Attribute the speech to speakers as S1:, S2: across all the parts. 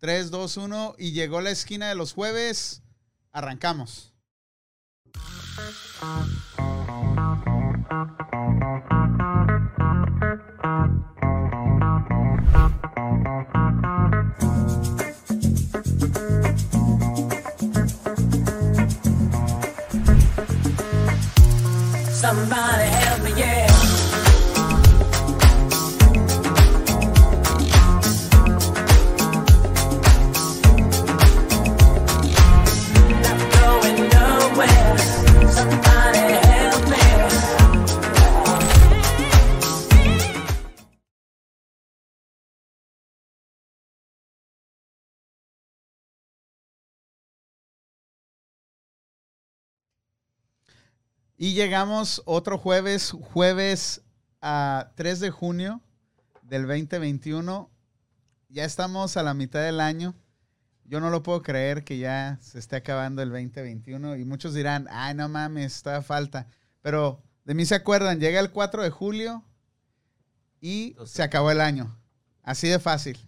S1: 3, 2, 1 y llegó la esquina de los jueves. Arrancamos.
S2: Somebody help me, yeah. Not going nowhere. Somebody help me.
S1: Y llegamos otro jueves, jueves a 3 de junio del 2021. Ya estamos a la mitad del año. Yo no lo puedo creer que ya se esté acabando el 2021 y muchos dirán, ay, no mames, está falta. Pero de mí se acuerdan, llega el 4 de julio y
S3: Entonces-
S1: se acabó el año. Así de fácil.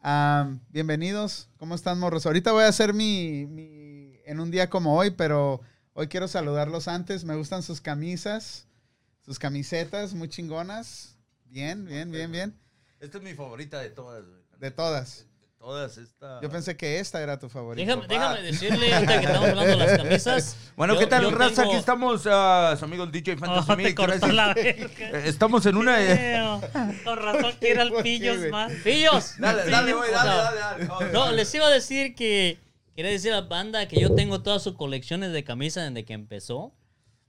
S1: Am, bienvenidos, ¿cómo están morros? Ahorita voy a hacer mi, mi- en un día como hoy, pero hoy quiero saludarlos antes. Me gustan sus camisas, sus camisetas muy chingonas. Bien, bien, bien, bien.
S3: Esta es mi favorita de todas, güey.
S1: De todas.
S3: De todas esta.
S1: Yo pensé que esta era tu favorita.
S4: Déjame,
S3: papá.
S4: déjame decirle, ahorita que estamos hablando de las camisas.
S3: Bueno,
S4: yo-
S3: ¿qué tal,
S4: yo
S3: raza?
S4: tengo-
S3: Aquí estamos, ah, su amigo el DJ
S4: Oh,
S3: Fantasy
S4: te
S3: Mix.
S4: cortó
S3: gracias.
S4: la verga.
S3: Eh, Estamos en una. eh,
S4: Feo. Con razón quiere al
S1: ¿Por qué,
S4: pillos
S1: güey?
S4: más. ¡Pillos!
S3: Dale, dale,
S4: Pillos,
S3: güey,
S4: o
S3: dale,
S4: sea,
S3: dale, dale. dale.
S4: No, les iba a decir que. Quería decir a la banda que yo tengo todas sus colecciones de camisas desde que empezó.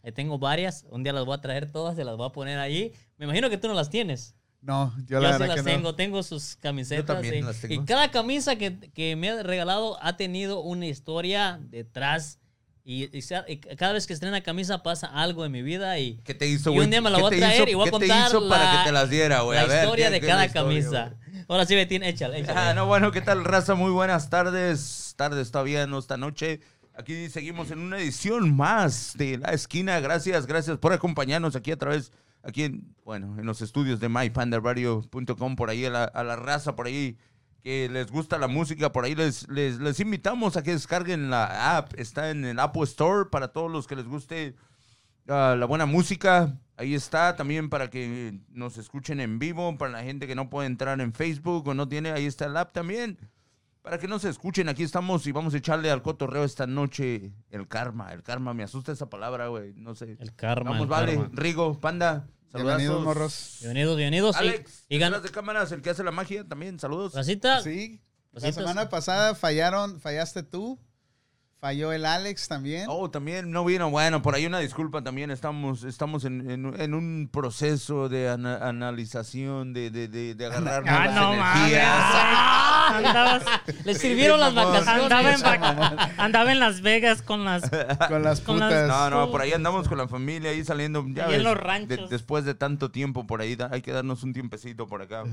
S4: Ahí tengo varias. Un día las voy a traer todas, se las voy a poner ahí. Me imagino que tú no las tienes.
S1: No, yo
S4: Yo,
S1: la
S4: sí
S1: verdad
S4: las
S1: que no.
S4: tengo, tengo sus camisetas.
S3: Yo también
S4: y,
S3: las tengo.
S4: y cada camisa que, que me ha regalado ha tenido una historia detrás. Y, y sea- y cada vez que estrena camisa pasa algo en mi vida y
S3: ¿Qué te hizo,
S4: Y
S3: güey?
S4: un día me la
S3: ¿Qué
S4: voy a
S3: te
S4: traer
S3: hizo-
S4: y voy a
S3: ¿Qué te
S4: contar
S3: hizo para
S4: la-
S3: que te las diera, güey?
S4: la
S3: A ver,
S4: historia
S3: ¿qué-
S4: de
S3: qué es
S4: cada
S3: la historia,
S4: camisa.
S3: güey?
S4: Ahora sí, Betín, échale, échale.
S3: Ah, no, bueno, ¿qué tal, raza? Muy buenas tardes. Tardes todavía, no esta noche. Aquí seguimos en una edición más de La Esquina. Gracias, gracias por acompañarnos aquí a través, aquí en, bueno, en los estudios de mypandaradio.com, por ahí a la, a la raza, por ahí que les gusta la música, por ahí les, les, les invitamos a que descarguen la app. Está en el Apple Store para todos los que les guste ah, la buena música. Ahí está también para que nos escuchen en vivo, para la gente que no puede entrar en Facebook o no tiene, ahí está el app también. Para que nos escuchen, aquí estamos y vamos a echarle al cotorreo esta noche el karma. El karma, me asusta esa palabra, güey, no sé.
S4: El karma.
S3: vamos,
S4: el
S3: vale,
S4: karma.
S3: Rigo, Panda, saludazos.
S1: Bienvenidos, morros.
S4: Bienvenidos, bienvenidos. Y-
S3: Alex,
S4: y
S3: detrás
S4: gan-
S3: de cámaras, el que hace la magia, también, saludos.
S4: Racita,
S1: Sí. La
S4: Rositas.
S1: semana pasada fallaron, fallaste tú, falló el Alex
S5: ¿Eh?
S1: también.
S3: Oh, también no vino. Bueno, por ahí una disculpa también. Estamos, estamos en, en- en un proceso de ana- analización, de, de, de, de agarrar
S5: Ah,
S3: nuevas
S5: no mames.
S3: energías.
S5: Andabas-
S4: Ah, le sirvieron las
S1: mamón.
S5: andaba,
S4: vacaciones.
S5: en vac- andaba en Las Vegas con las.
S1: con las
S5: con las-
S1: putas.
S3: No, no, por ahí andamos con la familia, ahí saliendo. ya
S5: Ahí en
S3: ves,
S5: los ranchos.
S3: de- después de tanto tiempo por ahí, da- hay que darnos un tiempecito por acá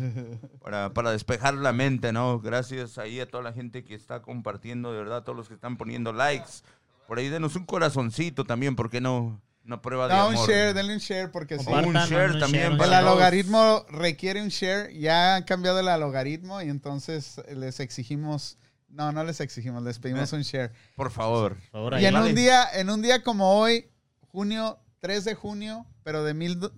S3: para, para despejar la mente, ¿no? Gracias ahí a toda la gente que está compartiendo, de verdad, a todos los que están poniendo likes. Por ahí denos un corazoncito también, ¿por qué no? Una prueba de
S1: No, un
S3: amor.
S1: share, denle un share porque sí.
S3: O un
S4: Compartan,
S3: share
S4: un
S3: también.
S4: share, un
S3: para
S1: El
S4: share.
S3: todos.
S1: algoritmo requiere un share. Ya han cambiado el algoritmo y entonces les exigimos. No, no les exigimos, les pedimos un share.
S3: Por favor.
S4: Por favor,
S1: Y
S4: ahí.
S1: en
S3: vale.
S1: un día, en un día como hoy, junio, 3 de junio, pero de mil do-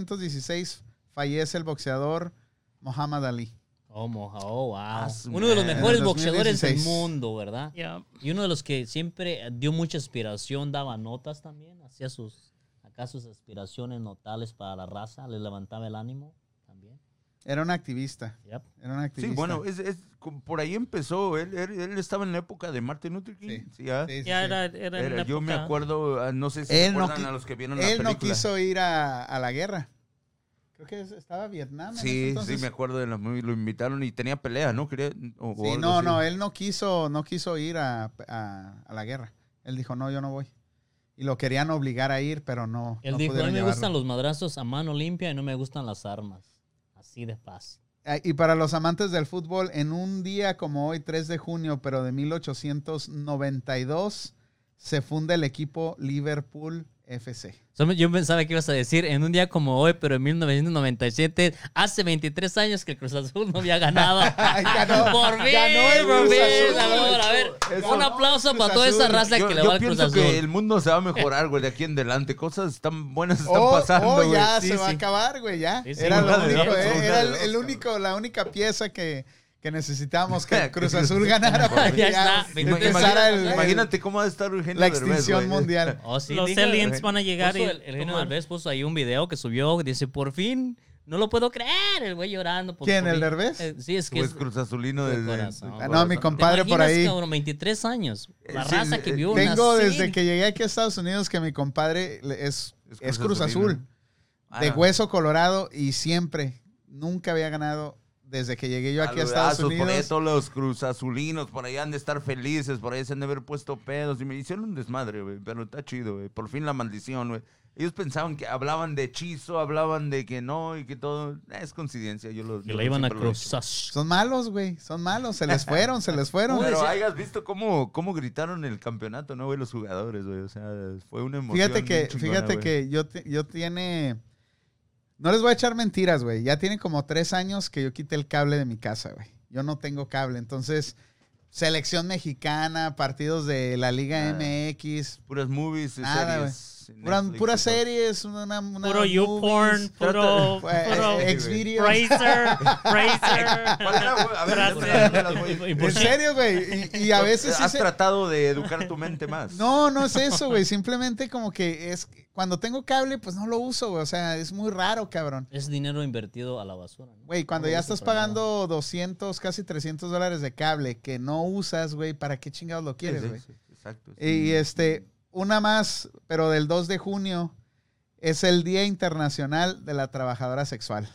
S1: 1216, fallece el boxeador Muhammad Ali.
S4: Oh, moja, oh, wow.
S3: Ah, su
S4: Uno de los
S3: madre.
S4: mejores
S1: En el
S4: boxeadores del
S1: 2016.
S4: mundo, ¿verdad?
S5: Ya,
S4: Y uno de los que siempre dio mucha inspiración, daba notas también, hacía sus, acá sus aspiraciones notales para la raza, le levantaba el ánimo también.
S1: Era un activista.
S4: Yep.
S1: Era un
S3: Sí,
S1: activista.
S3: bueno, es, es- com- por ahí empezó. Él, él- él estaba en la época de Martin Luther King. Sí, ¿ah?
S1: Sí, sí,
S5: ya
S1: sí.
S5: era, era en
S3: Era-
S5: la
S3: yo me
S5: época-
S3: acuerdo, ah, no sé si se
S1: Él no
S3: acuerdan
S1: qui-
S3: a los que vieron la
S1: Él
S3: película.
S1: no quiso ir a, a la guerra. Creo que es- estaba Vietnam. en ese
S3: Sí, sí,
S1: entonces.
S3: me acuerdo de la movie, lo invitaron y tenía pelea, ¿no? Quería, o- o
S1: Sí,
S3: algo
S1: no,
S3: así.
S1: no, él no quiso, no quiso ir a, a- a la guerra. Él dijo, no, yo no voy. Y lo querían obligar a ir, pero no.
S4: Él
S1: no
S4: dijo, a mí
S1: pudieron
S4: me
S1: llevarlo".
S4: gustan los madrazos a mano limpia y no me gustan las armas. Así de paz.
S1: Ah, Y para los amantes del fútbol, en un día como hoy, 3 de junio, pero de 1892, se funda el equipo Liverpool FC.
S4: Solo Yo pensaba que ibas a decir en un día como hoy, pero en 1997, hace 23 años que el Cruz Azul no había ganado.
S1: Ganó-
S4: por fin,
S1: ganó el
S4: por
S1: Cruz
S4: fin,
S1: Azul.
S4: amor, a ver,
S1: Eso.
S4: un aplauso
S1: Cruz
S4: para toda esa
S1: Azul.
S4: raza
S3: Yo,
S4: que le
S3: yo
S4: va al Cruz
S3: pienso
S4: Azul.
S3: que el mundo se va a mejorar, güey, de aquí en adelante. Cosas tan buenas están
S1: Oh,
S3: pasando,
S1: oh,
S3: güey.
S1: ya
S4: Sí,
S1: se va a
S4: sí.
S1: acabar, güey, ya.
S4: Sí, sí,
S1: era
S3: una
S1: lo
S3: de
S1: único,
S3: dos,
S1: eh,
S3: una
S1: era
S3: de
S1: el,
S3: dos,
S1: el
S3: cabrón.
S1: único, la única pieza que, que necesitábamos que el Cruz
S3: Que-
S1: Azul ganara
S3: Ya
S1: porque ya
S4: está,
S3: Ima-
S1: empezara
S4: Imagínate-
S1: el-
S3: imagínate,
S1: el-
S3: imagínate cómo va a estar Eugenio
S1: la
S3: Derbez,
S1: extinción
S3: güey.
S1: mundial.
S4: Oh, sí,
S5: Los
S4: dijo-
S5: aliens van a llegar y
S4: Puso el, el genio
S5: tomar.
S4: Derbez puso ahí un video que subió, dice, por fin, no lo puedo creer, el güey llorando. por-
S1: ¿Quién,
S4: por
S1: el
S4: mí".
S1: Derbez?
S4: Eh, sí, es
S3: Tú
S4: que
S3: eres
S4: es-
S3: Cruz Azulino
S4: de
S3: desde-
S4: corazón.
S3: desde
S1: Ah, no, mi
S3: corazón.
S4: ¿Te
S1: compadre por
S4: imaginas,
S1: ahí.
S4: cabrón, 23 años. La
S3: Eh, sí,
S4: raza que
S3: eh,
S4: vio
S1: Tengo
S4: nacer.
S1: desde que llegué aquí a Estados Unidos que mi compadre le- es,
S3: Es
S1: es
S3: Cruz
S1: Cruz
S3: Azulino.
S1: Azul,
S3: Ah,
S1: de hueso colorado y siempre, nunca había ganado desde que llegué yo aquí a Estados
S3: saludazos, Por ahí
S1: Unidos.
S3: todos los cruzazulinos, por ahí han de estar felices, por ahí se han de haber puesto pedos. Y me hicieron un desmadre, güey, pero está chido, güey. Por fin la maldición, güey. Ellos pensaban que hablaban de hechizo, hablaban de que no y que todo. Eh, Es coincidencia, yo lo
S4: Que
S3: yo
S4: la iban a
S3: siempre lo he dicho.
S4: cruzar.
S1: Son malos, güey, son malos, se les fueron, se les fueron.
S3: Pero hayas visto cómo, cómo gritaron el campeonato, ¿no, güey? Los jugadores, güey. O sea, fue una emoción.
S1: Fíjate
S3: bien
S1: que,
S3: chingona,
S1: fíjate
S3: güey.
S1: que yo, te- yo tiene. No les voy a echar mentiras, güey. Ya tiene como tres años que yo quité el cable de mi casa, güey. Yo no tengo cable. Entonces, selección mexicana, partidos de la Liga
S3: Ah.
S1: MX,
S3: Puras movies, y
S1: Nada, güey.
S3: series. en
S1: puras,
S3: Netflix
S1: puras
S3: y todo.
S1: series, una, una
S5: puro YouPorn, puro, puro
S3: eh,
S1: Xvideos.
S5: Fraser, Fraser.
S3: ¿Cuál era, güey? A ver,
S5: Fraser.
S3: recuérdamelas, güey.
S4: Y por
S1: En
S4: si-
S1: serio, güey. Y, y a veces sí
S3: Pues Has
S1: se-
S3: tratado de educar tu mente más.
S1: No, no es eso, güey. Simplemente como que es. Cuando tengo cable, pues no lo uso, güey. O sea, es muy raro, cabrón.
S4: Es dinero invertido a la basura. ¿no?
S1: Güey, cuando
S4: No lo
S1: ya
S4: uso
S1: estás
S4: para nada.
S1: pagando 200, casi 300 dólares de cable que no usas, güey, ¿para qué chingados lo
S3: Sí,
S1: quieres,
S3: sí,
S1: güey?
S3: sí, Exacto.
S1: Y este, una más, pero del 2 de junio, es el Día Internacional de la Trabajadora Sexual.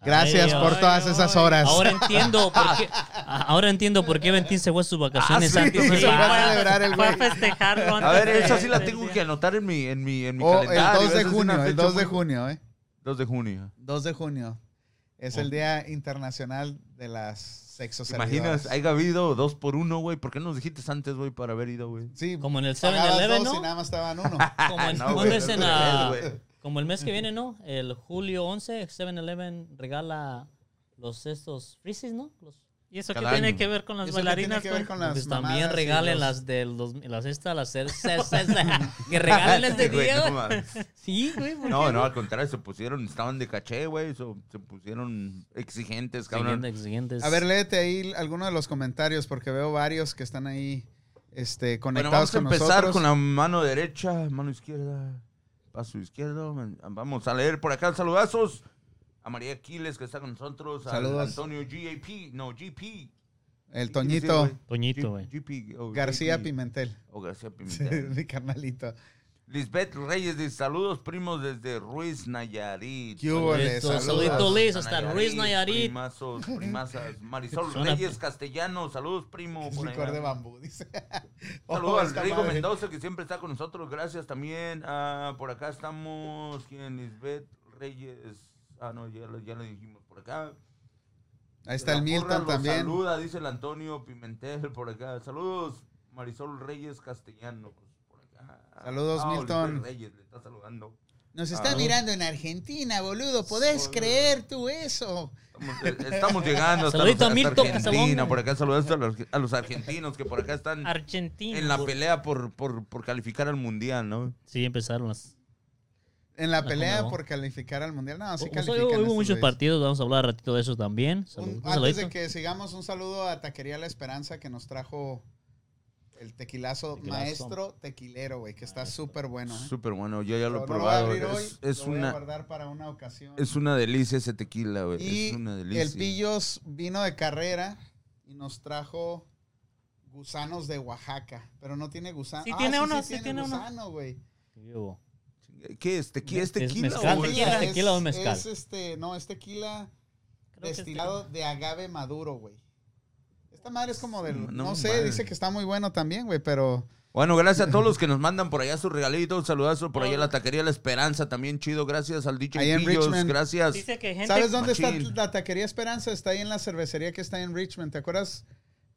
S1: Gracias
S4: Ay,
S1: por
S4: ay,
S1: todas
S5: ay.
S1: esas horas.
S4: Ahora entiendo por qué, a- ahora entiendo por qué Ventín se fue a sus vacaciones
S3: Ah, sí,
S4: antes de
S1: sí,
S5: Fue
S1: va a
S5: a-
S4: la-
S1: celebrar el
S5: fue a
S1: güey.
S5: festejarlo
S3: A ver,
S5: antes
S3: esa
S5: de-
S3: sí la
S5: del
S3: tengo
S5: día.
S3: que anotar en mi, en mi, en mi
S1: o Oh, el 2
S3: calendario.
S1: de
S3: Esa es una
S1: junio, el
S3: fecha
S1: 2 de
S3: muy-
S1: junio, ¿eh?
S3: 2 de junio.
S1: 2 de junio. Es el Día Internacional de las
S3: Oh. ¿Te
S1: Sexoservidoras.
S3: imaginas? Haya habido dos por uno, güey. ¿Por qué no nos dijiste antes, güey, para haber ido, güey?
S1: Sí,
S4: Como en el
S1: pagabas
S4: 7-Eleven,
S1: dos
S4: ¿no?
S1: y nada Ah, más estaban uno.
S4: Como el,
S3: No,
S4: ¿cuándo
S3: güey,
S4: es en
S3: no,
S4: la-
S3: güey.
S4: como el mes que viene, ¿no? El julio 11, 7-Eleven regala los estos freezes, ¿no? Los-
S5: ¿Y eso qué
S3: Cada
S5: tiene
S3: año.
S5: que ver con las
S1: Eso que tiene
S5: bailarinas?
S1: que ver
S5: güey?
S1: con las
S4: pues
S1: mamadas
S4: también
S1: y
S4: regalen
S1: los-
S4: las del dos- las estas, las ser- ser- ser- ser- que regalen este
S3: Sí, güey,
S4: día.
S3: no
S4: güey.
S3: mames.
S4: Sí, güey.
S1: Pues,
S4: ¿por
S3: No,
S4: qué
S3: no, al contrario, se pusieron, estaban de caché, güey. so- Se pusieron exigentes, cabrón.
S4: Siguiente, siguientes.
S1: A ver, léete ahí algunos de los comentarios porque veo varios que están ahí este,
S3: Bueno,
S1: conectados
S3: vamos a
S1: con
S3: empezar
S1: nosotros.
S3: con la mano derecha, mano izquierda, paso izquierdo. Man- Vamos a leer por acá saludazos a María Aquiles que está con nosotros, a
S1: Saludos.
S3: Antonio GAP, no, GP.
S1: El
S3: ¿Qué
S1: Toñito
S3: quiere
S4: Toñito,
S3: decir, güey?
S4: güey.
S3: GP, o
S1: García
S3: JP,
S1: Pimentel,
S3: O García Pimentel.
S1: mi carnalito.
S3: Lisbeth Reyes dice saludos primos desde Ruiz Nayarit.
S1: ¿Qué hubo, le?
S4: Saludos,
S1: Saludos.
S4: saluditos, Liz, hasta Ruiz Nayarit.
S3: Primazos, primazas. Marisol
S4: Suena-
S3: Reyes Castellano, saludos primo. por
S1: Licor
S3: allá.
S1: de bambú, dice. Oh,
S3: Saludos al
S1: esta
S3: Rigo
S1: madre.
S3: Mendoza, que siempre está con nosotros. Gracias también. Ah, por acá estamos. ¿Quién? Lisbeth Reyes. Ah, no, ya, lo- ya lo dijimos por acá.
S1: Ahí está el
S3: La porra
S1: Milton
S3: los
S1: también.
S3: Saluda, dice el Antonio Pimentel por acá. Saludos, Marisol Reyes Castellanos. Por acá.
S1: Saludos, Milton.
S3: Lisbeth Reyes le está saludando.
S1: Nos
S3: está Saludos.
S1: mirando en Argentina, boludo.
S3: ¿Podés Saludos. creer
S1: tú eso?
S3: Estamos, eh, estamos llegando hasta,
S4: Saludito
S3: los-
S4: a
S3: hasta
S4: Milton
S3: Argentina.
S4: Casabón.
S3: Por acá saludos a los, a los argentinos que por acá están
S5: Argentina.
S3: en la pelea por, por, por calificar al mundial, ¿no?
S4: Sí, empezaron las.
S1: En la
S4: La
S1: pelea
S4: Conmebol.
S1: por calificar al mundial. No, Ah, sí
S4: Pues hoy
S1: califican.
S4: hubo
S1: estos
S4: muchos
S1: güeyes.
S4: partidos, vamos a hablar un ratito de esos también.
S1: Un-
S4: Salud- un
S1: antes de
S4: saludito.
S1: que sigamos, un saludo a Taquería La Esperanza que nos trajo el tequilazo,
S4: Tequilazo.
S1: maestro tequilero, güey, que está
S4: Maestro.
S1: súper bueno. ¿eh?
S3: Súper bueno, yo ya lo he
S1: Pero no voy a
S3: probado.
S1: abrir hoy,
S3: Es, es
S1: lo voy a
S3: una,
S1: guardar para una ocasión.
S3: Es una delicia ese tequila, güey.
S1: y
S3: Es una delicia.
S1: el Pillos vino de carrera y nos trajo gusanos de Oaxaka, pero no tiene gusano. Ah,
S5: Sí tiene uno, sí tiene uno.
S1: gusano, güey.
S4: Sí, hubo.
S3: ¿Qué es? Tequila, es
S4: Es
S3: tequila,
S4: mezcal,
S3: güey.
S4: tequila. ¿Es tequila o mezcal?
S1: Es este, no, es tequila
S5: Creo que este- es
S1: destilado de agave maduro, güey. Esta madre es como del,
S3: No
S1: no, sé,
S3: madre.
S1: dice que está muy bueno también, güey, pero
S3: Bueno, gracias a todos los que nos mandan por allá sus regalitos. Saludazos por allá a la taquería La Esperanza. También chido. Gracias al DJ
S1: Ahí en
S3: Pillos.
S1: Richmond.
S3: Gracias.
S5: Dice que gente.
S1: ¿Sabes dónde
S3: Machín.
S1: está la taquería Esperanza? Está ahí en la cervecería que está en Richmond. ¿Te acuerdas?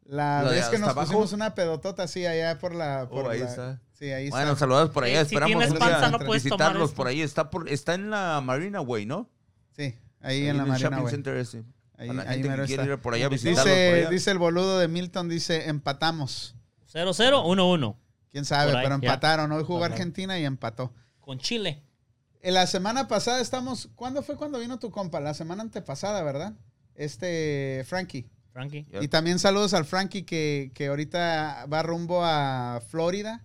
S1: La
S3: ¿La de
S1: vez que
S3: hasta
S1: nos
S3: abajo?
S1: pusimos una pedotota así allá por la.
S3: Oh,
S1: por
S3: ahí
S1: la-
S3: está.
S1: Sí, ahí
S3: Bueno,
S1: está.
S3: saludos por allá.
S5: Sí, si
S3: Esperamos
S5: tienes
S3: un
S1: panza,
S3: día
S1: no
S5: puedes tomar
S3: visitarlos
S5: esto.
S3: por ahí. Está, por, está en la Marina Way, ¿no?
S1: Sí, ahí
S3: Ahí
S1: en la
S3: el
S1: Marina,
S3: Shopping
S1: güey.
S3: Center ese.
S1: Ahí,
S3: Para la
S1: ahí
S3: gente que
S1: mero
S3: quiere
S1: está.
S3: ir por allá, visitarlos por
S1: Dice,
S3: allá.
S1: dice el boludo de Milton, dice, empatamos.
S4: 0-0, 1-1.
S1: Quién sabe,
S4: Por ahí,
S1: pero
S4: ya.
S1: empataron. Hoy jugó
S4: Ajá.
S1: Argentina y empató.
S4: Con Chile.
S1: En Eh, la semana pasada estamos... ¿Cuándo fue cuando vino tu compa? La semana antepasada, ¿verdad? Este, Frankie.
S4: Frankie.
S3: Ya.
S1: Y también saludos al Frankie que, que ahorita va rumbo a Florida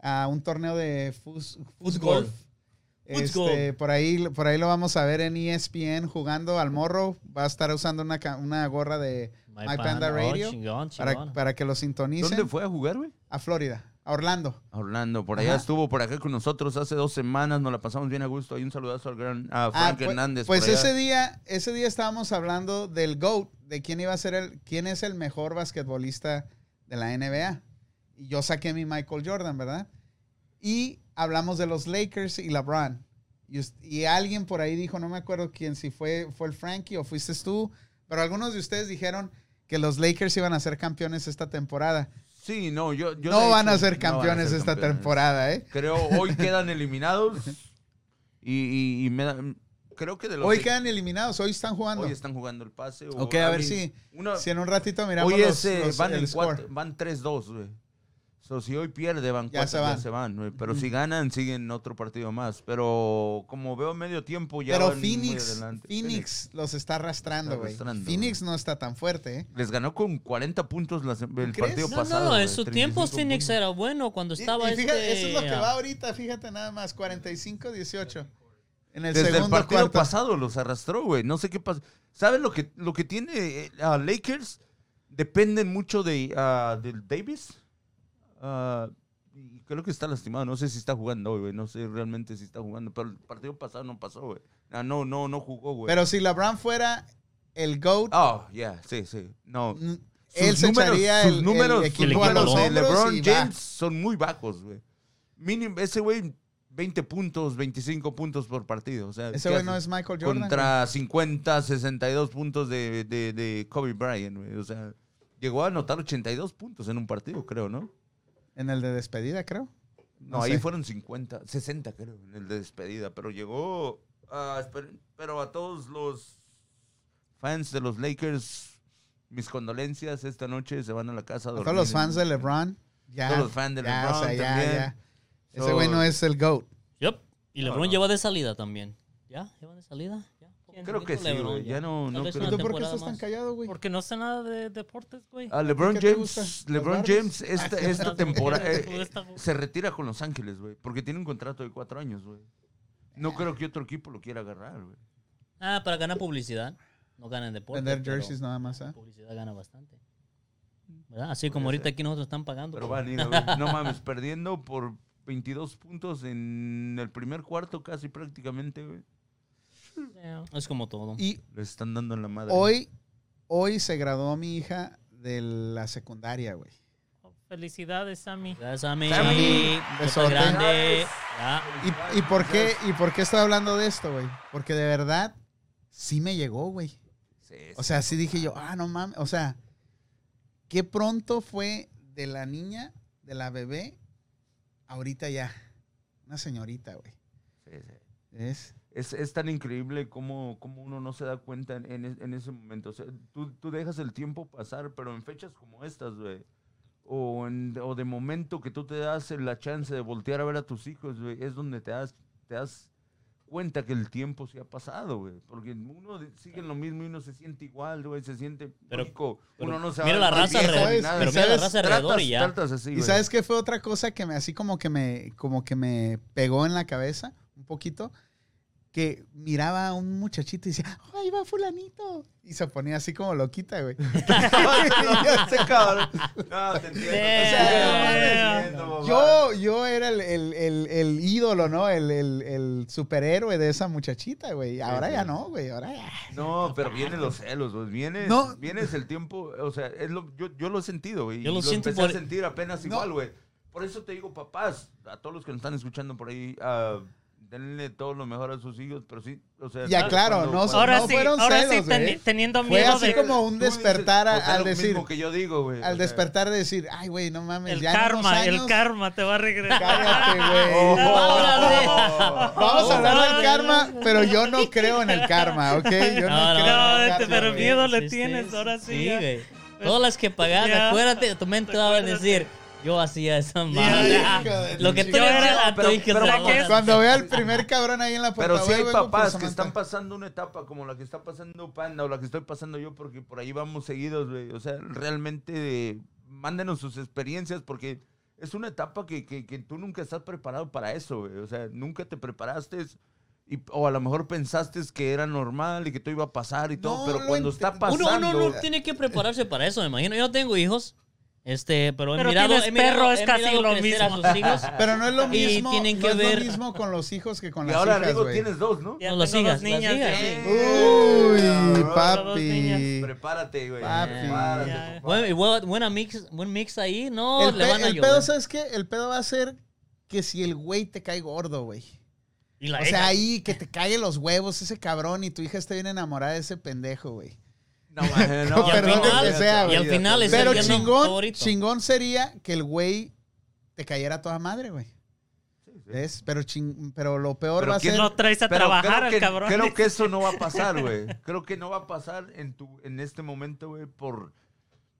S1: a un torneo de fus- fútbol.
S4: Fútbol. Fútbol.
S1: Este, por, ahí, por ahí lo vamos a ver en E ESPN jugando al morro. Va a estar usando una, ca- una gorra de My, Panda,
S4: Oh,
S1: Radio
S4: chingón,
S1: para,
S4: chingón.
S1: para que lo sintonicen
S3: ¿Dónde fue a jugar, güey?
S1: a Florida, a Orlando.
S3: A Orlando, por allá
S1: Ajá.
S3: estuvo por acá con nosotros hace dos semanas, nos la pasamos bien a gusto. Hay un saludazo al gran a
S1: Ah,
S3: Frank
S1: pues-
S3: Hernández.
S1: Pues
S3: por allá.
S1: ese día, ese día estábamos hablando del GOAT, de quién iba a ser el, quién es el mejor basquetbolista de la NBA. Y yo saqué mi Michael Jordan, ¿verdad? Y hablamos de los Lakers y LeBron. Y, us- y alguien por ahí dijo, no me acuerdo quién, si fue, fue el Frankie o fuiste tú, pero algunos de ustedes dijeron que los Lakers iban a ser campeones esta temporada.
S3: Sí, no, yo. yo
S1: no
S3: de
S1: van a
S3: hecho,
S1: ser
S3: no van a
S1: campeones
S3: ser
S1: esta
S3: campeones.
S1: temporada, ¿eh?
S3: Creo hoy quedan eliminados. Y, y- y me da- creo que de los.
S1: Hoy
S3: que-
S1: quedan eliminados, hoy están jugando.
S3: hoy están jugando el pase. o
S1: Ok, a ver
S3: alguien-
S1: si-
S3: una-
S1: Si en un ratito miramos
S3: hoy
S1: los-
S3: es, eh,
S1: los-
S3: van,
S1: el
S3: en
S1: score.
S3: cuatro- van 3-2, güey. So, si hoy pierde, van
S1: Ya
S3: 4,
S1: se
S3: ya,
S1: van.
S3: se van. güey. Pero si ganan, siguen otro partido más. Pero como veo medio tiempo, ya
S1: Pero
S3: van muy
S1: Phoenix,
S3: adelante.
S1: Phoenix los está arrastrando,
S3: Está
S1: güey.
S3: arrastrando,
S1: Phoenix no está tan fuerte, ¿eh?
S3: Les ganó con 40 puntos las- el
S1: crees?
S3: partido
S4: No,
S3: pasado.
S4: no,
S3: güey,
S4: en su tiempo
S3: 35
S4: Phoenix
S3: puntos.
S4: era bueno cuando
S1: Y-
S4: estaba
S1: y fíjate,
S4: este,
S1: eso es lo que va
S4: ah,
S1: ahorita, fíjate nada más, 45-18. En el
S3: Desde el
S1: segundo
S3: partido
S1: cuarto.
S3: pasado los arrastró, güey. No sé qué pasa. ¿Sabes lo que, lo que tiene eh, a Lakers? Dependen mucho de, ah, del Davis. Ah, y creo que está lastimado. No sé si está jugando hoy, güey. No sé realmente si está jugando. Pero el partido pasado no pasó, güey. Ah, no, no, no jugó, güey.
S1: Pero si LeBron fuera el GOAT,
S3: Ah, yeah, sí, sí. No.
S1: n-
S3: Sus
S1: él se
S3: números-
S1: echaría
S3: sus
S1: el, el
S3: números,
S1: equipo
S4: el
S1: a
S4: equipo
S1: los
S4: de
S1: hombros
S3: de LeBron
S1: y va.
S3: James son muy bajos, güey. Mínimo, ese güey, 20 puntos, 25 puntos por partido. O sea,
S1: Ese
S3: ¿qué
S1: güey no
S3: haces?
S1: es Michael Jordan. güey.
S3: contra 50, 62 puntos de, de- de Kobe Bryant, güey. O sea, llegó a anotar 82 puntos en un partido, creo, ¿no?
S1: En el de despedida, creo.
S3: No,
S1: No
S3: ahí
S1: sé.
S3: fueron 50, 60 creo, en el de despedida, pero llegó a... esper- Pero a todos los fans de los Lakers, mis condolencias, esta noche se van a la casa a
S1: A
S3: dormir.
S1: todos los fans de LeBron. Ya,
S3: Todos los fans de
S1: ya,
S3: LeBron
S1: o sea, ya,
S3: también.
S1: ya. Ese
S3: So-
S1: güey no es el GOAT.
S4: yup, Y
S3: No,
S4: LeBron
S3: no.
S4: lleva de salida también. ¿Ya? ¿Lleva de salida? ¿Ya?
S3: Creo que sí, güey. Ya no,
S4: Tal
S3: no
S4: vez
S3: creo.
S1: ¿Tú por qué
S4: una temporada
S1: estás tan
S4: más.
S1: callado, güey?
S5: Porque no sé nada de deportes, güey.
S3: A Ah, LeBron
S1: ¿Qué te gusta?
S3: James,
S1: ¿Las
S3: LeBron
S1: Barbies?
S3: James
S4: Ah,
S3: esta, esta
S5: Las
S3: temporada
S5: mujeres,
S3: eh,
S5: todo está-
S3: se retira con Los Ángeles, güey, porque tiene un contrato de cuatro años, güey. No creo que otro equipo lo quiera agarrar, güey.
S4: Ah, para ganar publicidad. No ganan deporte.
S1: Vender
S4: pero
S1: jerseys nada más, ¿ah?
S4: Publicidad gana bastante. ¿Verdad? Así como ahorita aquí nosotros están pagando.
S3: Pero
S4: güey.
S3: van a ir, güey. no mames, perdiendo por 22 puntos en el primer cuarto casi prácticamente, güey.
S5: Yeah.
S4: Es como todo.
S1: Y
S3: Le están dando en la madre.
S1: Hoy, hoy se graduó mi hija de la secundaria, güey.
S5: Felicidades, Sammy.
S4: Gracias a mí.
S3: Sammy,
S1: besote.
S4: grande. Ya.
S1: ¿Y, y por qué, ¿Y por qué estoy hablando de esto, güey? Porque de verdad, sí me llegó, güey.
S3: Sí,
S1: O
S3: sí.
S1: sea, sí dije yo, ah, no mames. O sea, qué pronto fue de la niña, de la bebé, ahorita ya. Una señorita, güey.
S3: Sí, sí.
S1: ¿Ves?
S3: Es, es tan increíble cómo, cómo uno no se da cuenta en, en es- en ese momento. O sea, tú, tú dejas el tiempo pasar, pero en fechas como estas, güey. O, en- o de momento que tú te das la chance de voltear a ver a tus hijos, güey, es donde te das, te das cuenta que el tiempo se ha pasado, güey. Porque uno de- sigue en lo mismo y uno se siente igual, güey, se siente
S4: Pero-
S3: rico.
S4: pero
S3: uno no se
S4: mira
S3: da
S4: la
S3: cuenta
S4: raza
S3: de
S1: alrededor,
S3: ni nada.
S1: pero mira la
S3: ¿Sabes?
S4: raza alrededor y
S3: Tratas-
S4: ya.
S3: tratas así,
S1: ¿Y
S3: güey.
S1: sabes qué fue otra cosa que me, así como que me, como que me pegó en la cabeza un poquito? Que miraba a un muchachito y decía, ¡ay, ahí va fulanito! Y se ponía así como loquita, güey.
S3: Ese cabrón. No, te entiendo, te
S5: Damn.
S3: entiendo, mamá.
S1: Yo, yo era el, el- el- el ídolo, ¿no? El, el- el superhéroe de esa muchachita, güey. Ahora
S3: sí.
S1: ya no, güey. Ahora ya.
S3: No, pero vienen los celos, güey. Vienes,
S1: No.
S3: vienes el tiempo, o sea, es lo, yo, yo lo he sentido, güey.
S4: Yo
S3: y
S4: lo siento
S3: empecé
S4: por-
S3: a sentir apenas
S1: No.
S3: igual, güey. Por eso te digo, papás, a todos los que nos están escuchando por ahí, ah, Denle todo lo mejor a sus hijos, pero sí, o sea...
S1: Ya,
S3: ¿sabes
S1: claro,
S3: cuándo-
S1: no
S3: cuándo-
S5: Ahora
S1: no
S5: sí,
S1: fueron
S5: ahora
S1: celos,
S5: sí, teni-
S1: güey.
S5: teniendo
S1: Fue
S5: miedo
S1: así
S5: de
S1: como un
S3: Tú dices,
S1: despertar a-
S3: o sea,
S1: al
S3: lo
S1: decir,
S3: mismo que yo digo, güey. o
S1: al
S3: sea,
S1: despertar de decir, ay, güey, no mames.
S5: el
S1: ya en unos
S5: karma, el
S1: años,
S5: karma te va a regresar.
S1: Cállate,
S3: oh,
S1: güey. Vamos a hablar del karma, pero yo no creo en el karma, ¿ok? Yo no,
S4: No, no,
S1: creo
S5: no,
S1: en el
S5: este,
S1: karma,
S5: pero
S1: güey.
S5: miedo le
S4: Sí,
S5: tienes,
S4: sí,
S5: ahora sí
S4: Sí,
S5: ya.
S4: güey. Todas las que pagaste,
S5: Ya.
S4: acuérdate, tu mente va a decir, yo hacía esa madre. Ah,
S1: hijo de
S4: Lo
S1: tu
S4: que tú
S5: chingada.
S4: le hacías a tu
S3: Pero-
S4: hijo
S3: pero
S4: se lo
S5: vamos-
S4: haces.
S1: Cuando vea al primer cabrón ahí en la puerta,
S3: Pero sí
S1: güey,
S3: hay
S1: vengo por
S3: papás que
S1: Samantha.
S3: están pasando una etapa como la que está pasando Panda o la que estoy pasando yo, porque por ahí vamos seguidos, güey. O sea, realmente eh, mándenos sus experiencias porque es una etapa que, que- que tú nunca estás preparado para eso, güey. O sea, nunca te preparaste y- o a lo mejor pensaste que era normal y que todo iba a pasar y todo,
S1: No
S3: pero
S1: lo
S3: cuando
S1: ent-
S3: está pasando...
S4: Uno, uno no tiene que prepararse para eso, me imagino. Yo no tengo hijos, este, pero he
S5: Pero
S4: mirado,
S5: tienes
S4: he mirado-
S5: perro, es
S4: he
S5: casi
S4: mirado
S5: lo
S4: crecer
S5: mismo.
S4: a sus hijos.
S1: Pero no es lo
S4: Y
S1: mismo,
S4: tienen
S1: no
S4: que
S1: es
S4: ver-
S1: lo mismo con los hijos que con
S3: Y
S1: las
S3: ahora,
S1: hijas,
S3: luego
S1: güey.
S3: tienes dos, ¿no?
S5: Ya
S4: No, las
S5: tengo dos
S4: sigas, las
S5: niñas,
S4: sigas,
S5: sí.
S4: sí.
S1: Uy,
S5: dos
S1: papi.
S5: niñas.
S3: Prepárate, güey.
S1: Papi.
S3: Prepárate,
S5: Ya, ya.
S3: papá.
S4: Bueno, y bu- buena mix, buen mix ahí, no,
S1: El,
S4: le
S1: pe-
S4: van a
S1: el pedo,
S4: ayudar.
S1: ¿sabes qué? El pedo va a ser que si el güey te cae gordo, güey.
S4: Y la
S1: O sea, ahí que te cae los huevos ese cabrón y tu hija esté bien enamorada de ese pendejo, güey.
S3: No, man, no,
S1: Y al
S3: man,
S1: final-
S3: no,
S1: que sea,
S3: olvídate,
S1: güey.
S4: y al final es
S1: Pero
S4: el yerno
S1: chingón,
S4: favorito.
S1: chingón sería que el güey te cayera a toda madre, güey. ¿Ves? Pero, ching- pero lo peor
S3: Pero
S1: va a
S3: ¿quién
S1: ser...
S5: No traes a
S3: Pero
S5: trabajar
S3: creo que,
S5: al cabrón.
S3: Creo que eso no va a pasar, güey. Creo que no va a pasar en, tu, en este momento, güey, por...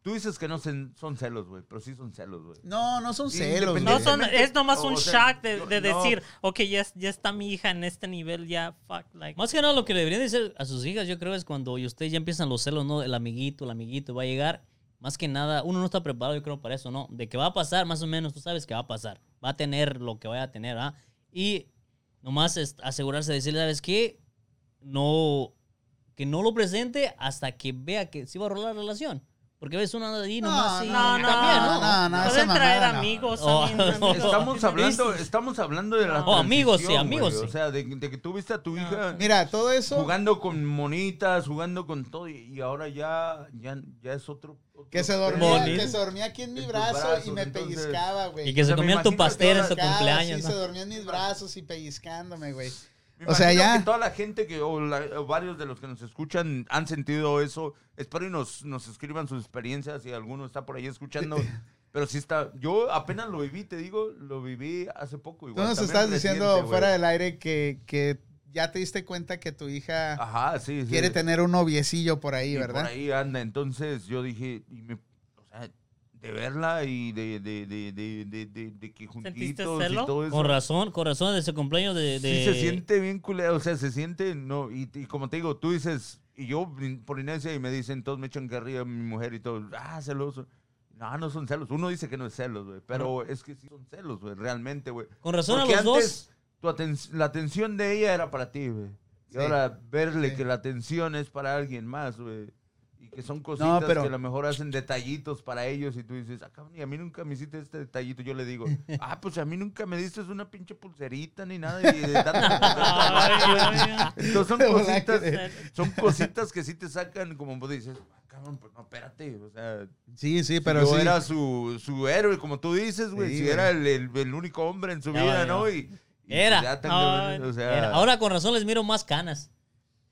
S3: Tú dices que no sen- son celos, güey, pero sí son celos, güey.
S1: No, no son celos, güey.
S5: No son,
S3: Independientemente-
S5: es nomás
S3: o
S5: un
S3: sea,
S5: shock de,
S3: no,
S5: de
S3: no.
S5: decir, ok, ya, es- ya está mi hija en este nivel, ya, fuck, like.
S4: Más que nada lo que le deberían decir a sus hijas, yo creo, es cuando y ustedes ya empiezan los celos, ¿no? El amiguito, el amiguito va a llegar. Más que nada, uno no está preparado, yo creo, para eso, ¿no? De que va a pasar, más o menos, tú sabes que va a pasar. Va a tener lo que vaya a tener, ¿ah? Y nomás es asegurarse de decirle, ¿sabes qué? No, que no lo presente hasta que vea que sí va a rolar la relación. Porque ves uno anda ahí nomás y
S5: no, no,
S4: también, ¿no?
S1: no, no, esa
S5: Pueden traer
S1: mamada no.
S5: amigos.
S4: Oh,
S5: también,
S4: no.
S5: amigos.
S3: Estamos hablando, estamos hablando de la
S4: Oh, amigos, sí,
S3: transición, güey.
S4: amigos, sí.
S3: O sea, de, de que tuviste a tu hija
S1: Mira, todo eso...
S3: jugando con monitas, jugando con todo, y, y ahora ya, ya, ya es otro... otro
S1: Que se
S3: pedo.
S1: dormía,
S4: Bonito.
S1: que se dormía aquí en mi
S3: En tus
S1: brazo y
S3: brazos,
S1: me
S3: entonces.
S1: pellizcaba, güey.
S4: Y que
S3: O
S4: se
S3: sea, me
S4: comían tu
S3: imagino que
S4: pastel en
S3: ahora
S4: su
S1: Pellizcaba,
S4: cumpleaños.
S1: sí,
S4: ¿no?
S1: se dormía en mis brazos y pellizcándome, güey.
S3: Me
S1: O sea,
S3: imagino
S1: ya-
S3: que toda la gente que, o, la- o varios de los que nos escuchan han sentido eso. Espero y nos, nos escriban sus experiencias y alguno está por ahí escuchando. Pero sí está. Yo apenas lo viví, te digo, lo viví hace poco.
S1: Tú
S3: Igual,
S1: nos
S3: también
S1: estás
S3: reciente,
S1: diciendo
S3: güey.
S1: fuera del aire que, que ya te diste cuenta que tu hija
S3: Ajá, Ah, sí. sí.
S1: quiere tener un noviecillo por ahí,
S3: Y
S1: ¿verdad?
S3: Por ahí anda. Entonces yo dije, y me- o sea, de verla y de, de, de, de, de, de- de que juntitos y
S5: celo?
S3: todo eso.
S4: Con razón, con razón de su cumpleaños de... de...
S3: Sí, se siente bien culero, o sea, se siente, no, y, y como te digo, tú dices, y yo in- por inercia y me dicen, todos me echan carrilla mi mujer y todo, ah, celoso. No, no son celos, uno dice que no es celos, güey, pero es que sí son celos, güey, realmente, güey.
S4: Con razón
S3: Porque
S4: a los dos.
S3: antes tu aten- la atención de ella era para ti, güey. Y
S1: Sí,
S3: ahora verle
S1: sí.
S3: que la atención es para alguien más, güey. Y que son cositas
S1: pero-
S3: que a lo mejor hacen detallitos para ellos y tú dices, ah, cabrón, y a mí nunca me hiciste este detallito. Yo le digo, ah, pues a mí nunca me diste una pinche pulserita ni nada. Y, de tanto-
S5: Ay, ay, ay.
S3: entonces son
S1: Te voy a
S3: cositas,
S1: creer.
S3: son cositas que sí te sacan como vos dices, ah, cabrón, pues no, espérate, o sea,
S1: Sí, sí,
S3: pero
S1: pero sí.
S3: era su, su héroe, como tú dices, güey.
S1: Sí,
S3: si
S1: güey.
S3: era el, el- el único hombre en su
S4: Ya
S3: vida,
S4: valió.
S3: ¿no? Y, y pues
S4: Era.
S3: ya tan-
S5: Ay,
S3: o sea,
S4: Era- Ahora con razón les miro más canas.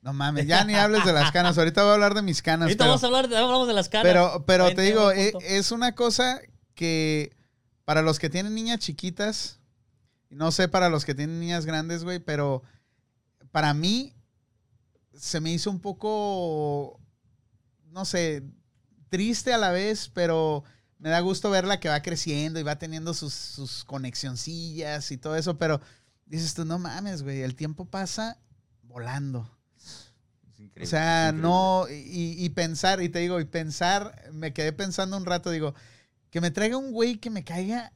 S1: No mames, ya ni hables de las canas. Ahorita voy a hablar de mis canas.
S4: Ahorita
S1: pero-
S4: vamos a hablar de, hablamos de las canas.
S1: Pero, pero
S4: Ahí
S1: te
S4: tengo
S1: digo,
S4: un
S1: e-
S4: punto.
S1: es una cosa que para los que tienen niñas chiquitas, no sé para los que tienen niñas grandes, güey, pero para mí se me hizo un poco, no sé, triste a la vez, pero me da gusto verla que va creciendo y va teniendo sus, sus conexioncillas y todo eso, pero dices tú, no mames, güey, el tiempo pasa volando.
S3: es increíble,
S1: O sea,
S3: es increíble.
S1: no, y, y pensar, y te digo, y pensar, me quedé pensando un rato, digo, que me traiga un güey que me caiga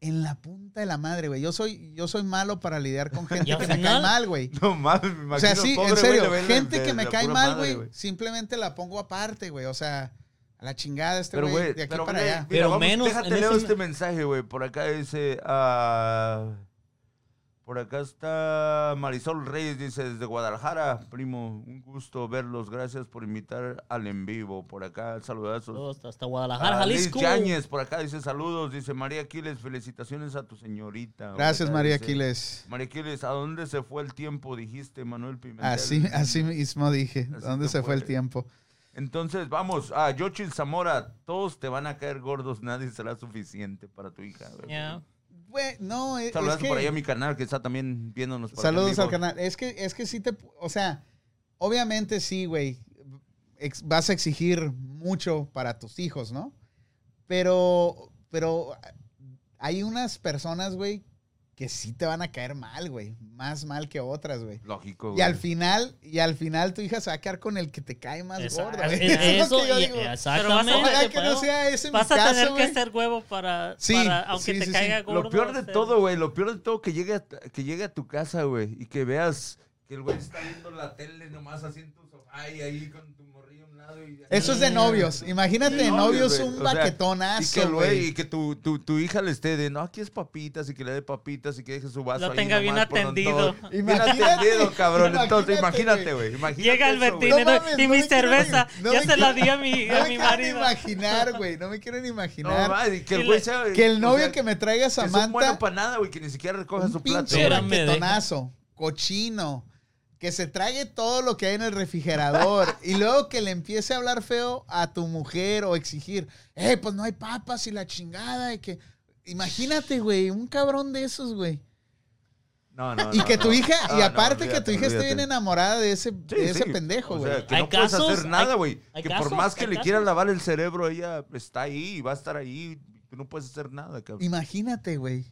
S1: en la punta de la madre, güey. Yo soy, yo soy malo para lidiar con gente
S4: al
S1: que me cae
S4: final-
S1: mal, güey.
S3: No mames, me
S1: O sea,
S3: imagino,
S1: sí,
S3: pobre
S1: en
S3: güey,
S1: serio,
S3: le ven la-
S1: gente
S3: de-
S1: que me
S3: la
S1: cae
S3: pura
S1: mal,
S3: madre,
S1: güey, este simplemente la pongo aparte, güey. O sea, a la chingada este
S3: Pero,
S1: güey,
S3: güey,
S1: de aquí
S3: pero,
S1: para
S3: mira,
S1: allá.
S3: mira,
S4: Pero
S3: vamos,
S4: menos
S3: Déjate
S4: en
S3: leo
S4: ese-
S3: este mensaje, güey. Por acá dice. ah, Por acá está Marisol Reyes, dice desde Guadalajara. Primo, un gusto verlos. Gracias por invitar al en vivo. Por acá, saludazos.
S4: Todos hasta, hasta Guadalajara,
S3: A Ah, Liz
S4: Jalisco.
S3: Yáñez, por acá dice saludos. Dice María Aquiles, felicitaciones a tu señorita.
S1: Gracias,
S3: Por acá
S1: María
S3: dice,
S1: Aquiles.
S3: María Aquiles, ¿a dónde se fue el tiempo? Dijiste, Manuel Pimentel.
S1: Así, así mismo dije.
S3: Así
S1: ¿Dónde
S3: te
S1: se fue el
S3: fue.
S1: tiempo?
S3: Entonces, vamos, a Yochil Zamora, todos te van a caer gordos, nadie será suficiente para tu hija.
S5: Yeah.
S1: Güey, no, e- es,
S3: Saludos
S1: que-
S3: por ahí a mi canal que está también viéndonos. por acá en
S1: Saludos
S3: vivo.
S1: al canal. Es que, es que sí te. O sea, obviamente sí, güey. ex- vas a exigir mucho para tus hijos, ¿no? Pero. Pero hay unas personas, güey, que sí te van a caer mal, güey. Más mal que otras, güey.
S3: Lógico.
S1: Y
S3: güey.
S1: al final, y al final tu hija se va a quedar con el que te cae más
S4: Esa-
S1: gordo.
S4: es-
S1: güey.
S4: es-
S1: Eso es lo
S4: Eh, eso,
S1: que yo
S4: y-
S1: digo.
S4: exactamente.
S1: Ojalá que
S5: pero
S1: no sea ese mi
S5: Vas a tener
S1: caso,
S5: que
S1: güey.
S5: hacer huevo para,
S1: Sí,
S5: para- aunque
S1: sí,
S5: te
S1: sí, sí.
S5: caiga gordo.
S3: Lo peor de
S5: hacer-
S3: todo, güey, lo peor de todo que llegue a, que llegue a tu casa, güey, y que veas que el güey está viendo la tele nomás así en tu sofá y ahí con tu morrillo a un lado. y-
S1: Eso es de novios. Imagínate de novios
S3: güey.
S1: un
S3: O sea,
S1: baquetonazo,
S3: Y que, el güey,
S1: güey.
S3: y que tu, tu, tu hija le esté de, no, aquí es papitas y que le dé papitas y que deje su vaso
S5: Lo
S3: ahí
S5: tenga bien
S3: nomás por un
S5: atendido.
S3: todo.
S1: Imagínate,
S3: bien atendido, cabrón. Entonces,
S1: imagínate,
S3: imagínate, güey. imagínate
S5: Llega el
S3: eso, güey.
S5: vertinero
S1: No mames,
S5: y
S1: no
S5: mi
S1: me quiero
S5: cerveza.
S1: ir. No
S5: ya
S1: me
S5: se la
S1: quiero-
S5: di a
S1: No
S5: mi, a
S1: me
S5: mi
S1: quiero ni
S5: marido.
S1: imaginar, güey. No me quiero ni
S3: No,
S1: imaginar.
S3: mames, y que
S5: Y
S3: el
S5: la-
S3: güey sea...
S1: que el
S3: o
S1: novio
S3: sea,
S1: que me traiga
S3: que es un bueno
S1: Samantha,
S3: para nada, güey, que ni siquiera recoja
S1: un
S3: su plato.
S1: pinche
S3: güey.
S4: Era- me
S1: raquetonazo, cochino, que se trague todo lo que hay en el refrigerador y luego que le empiece a hablar feo a tu mujer o exigir, eh, pues no hay papas y la chingada y que... Imagínate, güey, un cabrón de esos, güey.
S3: No, no,
S1: Y
S3: no,
S1: que tu
S3: no.
S1: hija,
S3: Ah,
S1: y
S3: no,
S1: aparte que tu
S3: olvídate,
S1: hija esté bien
S3: olvídate.
S1: enamorada de ese,
S3: Sí,
S1: de ese
S3: sí.
S1: pendejo,
S3: O
S1: güey.
S3: sea, que
S4: Hay
S3: no puedes
S4: casos,
S3: hacer nada,
S4: hay-
S3: güey.
S4: hay
S3: Que
S4: casos,
S3: por más que
S4: hay
S3: le quieran
S4: casos.
S3: lavar el cerebro, ella está ahí y va a estar ahí. Tú no puedes hacer nada, cabrón.
S1: Imagínate, güey.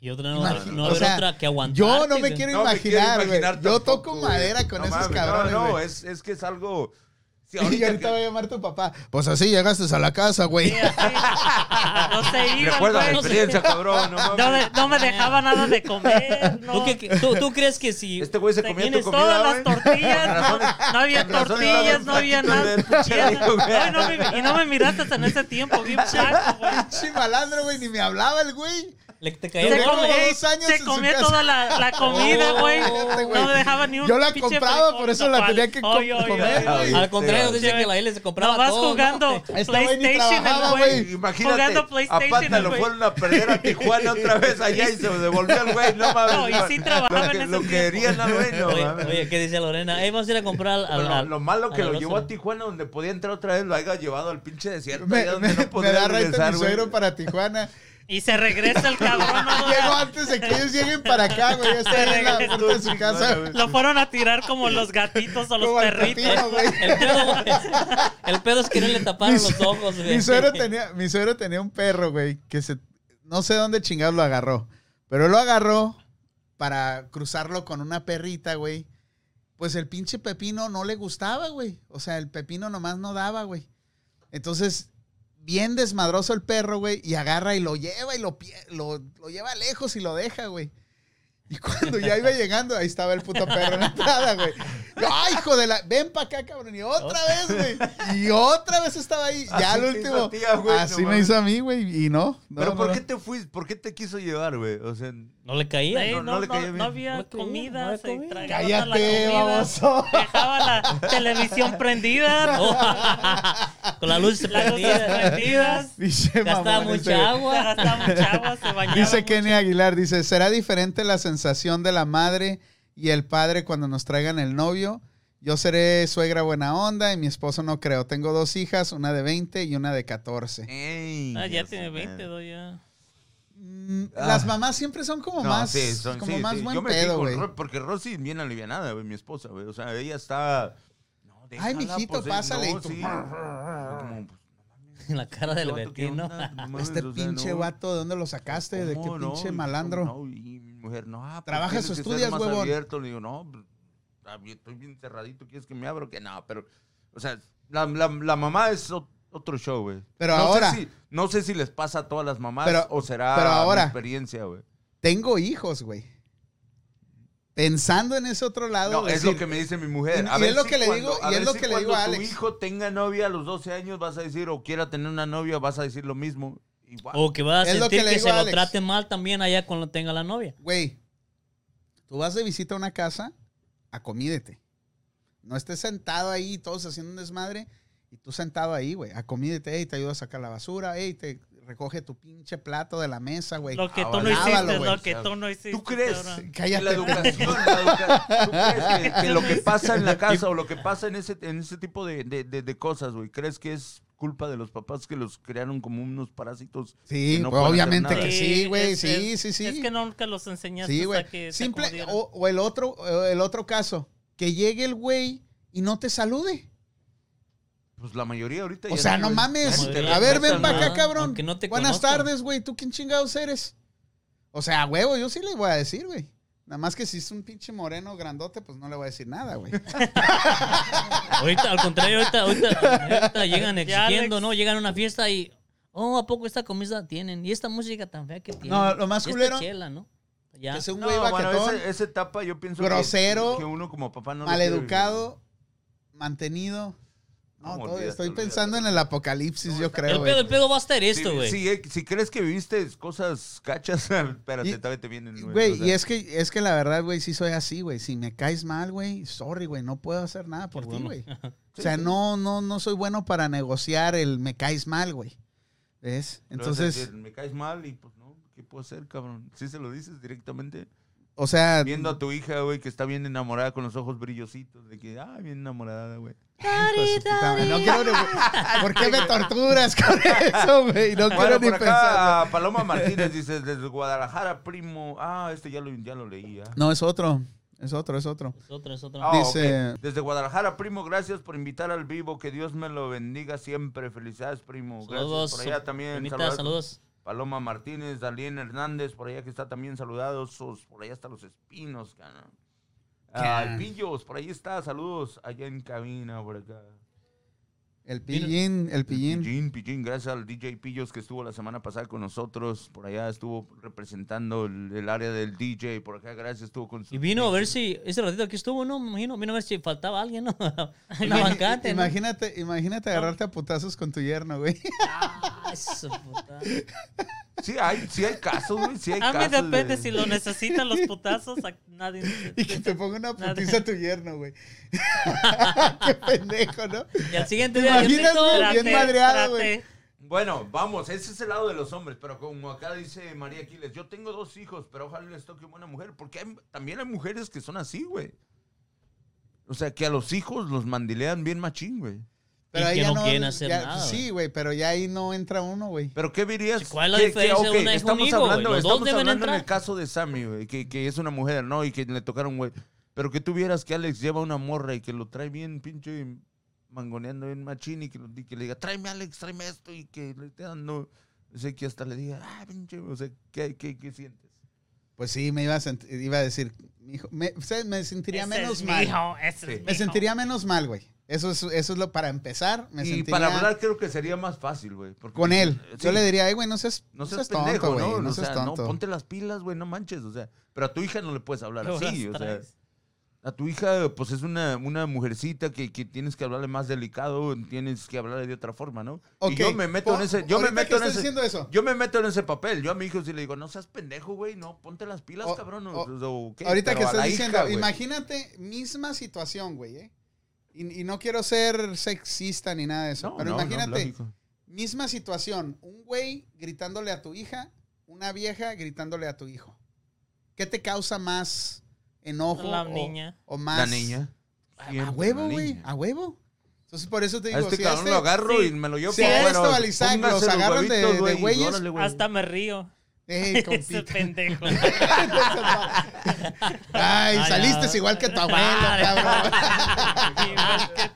S4: Y otra no,
S1: Imagi-
S4: no
S1: o
S4: haber
S1: sea,
S4: otra que aguantar.
S1: Yo no me quiero
S3: No me quiero
S1: imaginar, güey.
S3: imaginar
S1: Yo
S3: tampoco,
S1: toco
S3: güey.
S1: madera con
S3: No
S1: esos
S3: mames,
S1: cabrones,
S3: No, no,
S1: güey.
S3: es, es que es algo... Sí,
S1: y ahorita
S3: que-
S1: va a llamar tu papá. Pues así llegaste a la casa, güey.
S5: Sí, así. No se iba.
S3: Recuerda la
S5: güey.
S3: experiencia, cabrón. No, mames.
S5: No me, no me dejaba nada de comer. No.
S4: ¿Tú, qué- tú- tú crees que si...
S3: Este güey se
S5: Te
S3: comió tu
S5: tienes
S3: comida,
S5: todas
S3: güey.
S5: las tortillas,
S3: Con
S5: no,
S3: razón-
S5: no había
S3: con razón
S5: tortillas,
S3: estaba
S5: no había
S3: flaquito
S5: nada.
S3: el cuchillo, güey.
S5: Ay, no me- y no me miraste en ese tiempo, bien flaco, güey.
S1: Pinche malandro, güey. Ni me hablaba el güey.
S4: le- te
S1: Yo
S4: caía
S5: Se,
S1: llevaba
S4: gordo.
S5: come-
S1: dos
S5: ey,
S1: años
S5: se
S1: en su
S5: comía
S1: casa.
S5: toda la, la comida,
S4: Oh,
S5: güey.
S1: fíjate, güey.
S5: no me dejaba ni un
S1: Yo la
S5: pinche
S1: compraba,
S5: frijol,
S1: por eso la
S5: nopal.
S1: tenía que co-
S5: Oy, oy, oy,
S1: comer,
S5: oy.
S1: güey.
S4: Al contrario,
S3: Sí,
S4: dice
S5: güey.
S4: que la L se compraba
S5: No vas
S4: todo, ¿no?
S5: jugando
S1: Este güey ni
S5: PlayStation, el
S1: trabajaba,
S5: güey.
S1: güey.
S3: Imagínate,
S5: Jugando PlayStation,
S3: a Pata lo
S5: güey.
S3: fueron a perder a Tijuana otra vez allá y se devolvió el güey, no mames.
S5: No, y sí
S3: Lo-
S5: trabajaba en
S3: lo, que-
S5: ese
S3: Lo
S5: tiempo.
S3: querían al güey, no
S4: Oye,
S3: mames.
S4: oye, ¿qué dice Lorena? Ey, vamos a ir a comprar al... al-
S3: Lo,
S4: al-
S3: lo malo que
S4: a la
S3: lo llevó a
S4: Lozano.
S3: Tijuana, donde podía entrar otra vez, lo haya llevado al pinche desierto,
S1: Me,
S3: allá donde
S1: me-
S3: no
S1: me
S3: podía
S1: da renta
S3: regresar,
S1: mi
S3: güey.
S1: suegro para Tijuana.
S5: Y se regresa el cabrón. ¿no?
S1: Llego antes de que ellos lleguen para acá, güey. Ya está ahí en la puerta de su casa, güey.
S5: Lo fueron a tirar como los gatitos o los
S1: Como al
S5: perritos.
S1: patino, güey.
S4: El pedo, el pedo es que no le taparon los ojos, güey.
S1: Mi suegro tenía, mi suegro tenía un perro, güey, que se, no sé dónde chingados lo agarró, pero lo agarró para cruzarlo con una perrita, güey. Pues el pinche pepino no le gustaba, güey. O sea, el pepino nomás no daba, güey. Entonces, bien desmadroso el perro, güey, y agarra y lo lleva y lo, pie- lo, lo lleva lejos y lo deja, güey. Y cuando ya iba llegando, ahí estaba el puto perro en la entrada, güey. Yo, ¡Ay, hijo de la! Ven para acá, cabrón. Y otra vez, güey. Y otra vez estaba ahí. Ya al
S3: Así te
S1: último.
S3: hizo a ti, ah, güey, no
S1: así me
S3: mames.
S1: hizo a mí, güey. Y no. no,
S3: Pero
S1: no,
S3: ¿por
S1: no.
S3: qué te fuiste? ¿Por qué te quiso llevar, güey? O sea,
S4: No le caía.
S5: Ey,
S3: no,
S5: no,
S3: no le
S5: no-
S3: caía bien.
S5: no había
S4: No le caía, no
S5: comida,
S4: le caía.
S5: se tragaba toda la
S1: Cállate,
S5: comida.
S1: baboso.
S5: Dejaba la televisión prendida,
S4: No. Con la luz
S5: las luces
S4: prendida.
S5: prendidas.
S1: Dice,
S4: Gastaba
S1: mamón, este,
S4: mucha agua.
S5: Gastaba mucha agua, se bañaba.
S1: Dice
S5: mucho.
S1: Kenny Aguilar, dice, ¿será diferente la sensación de la madre y el padre cuando nos traigan el novio? Yo seré suegra buena onda y mi esposo no creo. Tengo dos hijas, una de 20 y una de 14.
S3: Eh, ey,
S5: Ah, ya
S3: Dios
S5: tiene
S3: mío.
S5: 20, doy ya.
S1: Mm,
S3: Ah.
S1: Las mamás siempre son como
S3: No,
S1: más,
S3: sí, son-
S1: como
S3: sí,
S1: más
S3: sí.
S1: buen
S3: Yo me
S1: pedo,
S3: fijo,
S1: güey.
S3: Ro- Porque Rosy bien alivianada, güey, mi esposa, güey. O sea, ella está. No,
S1: Ay, mijito,
S3: eh,
S1: pásale, y
S3: No,
S1: tú-
S3: sí. Como, pues,
S4: En la cara del
S3: este vato, ¿qué
S4: Bertino.
S3: onda? No mames,
S1: Este
S3: o sea,
S1: pinche
S3: no.
S1: vato, ¿de dónde lo sacaste? este ¿De qué
S3: ¿Cómo no?
S1: pinche
S3: Y,
S1: malandro?
S3: No, y mi mujer, no. pues,
S1: ¿Trabajas
S3: tienes
S1: o
S3: que ser
S1: estudias,
S3: más
S1: huevón?
S3: abierto. Le digo, no, pues, ah, bien, estoy bien cerradito, ¿quieres que me abra o qué? No, pero, o sea, la, la- la mamá es o- otro show, güey.
S1: Pero
S3: no
S1: ahora-
S3: Sé si, no sé si les pasa a todas las mamás
S1: Pero-
S3: o será
S1: pero ahora-
S3: mi experiencia, güey.
S1: Tengo hijos, güey. Pensando en ese otro lado.
S3: No, es
S1: decir,
S3: lo que me dice mi mujer.
S1: Ah, y-
S3: A
S1: y
S3: ver
S1: es lo
S3: si
S1: que le
S3: cuando-
S1: digo-
S3: a
S1: y es
S3: ver
S1: lo
S3: si
S1: que le digo
S3: cuando
S1: a
S3: tu
S1: Alex.
S3: hijo tenga novia a los 12 años, vas a decir, o quiera tener una novia, vas a decir lo mismo. Igual.
S4: O que va a
S1: Es lo
S4: sentir
S1: que le
S4: que,
S1: digo
S4: se
S1: a
S4: lo
S1: Alex.
S4: trate mal también allá cuando tenga la novia.
S1: Güey, Tú vas de visita a una casa, acomídete. No estés sentado ahí, todos haciendo un desmadre, y tú sentado ahí, güey. Acomídete, ey, te ayudo a sacar la basura, ey, te recoge tu pinche plato de la mesa, güey.
S5: Lo que
S3: Ah,
S5: tú no
S3: vale.
S1: Lávalo,
S5: hiciste,
S1: güey.
S5: lo que tú no hiciste.
S3: ¿Tú crees
S5: cabrón.
S3: que
S1: Cállate,
S3: la educación, la educa- ¿tú crees que, que lo que pasa en la casa o lo que pasa en ese, en ese tipo de, de- de- de cosas, güey, crees que es culpa de los papás que los crearon como unos parásitos?
S1: Sí,
S3: que no
S1: pues,
S3: pueden hacer
S1: obviamente
S3: nada?
S1: que sí, güey.
S5: es-
S1: Sí,
S5: es-
S1: sí, sí.
S5: Es que nunca los enseñaste
S1: Sí, güey.
S5: a que se
S1: Simple.
S5: acomodieran.
S1: O, o el otro, o el otro caso, que llegue el güey y no te salude.
S3: Pues la mayoría ahorita.
S1: O
S3: ya
S1: sea, no
S3: güey.
S1: mames.
S3: Ya ni te
S1: A ver, ven
S3: respetan,
S1: para acá,
S3: ¿no?
S4: nada,
S1: cabrón.
S4: aunque no te
S1: Buenas
S4: conozcan.
S1: tardes, güey. ¿Tú quién chingados eres? O sea, huevo, yo sí le voy a decir, güey. Nada más que si es un pinche moreno grandote, pues no le voy a decir nada, güey.
S4: Ahorita, al contrario, ahorita, ahorita, ahorita llegan exigiendo,
S5: Alex.
S4: ¿no? Llegan a una fiesta y. Oh, ¿a poco esta comida tienen? Y esta música tan fea que tienen.
S1: No, lo más
S4: Y esta
S1: culero-
S4: chela, ¿no? Ya.
S1: Que sea un
S3: No,
S1: güey
S3: bueno,
S1: baquetón,
S3: esa, esa etapa yo pienso que-
S1: grosero,
S3: que, uno como papá no lo quiere vivir.
S1: maleducado, mantenido. No,
S3: No,
S1: todo-
S3: olvídate,
S1: estoy
S3: olvídate.
S1: pensando en el apocalipsis, yo creo,
S4: El
S1: güey.
S4: pedo, el pedo va a estar esto,
S3: Sí,
S4: güey.
S3: sí, eh, si crees que viviste cosas cachas, espérate,
S1: Y-
S3: todavía te vienen.
S1: Güey,
S3: o sea,
S1: y es que, es que la verdad, güey, sí soy así, güey. Si me caes mal, güey, sorry, güey, no puedo hacer nada por
S4: Qué
S1: ti,
S4: bueno.
S1: güey. O sea, no, no, no soy bueno para negociar el me caes mal, güey. ¿Ves?
S3: le vas a
S1: Entonces,
S3: decir, me caes mal y pues no, ¿qué puedo hacer, cabrón? Si se lo dices directamente.
S1: o sea,
S3: Viendo a tu hija, güey, que está bien enamorada con los ojos brillositos, de que, ay, bien enamorada, güey.
S1: hijo de su puta madre, no quiero ni- ¿por qué me torturas con eso, güey? No quiero
S3: Bueno,
S1: ni
S3: por
S1: pensar.
S3: acá Paloma Martínez dice, desde Guadalajara, primo. Ah, este ya lo, ya lo leía.
S1: No, es otro, es otro, es otro.
S4: Es otro, es otro.
S3: Ah, ok.
S1: Dice-
S3: Desde Guadalajara, primo, gracias por invitar al vivo. Que Dios me lo bendiga siempre. Felicidades, primo. Gracias
S4: saludos.
S3: por allá también.
S4: Primita,
S3: Saludar-
S4: saludos.
S3: Paloma Martínez, Dalien Hernández, por allá que está también saludados. Sos, por allá hasta los espinos, cana. Ah,
S1: Can.
S3: Pillos, por ahí está. Saludos allá en cabina, por acá.
S1: El pillín, el pillín.
S3: Pillín, Pillín, gracias al DJ Pillos que estuvo la semana pasada con nosotros. Por allá estuvo representando el, el área del DJ. Por acá, gracias, estuvo con su.
S4: Y vino a
S1: Este.
S4: ver si, ese ratito aquí estuvo, ¿no? Me imagino, vino a ver si faltaba alguien, ¿no? Una
S1: Imagi-
S4: vacante, ¿no?
S1: Imagínate, imagínate agarrarte a putazos con tu yerno, güey.
S4: Ah, su puta.
S3: Sí, hay, sí hay casos, güey. Sí hay
S5: A mí
S3: casos.
S5: depende
S3: de-
S5: Ah, si lo necesitan los putazos. a- nadie.
S1: Y que te ponga una putiza a tu yerno, güey. Qué pendejo, ¿no?
S4: Y al siguiente
S1: ¿Te
S4: día, yo
S1: imaginas,
S4: tengo-
S1: güey? Bien madreado,
S5: traté.
S1: güey.
S3: Bueno, vamos, ese es el lado de los hombres, pero como acá dice María Aquiles, yo tengo dos hijos, pero ojalá les toque buena mujer, porque hay- también hay mujeres que son así, güey. O sea, que a los hijos los mandilean bien machín, güey.
S4: Y que
S1: ya
S4: no quieren hacer
S1: ya-
S4: nada,
S1: Sí, güey, pero ya ahí no entra uno, güey.
S3: Pero ¿qué dirías?
S4: ¿Cuál es la
S3: que-
S4: diferencia de
S3: ok,
S4: una hija y un
S3: estamos
S4: hijo, güey?
S3: hablando,
S4: Los dos
S3: estamos
S4: deben
S3: hablando en el
S4: entrar.
S3: caso de Sammy, güey, que, que es una mujer, ¿no? Y que le tocaron, güey. Pero que tú vieras que Alex lleva una morra y que lo trae bien, pinche, mangoneando bien machín y que, lo- y que le diga, tráeme Alex, tráeme esto y que le esté dando... O sea, que hasta le diga, ah, pinche, o sea, ¿qué, qué, qué sientes?
S1: Pues sí, me iba a, sent- iba a decir, "Mijo, me, se- me sentiría
S5: Ese
S1: menos
S5: es mi
S1: mal.
S5: hijo, ese es
S3: Sí.
S5: mi
S1: Me
S5: hijo.
S1: sentiría menos mal, güey. Eso es, eso es lo para empezar. Me
S3: y
S1: sentiría
S3: para hablar creo que sería más fácil, güey. porque-
S1: con él.
S3: Sí.
S1: Yo le diría, ay, güey, no seas,
S3: No
S1: no
S3: seas,
S1: seas
S3: pendejo,
S1: tonto, güey.
S3: ¿no?
S1: No,
S3: O
S1: seas
S3: sea, no,
S1: tonto.
S3: ponte las pilas, güey, no manches, o sea. Pero a tu hija no le puedes hablar
S5: Pero
S3: así,
S5: las
S3: o sea.
S5: traes.
S3: A tu hija, pues es una, una mujercita que, que tienes que hablarle más delicado, tienes que hablarle de otra forma, ¿no?
S1: Ok,
S3: Y yo me meto
S1: pon-
S3: en ese, yo me
S1: ahorita que
S3: meto en
S1: estás
S3: ese,
S1: diciendo eso.
S3: yo me meto en ese papel. Yo a mi hijo sí le digo, no seas pendejo, güey, no, ponte las pilas,
S1: O-
S3: cabrón.
S1: o-
S3: o- o qué,
S1: Ahorita
S3: pero
S1: que
S3: a
S1: estás
S3: la
S1: diciendo,
S3: hija, güey.
S1: imagínate misma situación, güey, ¿eh? Y, y no quiero ser sexista ni nada de eso,
S3: No,
S1: pero
S3: no, no,
S1: imagínate,
S3: lógico.
S1: misma situación, un güey gritándole a tu hija, una vieja gritándole a tu hijo. ¿Qué te causa más enojo
S5: La
S1: o,
S5: niña.
S1: o más
S3: la niña.
S1: A
S3: Siempre
S1: huevo,
S3: la
S1: güey,
S3: niña.
S1: a huevo. Entonces por eso te
S3: A
S1: digo,
S3: este
S1: si a
S3: cabrón
S1: este-
S3: lo agarro
S5: sí.
S3: y me lo llevo
S1: si
S3: para
S1: a
S3: afuera,
S1: esto,
S3: güey.
S1: Alisac,
S3: Póngase
S1: los
S3: los
S1: agarran de-
S3: huevitos,
S1: de
S3: güey, y
S1: güeyes.
S3: órale, güey.
S5: Hasta me río.
S1: Ey,
S5: Ese
S1: compita.
S5: pendejo.
S1: Ay,
S4: Ay,
S1: saliste
S4: ya.
S1: igual que tu abuelo, cabrón.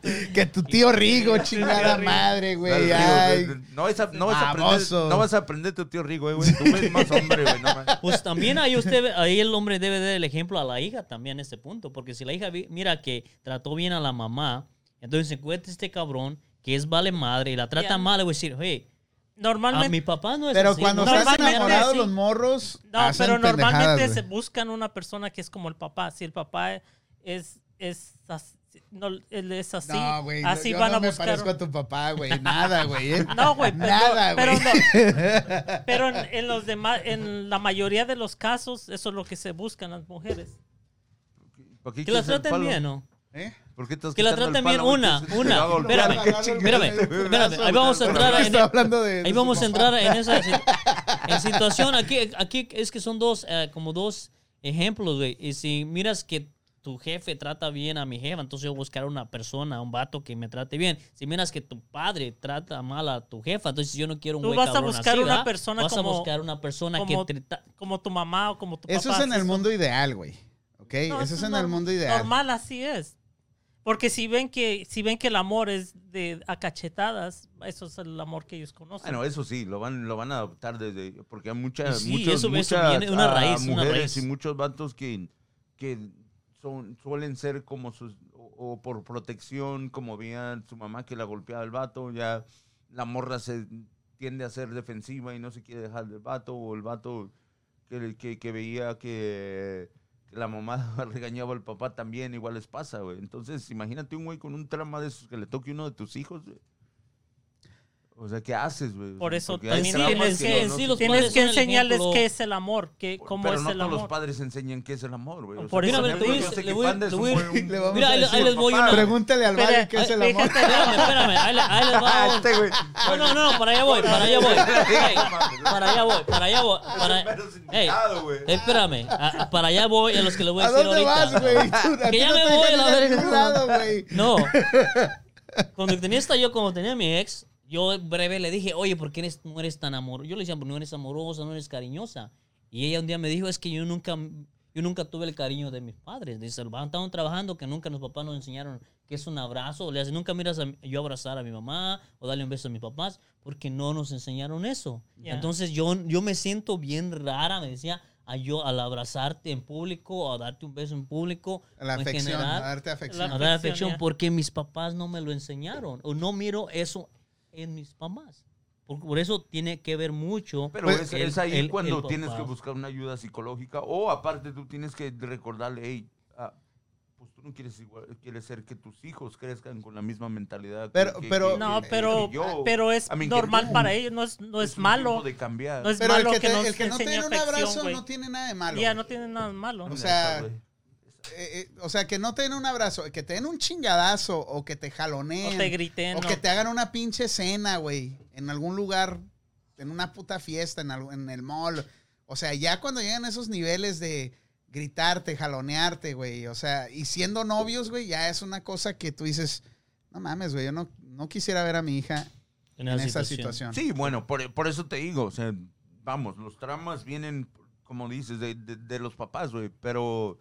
S1: Que tu tío Rigo, chingada
S5: Rigo.
S1: madre, güey.
S3: Dale,
S1: Ay.
S3: Rigo, no vas a, no vas a
S1: Baboso.
S3: aprender, no vas a aprender tu tío Rigo, eh, güey. Tú eres más hombre, güey. No, más.
S4: Pues también ahí usted, ahí el hombre debe dar el ejemplo a la hija también en este punto, porque si la hija vi- mira que trató bien a la mamá, entonces se encuentra este cabrón que es vale madre y la trata
S5: Ya.
S4: mal, le voy a decir, hey, a mi
S5: Normalmente.
S4: papá no es
S1: Pero
S4: Pues así,
S1: cuando
S4: ¿no?
S1: están
S5: Normalmente
S1: enamorados
S5: sí.
S1: los morros,
S5: No,
S1: hacen
S5: pero normalmente
S1: pendejadas,
S5: se
S1: güey.
S5: buscan una persona que es como el papá. Si el papá es, es, as- no, él es así,
S1: No, güey.
S5: así
S1: yo
S5: van
S1: no
S5: a
S1: me
S5: buscar.
S1: parezco a tu papá, güey. Nada, güey. ¿eh?
S5: No, güey, pero,
S1: Nada,
S5: pero
S1: güey.
S5: no. Pero en, en los demás, en la mayoría de los casos, eso es lo que se buscan las mujeres.
S3: ¿Para
S4: Que las
S3: quieres el
S4: traten
S3: palo?
S4: bien, ¿no?
S1: ¿Eh?
S3: ¿Por qué estás
S4: Que la
S3: quitando el
S4: traten bien,
S3: palo?
S4: una,
S3: Te
S4: una.
S3: va a golpear.
S4: Espérame, espérame, espérame. Ahí vamos a entrar
S1: Está
S4: en,
S1: hablando de,
S4: ahí
S1: de
S4: vamos
S1: su
S4: a
S1: papá.
S4: entrar en esa si- en situación. Aquí, aquí es que son dos, eh, como dos ejemplos, güey. Y si miras que tu jefe trata bien a mi jefa, entonces yo buscar una persona, un vato que me trate bien. Si miras que tu padre trata mal a tu jefa, entonces yo no quiero un
S5: Tú
S4: güey
S5: vas a
S4: cabrón
S5: buscar
S4: así,
S5: una
S4: ¿verdad?
S5: persona
S4: Vas
S5: como-
S4: a buscar una persona
S5: como-
S4: que trata...
S5: Como tu mamá o como tu papá.
S1: Eso es en
S5: así
S1: el
S5: son.
S1: mundo ideal, güey. ¿Ok?
S5: No,
S1: Eso es en
S5: nor-
S1: el mundo ideal.
S5: Normal, así es. Porque si ven que, si ven que el amor es de a cachetadas, eso es el amor que ellos conocen.
S3: Bueno, eso sí, lo van, lo van a adoptar desde. Porque hay muchas.
S4: Sí,
S3: muchos,
S4: eso- eso
S3: muchas,
S4: viene de una
S3: ah,
S4: raíz, una
S3: mujeres
S4: raíz.
S3: y muchos vatos que, que son, suelen ser como sus. O, o por protección, como veía su mamá que la golpeaba el vato, ya la morra se tiende a ser defensiva y no se quiere dejar del vato, o el vato que, que, que veía que, que la mamá regañaba al papá también, igual les pasa, güey. Entonces, imagínate un güey con un trauma de esos que le toque uno de tus hijos, güey. O sea, ¿qué haces, güey? O
S5: Por
S3: sea,
S5: eso
S3: porque hay
S5: también
S3: traumas
S5: tienes
S3: que
S5: que-
S3: no-
S5: en
S3: no
S4: sí
S3: se-
S4: los
S5: Tienes
S4: padres
S5: que
S4: son el
S5: enseñarles
S4: ejemplo.
S5: qué es el amor, qué, cómo
S3: pero
S5: es
S3: no
S5: el
S3: todos los
S5: amor.
S3: padres enseñan qué es el amor, güey. O
S5: Por
S3: sea,
S5: eso-
S3: por
S5: Mira,
S3: ejemplo,
S5: le
S3: yo
S5: voy-
S3: sé
S4: le
S3: que
S4: voy-
S3: Panda es
S4: le
S3: un
S4: voy-
S3: buen-
S1: Le vamos
S4: Mira,
S1: a
S4: ahí-
S1: decir,
S4: ahí les voy
S1: "Papá,
S4: una".
S1: Pregúntale al
S5: Espera,
S1: Vale qué es el
S5: déjate-
S1: amor.
S4: Espérame, espérame, ahí, le- ahí les va.
S3: Este güey.
S4: No, no, no, para allá voy, para allá voy. Ey, para allá voy, para allá voy. Para...
S3: Menos
S4: Ey,
S3: indicado, güey.
S4: espérame, a- a- para allá voy a los que les voy a
S1: ¿A
S4: decir
S1: dónde
S4: ahorita.
S1: vas, güey? Tú- a
S4: Que
S1: ti
S4: ya
S1: no
S4: me
S1: te
S4: voy a
S1: dejan
S4: la
S1: ir
S4: verga.
S1: ningún lado, güey.
S4: No. Cuando tenía esta yo, cuando tenía a mi ex, yo breve le dije, oye, ¿por qué eres- no eres tan amorosa? Yo le decía, "Pues, no eres amorosa, no eres cariñosa. Y ella un día me dijo, es que yo nunca, yo nunca tuve el cariño de mis padres. Dice, "Van- estaban trabajando que nunca los papás nos enseñaron que es un abrazo. Le dice, nunca miras a mi- yo abrazar a mi mamá o darle un beso a mis papás porque no nos enseñaron eso.
S5: Ya.
S4: Entonces yo, yo me siento bien rara, me decía, a yo al abrazarte en público o a darte un beso en público.
S1: La
S4: o en
S1: afección,
S4: general,
S1: a darte afección.
S5: La-
S4: a dar
S5: Afección,
S4: afección
S5: ya.
S4: porque mis papás no me lo enseñaron o no miro eso en mis mamás. Por, por eso tiene que ver mucho.
S3: Pero
S1: Pues,
S3: es,
S4: el-
S3: es ahí
S4: el-
S3: cuando
S4: el
S3: tienes
S4: papá.
S3: que buscar una ayuda psicológica o aparte tú tienes que recordarle, hey, ah, pues tú no quieres, igual, quieres ser que tus hijos crezcan con la misma mentalidad. que-
S1: Pero-
S3: que-
S1: pero-
S3: que-
S5: No,
S3: que-
S5: pero,
S3: que yo".
S5: pero es
S3: I mean, que
S5: normal
S3: no.
S5: para ellos, no es, no es,
S3: un
S5: malo.
S3: tiempo de cambiar.
S5: No es
S1: Pero el
S5: malo
S1: que,
S5: que,
S1: te,
S5: nos
S1: el que no te
S5: enseñe
S1: den un
S5: afección,
S1: abrazo
S5: güey.
S1: no tiene nada de malo.
S5: Ya,
S1: güey.
S5: no tiene nada de malo.
S1: O
S3: Mira,
S1: sea,
S3: esa, güey.
S1: Eh, eh, o sea, que no te den un abrazo, que te den un chingadazo o que te
S5: O
S1: jaloneen.
S5: te griten.
S1: O que te hagan una pinche cena, güey. En algún lugar, en una puta fiesta, en, algo- en el mall. O sea, ya cuando llegan a esos niveles de gritarte, jalonearte, güey. O sea, y siendo novios, güey, ya es una cosa que tú dices, no mames, güey, yo no, no quisiera ver a mi hija
S4: En
S1: en
S4: esa
S1: esa situación.
S4: situación.
S3: Sí, bueno, por, por eso te digo, o sea, vamos, los traumas vienen, como dices, de, de- de los papás, güey, pero,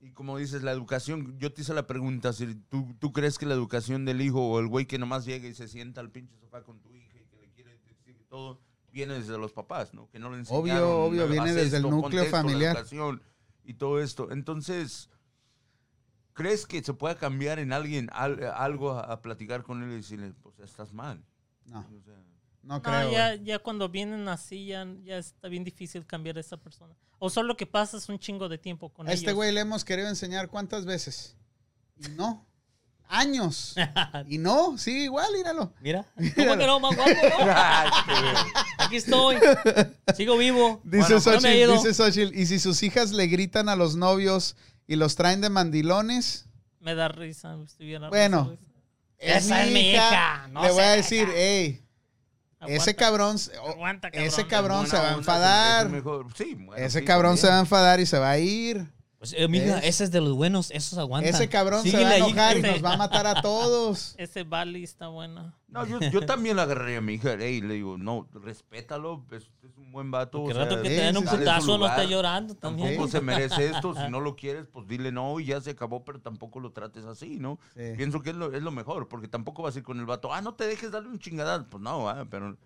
S3: y como dices, la educación, yo te hice la pregunta, si tú, tú crees que la educación del hijo o el güey que nomás llega y se sienta al pinche sofá con tu hija y que le quiere decir todo, viene desde los papás, ¿no? Que no le enseñaron.
S1: obvio,
S3: haz
S1: viene desde el núcleo
S3: contexto, la
S1: familiar.
S3: educación y todo esto. Entonces... ¿Crees que se pueda cambiar en alguien al- algo a, a platicar con él y decirle, pues estás mal?
S1: No,
S3: O sea,
S1: no
S5: No,
S1: creo. eh. güey.
S5: ya, ya cuando vienen así, ya, ya está bien difícil cambiar a esa persona. O solo que pasas un chingo de tiempo con
S1: A este
S5: ellos.
S1: güey le hemos querido enseñar cuántas veces. Y no. Años. Y no, sí, igual, míralo.
S4: Mira, ¿cómo que no, más guapo, no? Aquí estoy, sigo vivo.
S1: Dice
S4: Bueno, no me he
S1: Xochitl,
S4: ido.
S1: dice Xochitl, y si sus hijas le gritan a los novios y los traen de mandilones,
S5: Me da risa. me estuviera
S1: Bueno,
S5: risa, güey.
S4: Esa es mi hija, no
S1: le voy a
S4: se
S1: decir,
S4: deja.
S1: hey, ese
S5: Aguanta.
S1: cabrón, oh,
S5: Aguanta,
S1: ese cabrón
S5: cabrón.
S1: se va a
S3: Buena onda, se
S1: enfadar,
S3: merece mejor. Sí, bueno,
S1: ese
S3: sí,
S1: cabrón se va a
S3: también.
S1: enfadar y se va a ir,
S4: Pues, eh, mija,
S1: ¿Ves?
S4: ese es de los buenos, esos aguantan.
S1: ese cabrón se
S4: Síguele
S1: va a
S4: ahí.
S1: enojar y
S5: ese-
S1: nos va a matar a todos.
S5: Ese Bali está bueno.
S3: No, yo, yo también la agarré a mi hija y le digo, no, respétalo, es, es un buen vato.
S4: Que
S3: o
S4: rato
S3: sea,
S4: que
S1: sí,
S4: te den un
S1: sí, sí.
S3: dale su
S4: putazo no
S3: lugar.
S4: está llorando también.
S3: Tampoco se merece esto, si no lo quieres, pues dile no y ya se acabó, pero tampoco lo trates así, ¿no?
S1: Sí.
S3: Pienso que es lo, es lo mejor, porque tampoco vas a ir con el vato, ah, no te dejes darle un chingadazo. Pues no, ah, pero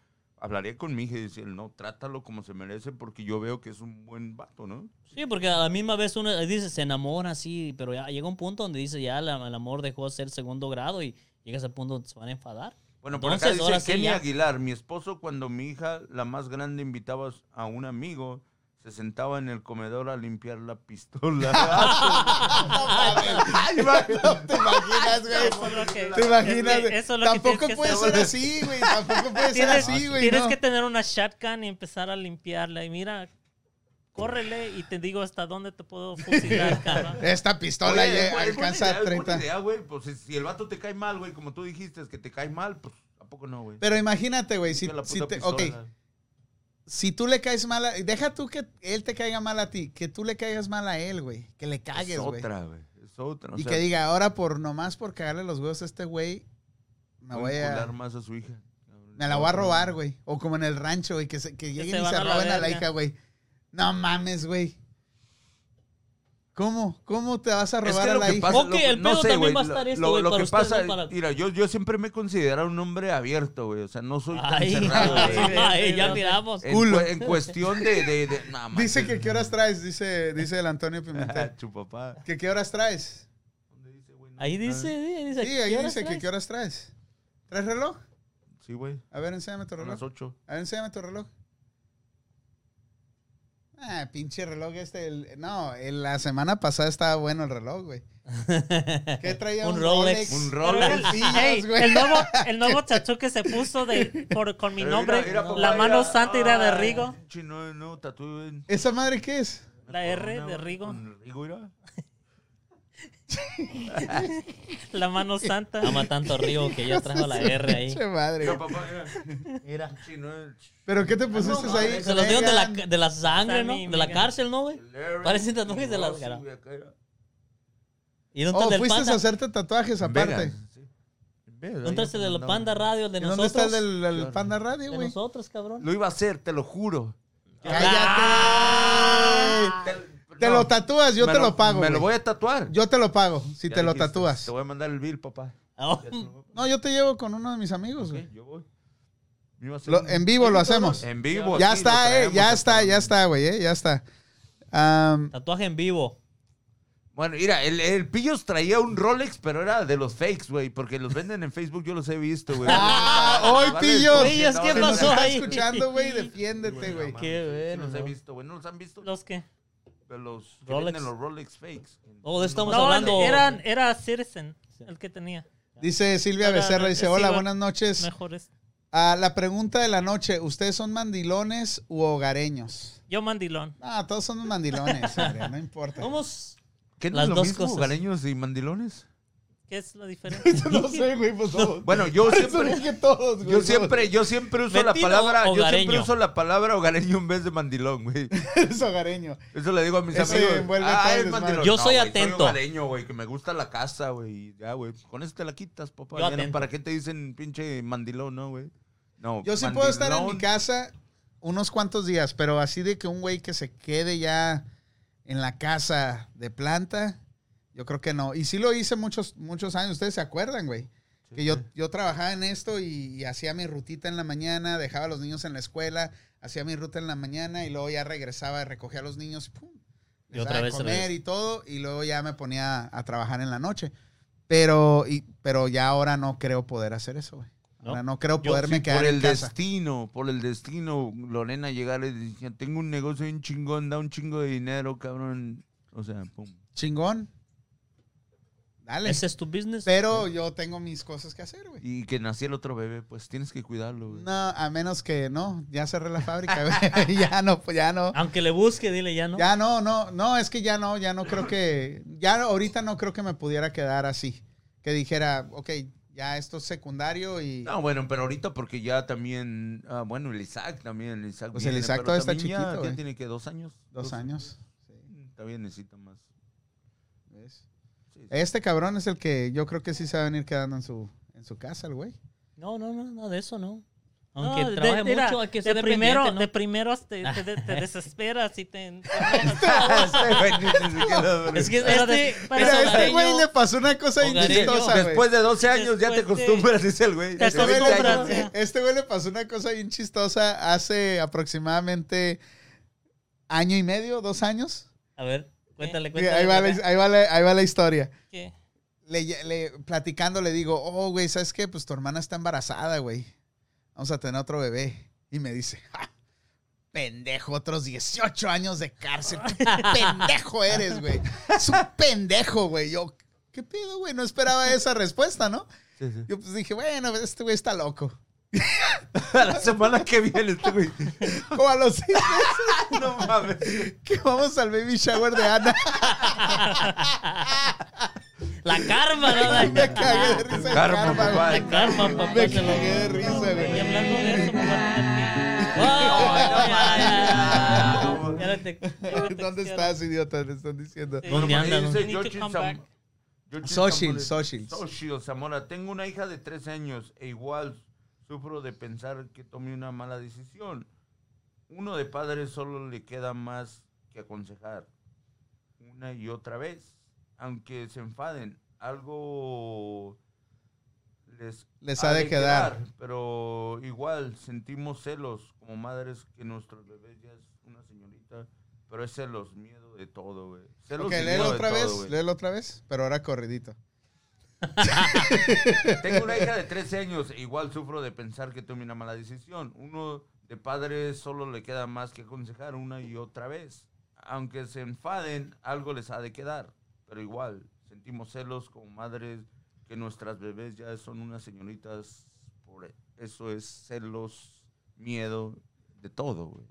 S3: hablaría con mi hija y decirle, no, trátalo como se merece, porque yo veo que es un buen vato, ¿no?
S4: Sí, porque a la misma vez uno dice, se enamora, sí, pero ya llega un punto donde dice, ya la- el amor dejó de ser segundo grado y llegas al punto donde se van a enfadar.
S3: Bueno, por
S4: Entonces,
S3: acá
S4: ahora
S3: dice
S4: sí
S3: Kenny
S4: ya.
S3: Aguilar, mi esposo cuando mi hija, la más grande, invitaba a un amigo, se sentaba en el comedor a limpiar la pistola. Ah,
S1: Ay, va, no te imaginas,
S5: Eso es
S1: güey.
S5: lo que-
S1: Te imaginas,
S5: es que-
S1: güey.
S5: eso es lo que
S1: Tampoco
S5: tienes que
S1: puede
S5: hacer.
S1: ser así, güey. Tampoco puede ser
S5: Tienes,
S1: así, güey.
S5: tienes
S1: no.
S5: que tener una shotgun y empezar a limpiarla. Y mira, córrele y te digo hasta dónde te puedo fusilar, cabrón.
S1: Esta pistola
S3: Oye,
S1: ya
S3: güey,
S1: alcanza
S3: buena idea, güey,
S1: 30.
S3: buena idea, güey. Pues si- si el vato te cae mal, güey, como tú dijiste, es que te cae mal, pues ¿a poco no, güey?
S1: Pero imagínate, güey, si,
S3: Tira la
S1: si
S3: puta
S1: te- ok,
S3: pistola.
S1: si tú le caes mal a... Deja tú que él te caiga mal a ti, que tú le caigas mal a él, güey. Que le cagues,
S3: es
S1: güey.
S3: otra, güey. Es otra. o
S1: Y
S3: sea,
S1: que diga, ahora por nomás por cagarle los huevos a este güey, me
S3: voy
S1: voy
S3: a encular
S1: a...
S3: más a su hija.
S1: Me la voy a robar, güey. O como en el rancho, güey, que, se- que lleguen
S5: se
S1: y
S5: van
S1: se
S5: a la
S1: roben a la
S5: verga.
S1: hija, güey. No mames, güey. ¿Cómo? ¿Cómo te vas a
S3: Es
S1: robar
S3: que
S1: a
S3: lo
S1: la
S3: que
S1: hija?
S3: pasa,
S4: Ok,
S3: lo-
S4: el
S3: no
S4: pedo
S3: sé,
S4: también
S3: güey,
S4: va a estar
S3: lo-
S4: esto,
S3: lo-
S4: güey,
S3: Lo
S4: para
S3: que
S4: usted,
S3: pasa,
S4: no para-
S3: mira, yo, yo siempre me he considerado un hombre abierto, güey. O sea, no soy tan
S4: Ay,
S3: cerrado.
S5: ay,
S3: güey.
S4: ay, ya miramos.
S3: En,
S1: culo.
S3: cue- en cuestión de... de, de- no, man,
S1: Dice que qué horas traes, dice, dice el Antonio Pimentel.
S3: Chupapá.
S1: que qué horas traes.
S3: ¿Dónde dice, güey? No,
S4: Ahí
S3: no,
S4: dice, ahí dice.
S1: Ah. Sí, ahí
S4: ¿qué horas
S1: dice que
S4: traes?
S1: qué horas traes. ¿Traes reloj?
S3: Sí, güey.
S1: A ver, enséñame tu
S3: A
S1: reloj.
S3: las 8.
S1: A ver, enséñame tu reloj. Ah, pinche reloj este. el- no, el- la semana pasada estaba bueno el reloj, güey. ¿Qué traía?
S4: Un Rolex.
S3: Un
S5: Pero
S3: Rolex.
S5: el-
S1: Pillos,
S5: ey,
S1: güey.
S5: el nuevo, el nuevo tatú que se puso de, por- con mi
S3: Pero mira,
S5: nombre,
S3: mira, papá,
S5: la mano
S3: mira.
S5: santa era de
S3: Ay,
S5: Rigo,
S3: pinche, No, no, tatú en-
S1: ¿Esa madre qué es?
S5: La R
S3: corona,
S5: de
S3: güey,
S5: Rigo.
S3: con Rigo, mira.
S5: la mano santa.
S4: Ama tanto río que ya trajo la R ahí.
S1: Pinche madre.
S3: Mira, papá, mira.
S4: Mira.
S3: Sí, no, el-
S1: ¿Pero qué te pusiste
S3: no,
S1: ahí?
S4: Se los dieron de la,
S1: Megan?
S4: de la sangre,
S5: Está
S4: ¿no?
S5: mi-
S4: De la
S5: mi-
S4: cárcel, ¿no, güey?
S3: el Eric,
S4: Parecen tatuajes de la
S3: Rossi,
S4: cara.
S3: güey, acá era.
S4: ¿Y dónde
S1: Oh,
S4: está el del
S1: fuiste a
S4: panda?
S1: hacerte tatuajes
S3: En
S1: aparte.
S3: Vegas, sí. En Vegas, ahí
S4: ¿Dónde está el
S3: nos
S4: de la
S3: mandaban.
S4: panda radio? El de
S1: ¿Y ¿Dónde está el
S4: nosotros.
S1: del el
S3: Yo no.
S1: Panda Radio,
S4: De
S1: güey?
S4: nosotros, cabrón.
S3: Lo iba a hacer, te lo juro.
S1: ¡Cállate!
S4: Ah.
S3: Te,
S1: Te
S3: no,
S1: lo tatúas, yo
S3: me
S1: te lo pago.
S3: Me lo
S1: güey.
S3: voy a tatuar.
S1: Yo te lo pago si
S3: Ya
S1: te lo
S3: dijiste,
S1: tatúas.
S3: Te voy a mandar el bill, papá.
S4: Ah,
S3: Ya te lo-
S1: No, yo te llevo con uno de mis amigos,
S3: Ok,
S1: güey.
S3: yo voy. Me iba a hacer
S1: Lo-
S3: un-
S1: en vivo lo hacemos.
S3: En vivo.
S1: Ya
S3: aquí lo
S1: está, eh,
S3: traemos
S1: ya
S3: hasta
S1: está,
S3: el-
S1: ya está, güey, eh, ya está. Am,
S4: Tatuaje en vivo.
S3: Bueno, mira, el, el Pillos traía un Rolex, pero era de los fakes, güey, porque los venden en Facebook, yo los he visto, güey.
S1: Ah, hoy,
S3: Vale,
S1: Pillos.
S4: Pillos, ¿qué
S1: se
S3: no,
S1: nos
S4: pasó
S1: está
S4: ahí?
S1: escuchando, güey, defiéndete, güey.
S3: no, mames, sí
S4: Qué bueno,
S3: Los he
S4: ¿no?
S3: visto, güey. ¿No los han visto?
S5: ¿Los qué?
S3: Pero Los que
S4: Rolex.
S3: venden los Rolex fakes.
S4: Oh, de eso estamos
S5: No,
S4: hablando.
S5: Era, era Citizen el que tenía.
S1: Dice Silvia
S5: Ahora,
S1: Becerra, dice, hola,
S5: sigo-
S1: buenas noches.
S5: Mejores.
S1: Ah, la pregunta de la noche, ¿ustedes son mandilones u hogareños?
S5: Yo mandilón.
S1: Ah, todos son mandilones, hombre, no importa.
S4: Oh, Vamos.
S3: ¿Qué no
S4: Las
S3: es lo
S4: dos
S3: mismo,
S4: cosas.
S3: hogareños y mandilones?
S5: ¿Qué es la diferencia?
S1: No sé, güey, pues todos.
S3: Bueno, yo siempre...
S1: Parece que todos, güey,
S3: Yo
S1: todos.
S3: siempre, yo siempre uso la
S4: Metido
S3: palabra, yo siempre
S4: hogareño.
S3: uso la palabra hogareño en vez de mandilón, güey.
S1: Es hogareño.
S3: Eso le digo a mis
S1: Ese
S3: amigos.
S1: envuelve
S3: Ah,
S1: todo el
S3: es
S1: desmadre.
S3: mandilón.
S4: Yo soy
S3: güey,
S4: atento.
S3: Soy hogareño, güey, que me gusta la casa, güey. Ya, güey. Con eso te la quitas, papá.
S4: Yo
S3: Ya no,
S4: atento.
S3: ¿Para qué te dicen pinche mandilón, no, güey? No.
S1: Yo sí puedo estar en
S3: mandilón,
S1: mi casa unos cuantos días, pero así de que un güey que se quede ya en la casa de planta, yo creo que no. Y sí lo hice muchos, muchos años. Ustedes se acuerdan, güey. Que yo, yo trabajaba en esto y, y hacía mi rutita en la mañana, dejaba a los niños en la escuela, hacía mi ruta en la mañana y luego ya regresaba, recogía a los niños, pum,
S4: Y
S1: les
S4: otra
S1: daba de
S4: vez
S1: comer
S4: regresa.
S1: y todo, y luego ya me ponía a trabajar en la noche. Pero, y, pero ya ahora no creo poder hacer eso, güey.
S4: ¿No?
S1: Ahora no creo
S3: Yo
S1: poderme
S3: sí,
S1: quedar
S3: por
S1: en
S3: el
S1: casa.
S3: destino, por el destino, Lorena llegar y decía, tengo un negocio bien chingón, da un chingo de dinero, cabrón. O sea, pum.
S1: Chingón. Dale.
S4: Ese es tu business.
S1: Pero yo tengo mis cosas que hacer, güey.
S3: Y que nació el otro bebé, pues tienes que cuidarlo, güey.
S1: No, a menos que no, ya cerré la fábrica, güey. ya no, pues ya
S5: Ah,
S1: no.
S4: Aunque le busque, dile ya no.
S1: Ya no, no, no, es que ya no, ya no creo que, ya ahorita no creo que me pudiera quedar así. Que dijera, ok, ya esto es secundario y...
S3: No, bueno, pero ahorita porque ya también, ah, bueno, el Isaac también, el Isaac.
S1: Pues el
S3: viene,
S1: Isaac
S3: pero
S1: todavía está
S3: también ya-
S1: chiquito,
S3: ya
S1: güey.
S3: tiene que dos años.
S1: Dos años. sí,
S3: También necesita más.
S1: ¿ves?
S3: Sí, sí.
S1: Este cabrón es el que yo creo que sí se va a venir quedando en su, en su casa, el güey.
S4: No, no, no, nada de eso no.
S5: No,
S4: Aunque
S5: de-
S4: trabaje
S5: mira,
S4: mucho, hay que ser
S5: de primero,
S4: dependiente,
S5: de
S4: ¿no?
S5: primero te, te, de- te desesperas y te...
S3: Este Güey, ni- ni siquiera-
S4: Es que
S5: Pero de-
S4: este,
S5: pero
S1: Mira,
S5: de-
S1: este
S5: hogareño-
S1: güey le pasó una cosa
S4: Hogareño.
S1: chistosa, güey.
S3: Después de 12 años ya te
S5: Después de-
S3: acostumbras, dice el güey.
S5: Te
S1: Este güey le-
S5: acostumbras,
S1: este-
S5: ya.
S1: Este güey le pasó una cosa bien chistosa hace aproximadamente año y medio, dos años.
S4: A ver, cuéntale, cuéntale.
S1: Ahí va la-
S4: bebé.
S1: ahí va la- ahí va la historia.
S5: ¿Qué?
S1: le, le- platicando le digo, oh, güey, ¿sabes qué? Pues tu hermana está embarazada, güey. Vamos a tener otro bebé. Y me dice, "Ja, pendejo, otros 18 años de cárcel. ¿Qué pendejo eres, güey? Es un pendejo, güey. Yo, ¿qué pedo, güey? No esperaba esa respuesta, ¿no?
S3: Sí, sí.
S1: Yo pues dije, bueno, pues, este güey está loco.
S3: A la semana que viene, este güey.
S1: Como a los seis meses
S3: No mames.
S1: que vamos al baby shower de Ana.
S4: La karma, ¿no? La,
S1: Me cagué de risa.
S3: Karma,
S1: Karma,
S3: papá.
S1: güey.
S4: la karma, papá.
S1: Me
S4: se lo-
S1: cagué de risa,
S5: Y
S1: güey.
S5: hablando de eso, papá.
S4: Oh, no, ya, ya,
S3: no,
S4: ya. Ya lo te-
S5: ya
S1: ¿Dónde
S5: te textearon.
S1: estás, idiota? Le están diciendo.
S5: Sí.
S4: ¿Dónde
S3: Ahí
S4: andas?
S3: dice
S5: Need to
S3: Xochitl
S5: come
S3: Zam-
S5: back.
S3: Xochitl
S1: Xochitl,
S3: Zamora.
S1: Xochitl.
S3: Xochitl Zamora. Tengo una hija de 13 años e igual sufro de pensar que tomé una mala decisión. Uno de padres solo le queda más que aconsejar. Una y otra vez. Aunque se enfaden, algo les,
S1: Les ha de quedar.
S3: Pero igual sentimos celos como madres que nuestro bebé ya es una señorita. Pero es celos, miedo de todo, güey. Celos
S1: Ok,
S3: y miedo
S1: léelo
S3: de
S1: otra
S3: todo,
S1: vez,
S3: güey.
S1: léelo otra vez, pero ahora corridito.
S3: Tengo una hija de 13 años, e igual sufro de pensar que tomé una mala decisión. Uno de padres solo le queda más que aconsejar una y otra vez. Aunque se enfaden, algo les ha de quedar. Pero igual, sentimos celos como madres que nuestras bebés ya son unas señoritas. Por eso es celos, miedo, de todo, güey.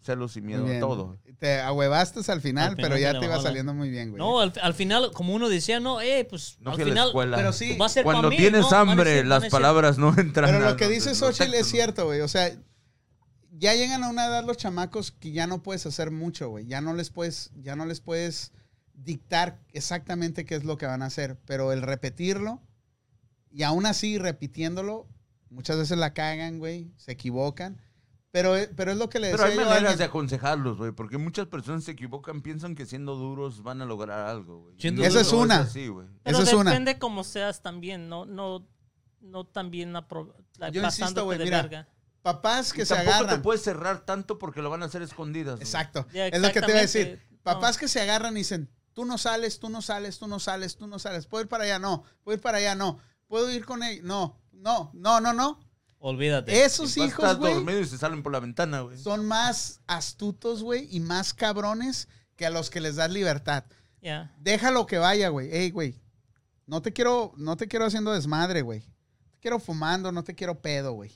S3: Celos y
S1: Muy
S3: miedo de
S1: bien.
S3: todo.
S1: Te ahuevaste al final,
S4: Al final
S1: pero
S4: se
S1: ya
S4: le
S1: te iba
S4: bajó la-
S1: saliendo muy bien, güey.
S4: No, al, al final, como uno decía, no, eh, pues
S3: No
S4: al
S3: fui a la
S4: final
S3: escuela.
S1: pero sí,
S4: va a ser pa'
S3: Cuando
S4: mí,
S3: tienes
S4: ¿no? Van a
S3: hambre,
S4: decir- van a
S3: las
S4: decir-
S3: palabras no entran.
S1: Pero
S3: a-
S1: lo que dice
S3: los
S1: Xochitl es
S3: textos, ¿no?
S1: cierto, güey. O sea, ya llegan a una edad los chamacos que ya no puedes hacer mucho, güey. Ya no les puedes, ya no les puedes dictar exactamente qué es lo que van a hacer. Pero el repetirlo, y aún así repitiéndolo, muchas veces la cagan, güey, se equivocan. Pero, eh, pero es lo que le
S3: Pero
S1: decía
S3: hay
S1: yo a
S3: maneras
S1: alguien.
S3: de aconsejarlos, güey, porque muchas personas se equivocan, piensan que siendo duros van a lograr algo, güey.
S4: Siendo
S3: No
S4: Esa
S1: es una.
S3: así, güey.
S5: Pero
S1: Esa es una.
S5: depende como seas también, no, no, no también apro- la-
S1: Yo insisto,
S5: pasándote
S1: güey,
S5: de
S1: mira,
S5: verga.
S1: Papás que
S3: Y
S1: se
S3: tampoco
S1: agarran.
S3: te puedes cerrar tanto porque lo van a hacer escondidas. güey.
S1: Exacto.
S5: Ya,
S1: es lo que te iba a decir.
S5: exactamente.
S1: Papás que se agarran y dicen, tú no sales, tú no sales, tú no sales, tú no sales. Puedo ir para allá, no. Puedo ir para allá, no. Puedo ir con él, no. No, no, no, no.
S4: Olvídate.
S1: Esos
S3: Y vas a estar
S1: hijos, güey,
S3: dormido y se salen por la ventana, güey.
S1: son más astutos, güey, y más cabrones que a los que les das libertad.
S5: Ya.
S1: Déjalo que vaya, güey. Ey, güey. No te quiero, no te quiero haciendo desmadre, güey. No Te quiero fumando, no te quiero pedo, güey.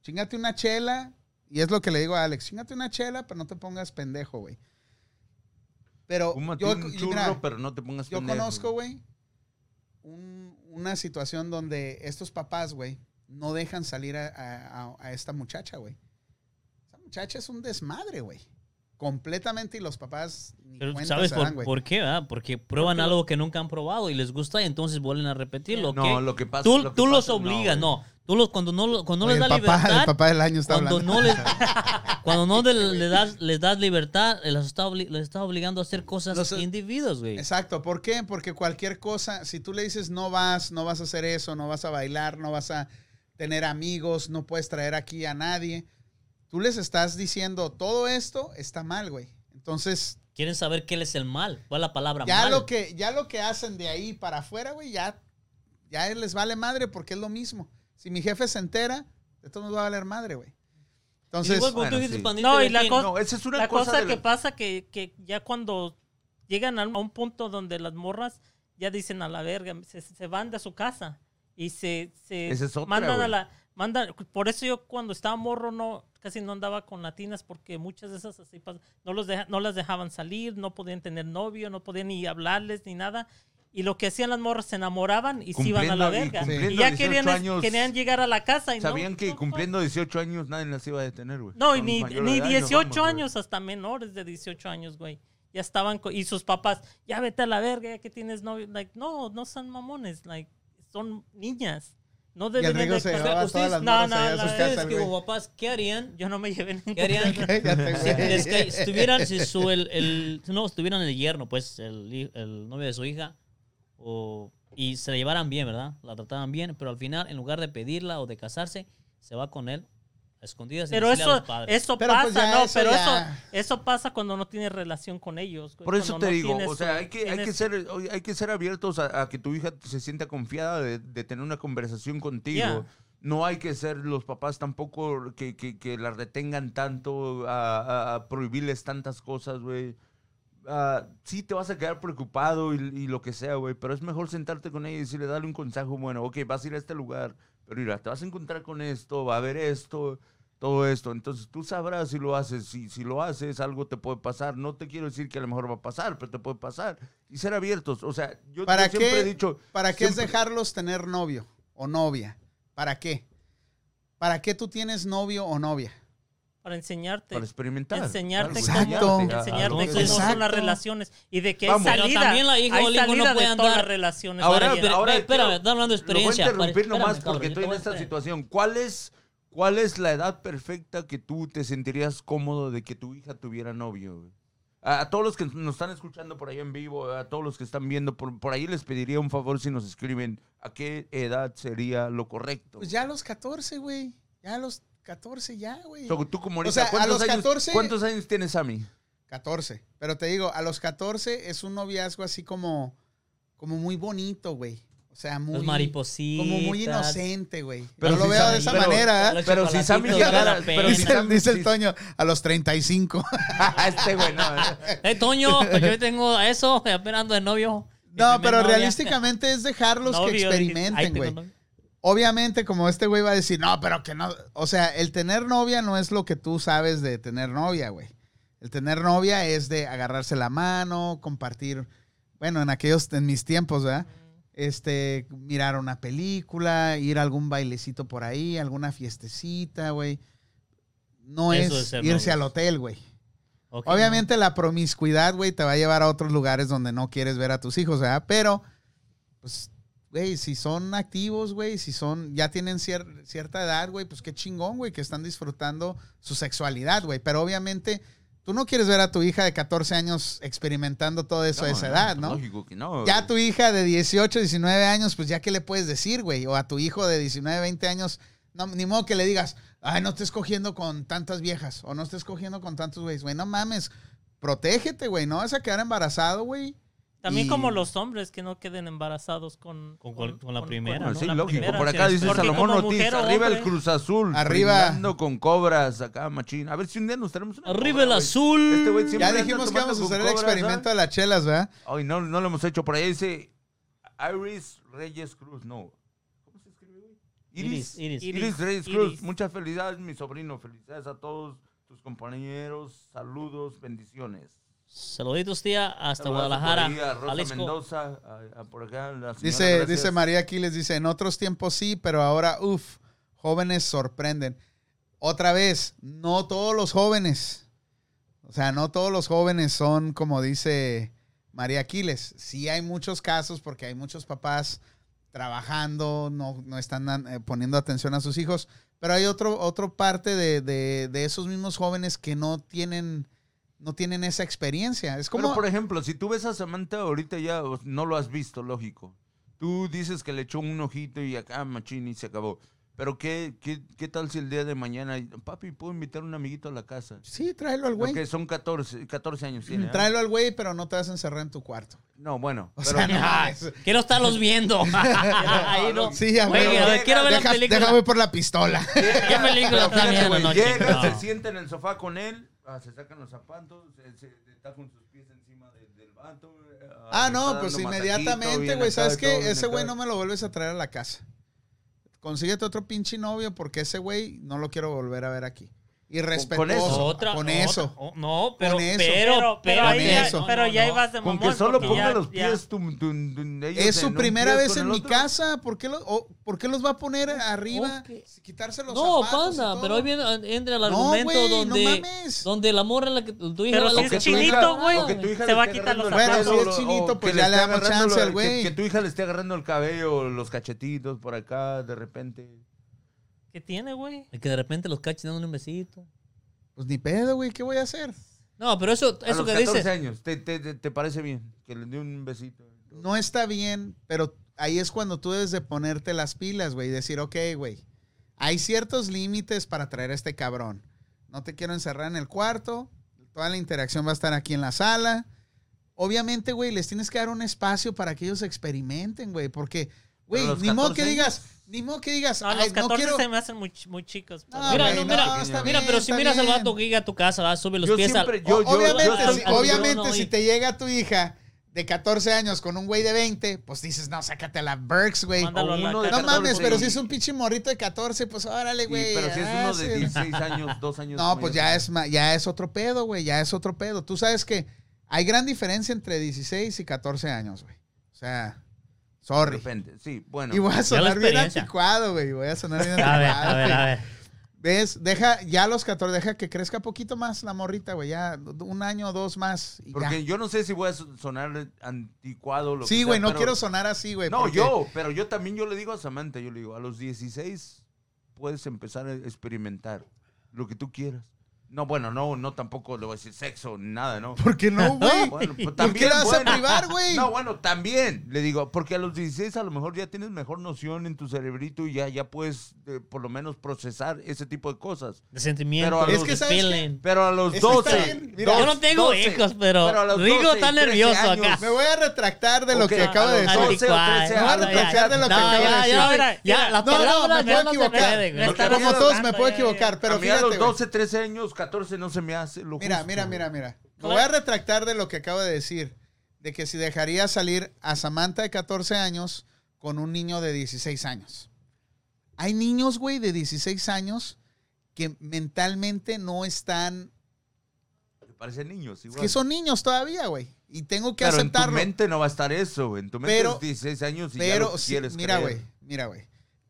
S1: Chingate una chela. Y es lo que le digo a Alex. Chingate una chela, pero no te pongas pendejo, güey. Pero
S3: Fúmate
S1: yo,
S3: un
S1: y
S3: churro,
S1: mira,
S3: pero no te pongas
S1: yo
S3: pendejo,
S1: conozco, güey, un- una situación donde estos papás, güey, no dejan salir a, a- a- a esta muchacha, güey. Esa muchacha es un desmadre, güey. Completamente y los papás ni
S4: Pero
S1: cuenta
S4: ¿sabes
S1: se
S4: por,
S1: dan, güey.
S4: por qué? verdad? Porque prueban algo que nunca han probado y les gusta y entonces vuelven a repetirlo. ¿ok?
S3: No, lo que pasa.
S4: tú
S3: lo que
S4: tú los
S3: pasa-
S4: obligas,
S3: güey.
S4: no. Tú los, cuando no, lo- cuando no
S1: Oye,
S4: les
S1: el
S4: da
S1: papá,
S4: libertad,
S1: El papá del año está
S4: cuando
S1: hablando.
S4: no les, cuando no de- le das, les das libertad, les está, obli- les está obligando a hacer cosas
S1: Los-
S3: eh,
S4: individuos, güey.
S1: Exacto, ¿por qué? Porque cualquier cosa, si tú le dices no vas, no vas a hacer eso, no vas a bailar, no vas a tener amigos, no puedes traer aquí a nadie, tú les estás diciendo todo esto está mal, güey. Entonces,
S4: Quieren saber qué es el mal, cuál es la palabra
S1: ya
S4: mal.
S1: lo que ya lo que hacen de ahí para afuera, güey, ya ya les vale madre porque es lo mismo. Si mi jefe se entera, de todo nos va a valer madre, güey.
S4: Y
S1: Entonces,
S4: igual como tú
S3: Bueno,
S4: dijiste,
S3: sí.
S4: pandita,
S5: No, y
S4: de
S5: la
S4: aquí,
S5: cosa-
S3: No, esa es una
S5: La
S3: cosa.
S5: cosa,
S3: de
S5: que
S3: la-
S5: pasa que, que ya cuando llegan a un- a un punto donde las morras ya dicen a la verga, se, se van de su casa y se, se
S3: Esa es otra,
S5: mandan a
S3: güey.
S5: la... Mandan, por eso yo cuando estaba morro no casi no andaba con latinas porque muchas de esas así pas- no, los deja- no las dejaban salir, no podían tener novio, no podían ni hablarles ni nada. Y lo que hacían las morras se enamoraban y se iban a la
S3: Cumpliendo- y
S5: verga. Y,
S3: cumpliendo
S5: ya
S3: 18
S5: querían,
S3: años,
S5: querían llegar a la casa. Y
S3: Sabían
S5: no,
S3: que
S5: no, no.
S3: cumpliendo 18 años nadie las iba a detener, güey.
S5: No, y
S3: Son
S5: ni,
S3: mayor
S5: ni
S3: de edad y nos
S5: 18
S3: vamos, güey.
S5: años, hasta menores de 18 años, güey. Ya estaban, co- y sus papás, ya vete a la verga, ya que tienes novio. Like, no, no son mamones, like, son niñas.
S1: y
S5: No
S1: el
S5: deberían
S1: Rigo
S5: de
S1: se
S5: casar-
S1: llevaba a
S5: ustedes-
S1: todas las
S5: no,
S1: morras
S5: no,
S1: allá a
S5: la
S1: sus
S5: verdad
S4: ustedes
S1: casas,
S4: que,
S1: güey.
S4: como papás, ¿qué harían?
S5: Yo no me llevé ningún.
S4: ¿Qué harían?
S1: Cállate,
S4: Si,
S1: güey.
S4: les cae- si tuvieran, si su, el, el- no, si tuvieran el yerno, pues, el, hi- el novio de su hija, o, y se la llevaran bien, ¿verdad? La trataban bien, pero al final, en lugar de pedirla o de casarse, se va con él a escondidas y
S5: Pero eso, eso
S1: Pero
S5: pasa,
S1: pues ya,
S5: no,
S1: eso
S5: pero
S1: ya.
S5: eso, eso pasa cuando no tienes relación con ellos. güey,
S3: Por eso
S5: cuando
S3: te
S5: no
S3: digo,
S5: tienes-
S3: o sea, hay que, hay que
S5: tienes-
S3: ser oye, hay que ser abiertos a, a que tu hija se sienta confiada de, de tener una conversación contigo.
S5: Yeah.
S3: No hay que ser los papás tampoco que, que, que la retengan tanto, a, a- a prohibirles tantas cosas, güey. Ah, sí, te vas a quedar preocupado y, y lo que sea, güey, pero es mejor sentarte con ella y decirle, dale un consejo, bueno, ok, vas a ir a este lugar, pero mira, te vas a encontrar con esto, va a haber esto, todo esto. Entonces tú sabrás si lo haces, si, si lo haces, algo te puede pasar. No te quiero decir que a lo mejor va a pasar, pero te puede pasar. Y ser abiertos. O sea, yo,
S1: ¿Para
S3: yo siempre
S1: qué,
S3: he dicho...
S1: ¿Para qué es
S3: siempre-
S1: dejarlos tener novio o novia? ¿Para qué? ¿Para qué tú tienes novio o novia?
S5: Para enseñarte.
S3: Para experimentar.
S5: enseñarte
S3: Claro,
S1: Exacto.
S3: enseñarte,
S1: Exacto.
S3: a- a
S5: enseñarte
S3: dónde
S5: cómo
S3: vas.
S5: son las
S1: Exacto.
S5: relaciones y de que hay
S3: Ah, Vamos.
S5: salida.
S3: Pero
S4: también la hija
S5: hay
S4: Olingo no
S5: salida
S4: puede
S5: de todas
S4: andar-
S5: las relaciones.
S1: Ah,
S3: Ahora,
S4: Espera,
S3: ahora
S4: espera,
S3: quiero-
S4: espera, está hablando de experiencia.
S3: Lo voy a interrumpir
S4: Espérame,
S3: nomás
S4: cabrón,
S3: porque
S4: yo
S3: estoy
S4: te
S3: en
S4: voy a
S3: esta
S4: esperar.
S3: situación. ¿Cuál es, ¿Cuál es la edad perfecta que tú te sentirías cómodo de que tu hija tuviera novio? güey? A, a todos los que nos están escuchando por ahí en vivo, a todos los que están viendo por, por ahí, les pediría un favor si nos escriben a qué edad sería lo correcto.
S1: Pues ya a los 14, güey. Ya a los 14, ya, güey.
S3: So, tú como
S1: O
S3: ahorita,
S1: sea, a
S3: ¿cuántos,
S1: los
S3: años,
S1: 14
S3: ¿cuántos años tienes, Sammy?
S1: 14. Pero te digo, a los 14 es un noviazgo así como, como muy bonito, güey. O sea, muy...
S4: Los maripositas.
S1: Como muy inocente, güey.
S3: Pero
S1: Yo lo
S3: si
S1: veo
S3: sabe-
S1: de esa
S3: pero-
S1: manera, ¿eh?
S4: Los
S3: Pero si Sammy
S4: chocolatitos
S3: llegara-
S4: de la
S3: pero si
S1: Dice, el-
S4: pena.
S3: Sammy-
S1: dice
S3: si-
S1: el Toño, a los 35.
S3: este güey, no.
S4: Eh, Toño, yo tengo a eso, apenas ando de novio. Mi
S1: No,
S4: primer
S1: pero
S4: novia.
S1: realísticamente es dejarlos
S5: Novio,
S1: que
S5: dije,
S1: experimenten,
S4: Ahí tengo
S1: güey.
S4: novio.
S1: Obviamente, como este güey va a decir, no, pero que no. O sea, el tener novia no es lo que tú sabes de tener novia, güey. El tener novia es de agarrarse la mano, compartir. Bueno, en aquellos, en mis tiempos, ¿verdad? Este, mirar una película, ir a algún bailecito por ahí, alguna fiestecita, güey. No
S4: Eso es
S1: es,
S4: ser
S1: irse
S4: novios.
S1: al hotel, güey.
S4: Ok,
S1: Obviamente la promiscuidad, güey, te va a llevar a otros lugares donde no quieres ver a tus hijos, ¿verdad? Pero, pues, güey, si son activos, güey, si son, ya tienen cier- cierta edad, güey, pues qué chingón, güey, que están disfrutando su sexualidad, güey. Pero obviamente tú no quieres ver a tu hija de 14 años experimentando todo eso a esa edad, ¿no?
S3: Lógico que no.
S1: Ya
S3: güey.
S1: tu hija de 18, 19 años, pues ya qué le puedes decir, güey. O a tu hijo de 19, 20 años, no, ni modo que le digas, ay, no estés cogiendo con tantas viejas o no estés cogiendo con tantos güeyes, güey. No mames, protégete, güey. No vas a quedar embarazado, güey.
S5: También
S1: Y-
S5: como los hombres que no queden embarazados con,
S4: Con cual- con la primera,
S3: Bueno,
S4: ¿no?
S3: sí,
S5: la
S3: lógico.
S5: primera,
S3: Por
S5: sí,
S3: acá dice
S5: porque
S3: Salomón
S5: como
S3: Ortiz.
S5: mujer o
S3: arriba el
S5: hombre,
S3: Cruz Azul.
S1: Arriba.
S3: brindando con cobras acá, machín. A ver si un día nos tenemos una
S4: Arriba
S3: cobra,
S4: el
S3: güey.
S4: azul.
S3: Este güey siempre
S1: Ya
S3: anda
S1: dijimos que
S3: tomando
S1: vamos a
S3: con
S1: hacer el
S3: cobras,
S1: experimento de
S3: ¿ah?
S1: las chelas, ¿verdad?
S3: Ay, no, no lo hemos hecho. Por ahí dice Iris Reyes Cruz. No. ¿Cómo se escribe, güey? Iris.
S4: Iris, Iris.
S3: Iris Reyes
S5: Iris.
S3: Cruz. Muchas felicidades, mi sobrino. Felicidades a todos tus compañeros. Saludos, bendiciones.
S4: Saluditos, tía, hasta
S3: Saludos a
S4: Guadalajara.
S3: por ahí a Rosa
S4: Jalisco.
S3: Mendoza. a- a por acá, la señora,
S1: Dice, dice
S3: gracias.
S1: María Aquiles, dice, en otros tiempos sí, pero ahora, uff, jóvenes sorprenden. Otra vez, no todos los jóvenes, o sea, no todos los jóvenes son como dice María Aquiles. Sí hay muchos casos porque hay muchos papás trabajando, no, no están dan- eh, poniendo atención a sus hijos, pero hay otro, otro parte de, de- de esos mismos jóvenes que no tienen, no tienen esa experiencia. Es como...
S3: Pero, por ejemplo, si tú ves a Samantha ahorita ya o- no lo has visto, lógico. Tú dices que le echó un ojito y acá, machín, y se acabó. Pero, ¿qué, qué, qué tal si el día de mañana, papi, puedo invitar a un amiguito a la casa?
S1: sí, tráelo al güey.
S3: Porque son 14, 14 años tiene. ¿ah?
S1: Tráelo al güey, pero no te vas a encerrar en tu cuarto.
S3: No, bueno.
S1: O
S3: pero-
S1: sea, no mames.
S4: Quiero estarlos viendo. Ahí no.
S1: Sí, ya,
S4: Oye,
S1: güey.
S4: a ver, quiero ver
S1: Deja-
S4: la película.
S1: Deja, voy por la pistola.
S4: ¿Qué película
S3: Pero
S4: está
S3: fíjate,
S4: viendo
S3: güey,
S4: anoche?
S3: llega,
S4: No.
S3: se sienta en el sofá con él, ah, se sacan los zapatos, se, se- está con sus pies encima de- del vato. eh,
S1: Ah, no, pues inmediatamente, güey. ¿Sabes qué? Ese güey no me lo vuelves a traer a la casa. Consíguete otro pinche novio porque ese güey no lo quiero volver a ver aquí. Y
S3: eso.
S1: respetuoso.
S4: Otra,
S1: Con
S4: otra.
S1: eso.
S4: Oh, No, pero,
S1: Con eso.
S4: pero,
S5: Pero, pero,
S4: pero
S5: ahí
S1: con
S5: ya,
S1: eso.
S5: pero ya ibas de
S3: Con
S5: mamón.
S3: que solo
S5: porque
S3: ponga
S5: ya-
S3: los
S5: ya-
S3: pies. tum, tum, tum, ellos
S1: Es su
S3: en un
S1: primera
S3: pies
S1: vez
S3: con
S1: en
S3: el
S1: mi
S3: otro.
S1: casa. ¿Por qué, lo- o- por qué los va a poner arriba?
S4: Ok.
S1: Quitarse los
S4: No,
S1: zapatos y
S4: panda,
S1: todo.
S4: pero hoy viene, entra el
S1: No,
S4: argumento
S1: güey, no
S4: donde,
S1: mames.
S4: donde la morra, la que tu hija
S5: Pero
S4: la
S5: si
S4: que
S5: es
S4: te-
S5: chinito,
S4: Ah,
S5: güey,
S3: O que tu hija
S5: se
S3: le
S5: va a
S3: esté
S5: quitar los
S3: agarrando el
S5: zapatos.
S1: Bueno,
S3: pelo,
S1: si es
S3: o
S1: chinito,
S3: que
S1: pues
S3: le
S1: ya
S3: esté
S1: le damos
S3: agarrando
S1: chance
S3: lo-
S1: al
S3: que-
S1: güey.
S3: Que, tu hija le esté agarrando el cabello, los cachetitos por acá, de repente.
S5: ¿Qué tiene, güey?
S4: Y que de repente los cachen dándole un besito.
S1: Pues ni pedo, güey. ¿Qué voy a hacer?
S4: No, pero eso,
S3: A
S4: eso
S3: los
S4: que
S3: 14
S4: dices.
S3: años, ¿te, te, te, te parece bien? Que le dé un besito.
S1: no está bien, pero ahí es cuando tú debes de ponerte las pilas, güey, y decir, ok, güey, hay ciertos límites para traer a este cabrón. No te quiero encerrar en el cuarto, toda la interacción va a estar aquí en la sala. Obviamente, güey, les tienes que dar un espacio para que ellos experimenten, güey, porque, güey,
S3: Pero los
S1: ni modo que
S3: 14
S1: digas, ni modo que digas,
S5: No,
S4: Ah,
S5: a
S1: "Ay,
S5: los 14
S1: no
S5: se
S1: quiero...
S5: me hacen muy, ch- muy chicos. pues, pero-
S1: No,
S4: Mira,
S1: güey,
S4: no, mira,
S1: no, está
S4: mira,
S1: bien,
S4: pero si
S1: está
S4: miras al
S1: bien.
S4: vato que llega a tu casa, ¿verdad? sube los
S3: Yo
S4: pies
S3: siempre-
S4: al.
S3: yo-
S1: O- obviamente,
S4: yo-
S1: si,
S4: yo- yo-
S1: obviamente
S4: yo no,
S1: si
S4: oye.
S1: te llega tu hija de 14 años con un güey de 20, pues dices, no, sácate la Berks, güey.
S5: Mándalo
S3: o
S5: a la
S3: uno de
S5: cárcel.
S1: No mames,
S3: 14.
S1: pero si es un pinche morrito de 14, pues órale,
S3: Sí,
S1: güey.
S3: pero si es uno de
S1: haces.
S3: 16 años, 2 años.
S1: No, pues
S3: mayor.
S1: ya es, ma- ya es otro pedo, güey, ya es otro pedo. Tú sabes que hay gran diferencia entre 16 y 14 años, güey. O sea,
S3: De
S1: sorry.
S3: repente, sí, bueno.
S1: Y voy a sonar bien
S4: experiencia.
S1: anticuado, güey. Voy a sonar bien
S4: A ver,
S1: anticuado.
S4: a ver,
S1: güey.
S4: a ver.
S1: ¿Ves? Deja ya los 14, deja que crezca poquito más la morrita, güey. Ya un año o dos más. y ya.
S3: Porque yo no sé si voy a so- sonar anticuado. Lo que
S1: Sí,
S3: sea,
S1: güey, no
S3: pero-
S1: quiero sonar así, güey.
S3: No,
S1: porque-
S3: yo, pero yo también yo le digo a Samantha, yo le digo, a los 16 puedes empezar a experimentar lo que tú quieras. No, bueno, no, no tampoco le voy a decir sexo, ni nada, ¿no?
S1: ¿Por qué no, güey?
S3: Bueno, pues
S1: ¿Por qué
S3: también,
S1: la vas a
S3: bueno.
S1: privar, güey?
S3: No, bueno, también, le digo, porque a los 16 a lo mejor ya tienes mejor noción en tu cerebrito y ya, ya puedes eh, por lo menos procesar ese tipo de cosas.
S4: De sentimiento.
S3: Pero a
S1: Es que, ¿sabes qué?
S4: feeling.
S3: Pero a los
S1: Es que está
S3: 12,
S1: bien, mira.
S4: Yo no tengo
S3: 12,
S4: hijos, pero
S3: a los
S4: Rigo
S3: 12,
S4: está
S3: 13
S4: nervioso acá.
S1: Me voy a retractar de lo
S3: Ok,
S1: que acabo
S3: a
S1: de
S3: los
S1: decir.
S3: 12 o 13
S1: No,
S3: años.
S1: a retractar de lo que
S4: No,
S1: acabo de
S4: ya,
S1: decir.
S4: ya,
S5: Mira,
S4: mira, ya,
S5: mira.
S4: las
S1: No, no,
S4: palabras
S1: me puedo
S4: ya no se
S1: equivocar.
S4: pueden,
S5: Me
S4: güey.
S5: está
S1: Como todos me
S5: retractando,
S1: puedo
S5: ya, ya, ya.
S1: equivocar,
S3: a
S1: pero
S3: mí a
S1: fíjate,
S3: los
S1: güey.
S3: 12, 13 años, 14 no se me hace lo
S1: Mira,
S3: justo,
S1: mira,
S3: güey.
S1: mira, mira. Me
S5: Claro.
S1: voy a retractar de lo que acabo de decir. De que si dejaría salir a Samantha de 14 años con un niño de 16 años. Hay niños, güey, de 16 años que mentalmente no están...
S3: Que Parecen niños,
S1: es
S3: igual.
S1: Que son niños todavía, güey. Y tengo que
S3: Pero en
S1: aceptarlo.
S3: tu mente no va a estar eso. En tu mente
S1: Pero-
S3: es 16 años y ya lo
S1: Pero
S3: que
S1: sí,
S3: quieres
S1: mira,
S3: creer.
S1: güey, mira, güey.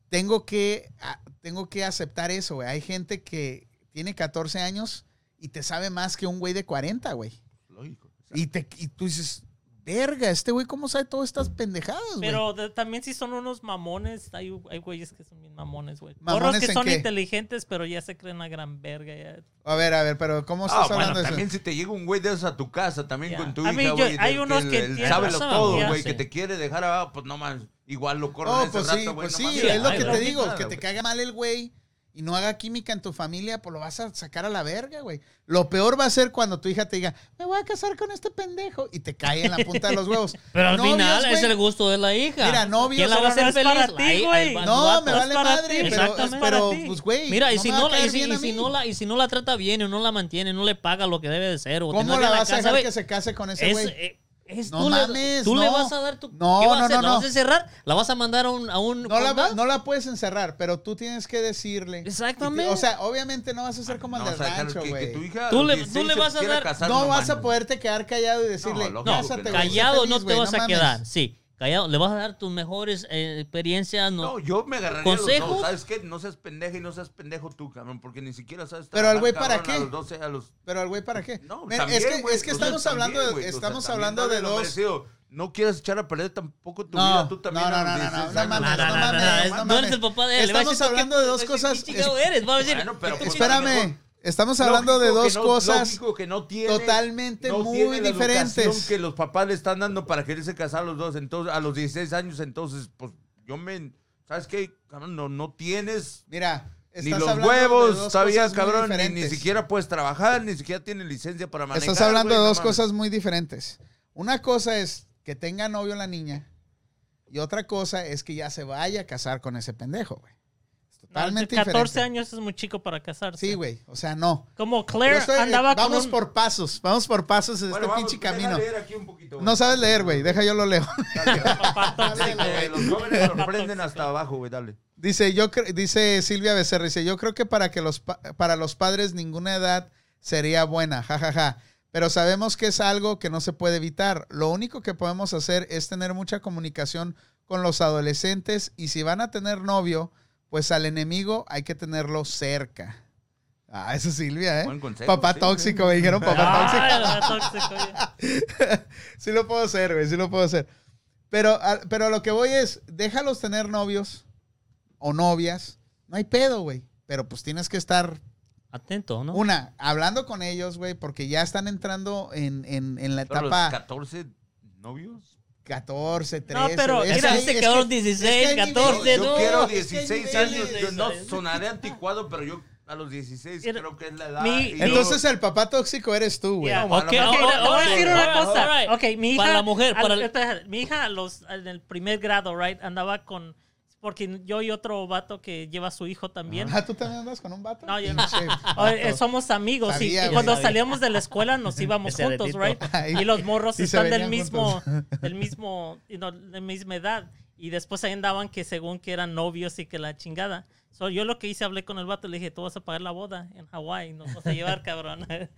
S1: Tengo que, a- tengo que aceptar eso, güey. Hay gente que tiene 14 años y te sabe más que un güey de 40, güey.
S3: Lógico. O sea,
S1: Y, te, y tú dices, verga, este güey, ¿cómo sabe todas estas pendejadas, güey?
S5: Pero de- también si son unos mamones, hay, hay güeyes que son bien mamones, güey.
S1: ¿Mamones
S5: Morros que
S1: en
S5: son
S1: qué?
S5: inteligentes, pero ya se creen una gran verga. ya.
S1: A ver, a ver, pero ¿cómo
S3: Ah,
S1: estás
S3: bueno,
S1: hablando de
S3: también
S1: eso?
S3: si te llega un güey de esos a tu casa, también
S5: Ya.
S3: con tu
S5: A
S3: hija,
S5: mí, yo-
S3: güey.
S5: hay
S3: de-
S5: unos
S3: el-
S5: que
S3: el
S5: entienden.
S3: Sábelo
S4: Esa
S3: todo,
S4: mamá,
S3: güey,
S4: sí.
S3: que te quiere dejar abajo, pues no más. Igual lo corren
S1: Oh,
S3: ese
S1: pues
S3: rato,
S1: sí,
S3: güey.
S1: pues
S3: no
S1: sí,
S3: más.
S1: es lo
S4: Ay,
S1: que
S4: güey.
S1: te digo, que te
S3: güey.
S1: caiga mal el güey y no haga química en tu familia, pues lo vas a sacar a la verga, güey. Lo peor va a ser cuando tu hija te diga, me voy a casar con este pendejo y te cae en la punta de los huevos.
S4: Pero al
S1: Novios,
S4: final es
S1: güey,
S4: el gusto de la hija.
S1: Mira, novios,
S4: ¿Quién la va a hacer
S5: pero es
S4: feliz?
S5: para ti,
S4: La hi-
S5: güey.
S4: el vato.
S1: No, me
S5: es
S1: vale
S5: para
S1: madre,
S5: ti.
S1: pero,
S5: Exactamente.
S1: pero
S5: Es para ti.
S1: pues, güey.
S4: Mira, y
S1: no
S4: si
S1: me
S4: no,
S1: va a
S4: la, y
S1: caer
S4: si,
S1: bien
S4: y
S1: a mí.
S4: si no la, y si no la trata bien y no la mantiene, no le paga lo que debe de ser. o te
S1: ¿Cómo
S4: mete
S1: la
S4: en
S1: vas a
S4: casa,
S1: dejar
S4: güey?
S1: que se case con ese
S4: Es-
S1: güey?
S4: eh, es
S1: No
S4: tú le-
S1: mames,
S4: tú le
S1: no.
S4: vas a dar tu.
S1: No,
S4: ¿qué vas a
S1: no,
S4: hacer?
S1: no,
S4: ¿La
S1: no.
S4: vas a encerrar? ¿La vas a mandar a un. A un
S1: No la, va-
S4: condado?
S1: no la puedes encerrar, pero tú tienes que decirle.
S4: Exactamente.
S1: Y te- O sea, obviamente no vas a ser como
S3: No
S1: el del
S3: vas a dejar
S1: rancho,
S3: que- que tu
S1: güey.
S3: hija a
S4: Tú
S3: los
S4: le- tú
S3: 16
S4: le
S3: se
S4: vas a
S3: quiera
S4: dar-
S3: casar,
S1: No vas
S3: mames.
S1: a poderte quedar callado y decirle,
S3: No, lógico
S4: No,
S1: "Cásate,
S3: que no.
S1: güey, sé
S4: callado
S1: feliz,
S4: no te
S1: güey,
S4: vas a
S1: mames".
S4: quedar. Sí, callado. Le vas a dar tus mejores eh, experiencias. No.
S3: No, yo me agarraría a
S4: ¿Consejos?
S3: los dos. ¿Sabes qué? No seas pendeja y no seas pendejo tú, cabrón, porque ni siquiera sabes.
S1: Pero al
S3: trabajar,
S1: güey, ¿para
S3: cabrón,
S1: qué?
S3: A los 12, a los
S1: Pero al güey, ¿para qué?
S3: No,
S1: Men,
S3: también,
S1: es que,
S3: güey,
S1: es que
S3: o sea,
S1: estamos
S3: también,
S1: hablando de,
S3: güey, o sea,
S1: estamos
S3: también
S1: hablando
S3: dale
S1: de
S3: lo
S1: dos.
S3: merecido. No quieres echar a perder tampoco tu
S1: No,
S3: vida, tú también.
S1: no, no, no,
S3: a los
S1: no, no,
S3: 16
S1: no
S3: años.
S1: mames, no
S4: No, no, no,
S1: mames, no
S4: no, no,
S1: mames.
S4: eres el papá de él. Le va a
S1: Estamos
S4: decir, ¿tú
S1: hablando
S4: qué-
S1: de dos
S4: qué
S1: cosas-
S4: chingado eres? Va a decir,
S3: Bueno, pero
S4: ¿qué
S3: pues,
S1: Espérame,
S3: Lógico
S1: estamos hablando de
S3: Lógico
S1: dos
S3: que no-
S1: cosas
S3: lógico que no tiene-
S1: totalmente
S3: no
S1: muy
S3: tiene la
S1: diferentes.
S3: educación que los papás le están dando para quererse casar los dos, entonces, a los 16 años, entonces, pues yo me. ¿Sabes qué? Cabrón, no, no tienes
S1: Mira,
S3: ni
S1: estás
S3: los
S1: hablando de
S3: huevos,
S1: dos
S3: sabías,
S1: cosas muy
S3: cabrón, ni, ni
S1: diferentes.
S3: siquiera puedes trabajar, ni siquiera tienes licencia para manejar.
S1: Estás hablando
S3: güey,
S1: de
S3: no
S1: dos
S3: mames.
S1: cosas muy diferentes. Una cosa es que tenga novio la niña y otra cosa es que ya se vaya a casar con ese pendejo, güey. Es totalmente
S5: 14
S1: diferente.
S5: años es muy chico para casarse.
S1: Sí, güey. O sea, no.
S5: Como
S1: Yo
S5: Claire
S1: estoy- eh,
S5: andaba con
S1: vamos
S5: un-
S1: por pasos, vamos por pasos en
S3: Bueno,
S1: este
S3: vamos,
S1: pinche
S3: deja
S1: camino.
S3: leer aquí un poquito, güey.
S1: No sabes leer, güey. Deja yo lo leo.
S3: Dale,
S5: papato.
S3: dale, que los jóvenes sorprenden hasta abajo, güey, dale.
S1: Dice, yo cre- dice Silvia Becerra, dice, yo creo que para que los pa- para los padres ninguna edad sería buena, jajaja. Pero sabemos que es algo que no se puede evitar. Lo único que podemos hacer es tener mucha comunicación con los adolescentes y si van a tener novio, pues al enemigo hay que tenerlo cerca. Ah, eso es Silvia, ¿eh?
S3: Buen consejo,
S1: papá
S3: sí,
S1: tóxico, me dijeron papá tóxico.
S5: Ay, era tóxico, oye.
S1: sí lo puedo hacer, güey, sí lo puedo hacer. Pero, a- pero a lo que voy es, déjalos tener novios o novias. No hay pedo, güey. Pero pues tienes que estar,
S4: Atento, ¿no?
S1: una, hablando con ellos, güey, porque ya están entrando en, en- en la
S3: Pero los
S1: etapa
S3: 14 novios.
S1: 14, 13.
S5: No, pero
S1: güey.
S5: mira,
S1: que
S4: dice
S1: hay-
S4: que ahora
S1: que-
S4: 16,
S1: hay niveles.
S4: 14,
S3: Yo
S4: no.
S3: quiero
S1: Es que hay
S3: 16 años.
S1: niveles.
S3: Yo no sonaré anticuado, pero yo a los 16
S5: Era-
S3: creo que es la edad.
S5: Mi-
S3: y yo-
S1: Entonces el papá tóxico eres tú, güey. Ah,
S5: Yeah.
S3: No, a lo
S4: Ok,
S3: mejor-
S5: Ok,
S4: ahora-
S5: te voy a
S4: ahora-
S5: decir una
S4: alright,
S5: cosa.
S4: alright.
S5: Ok, mi hija.
S4: Para la mujer,
S5: al-
S4: para el-
S5: espera, mi hija a los, en el primer grado, right, andaba con porque yo y otro vato que lleva a su hijo también.
S1: Ah, ¿tú también andas con un vato?
S5: No, yo no.
S1: Pinche vato.
S5: Oye, eh, somos amigos y-
S1: Sabía,
S5: y,
S1: güey.
S5: cuando
S4: Sabía.
S5: salíamos de la escuela nos íbamos
S4: Ese
S5: juntos,
S4: dedito.
S5: right?
S1: Ay,
S5: Y los morros
S1: sí se
S5: están del
S1: venían
S5: mismo,
S1: juntos.
S5: del mismo, you know, de misma edad. Y después ahí andaban que según que eran novios y que la chingada. So, yo lo que hice, hablé con el vato, le dije, tú vas a pagar la boda en Hawái, nos vas a llevar, cabrón. Pero,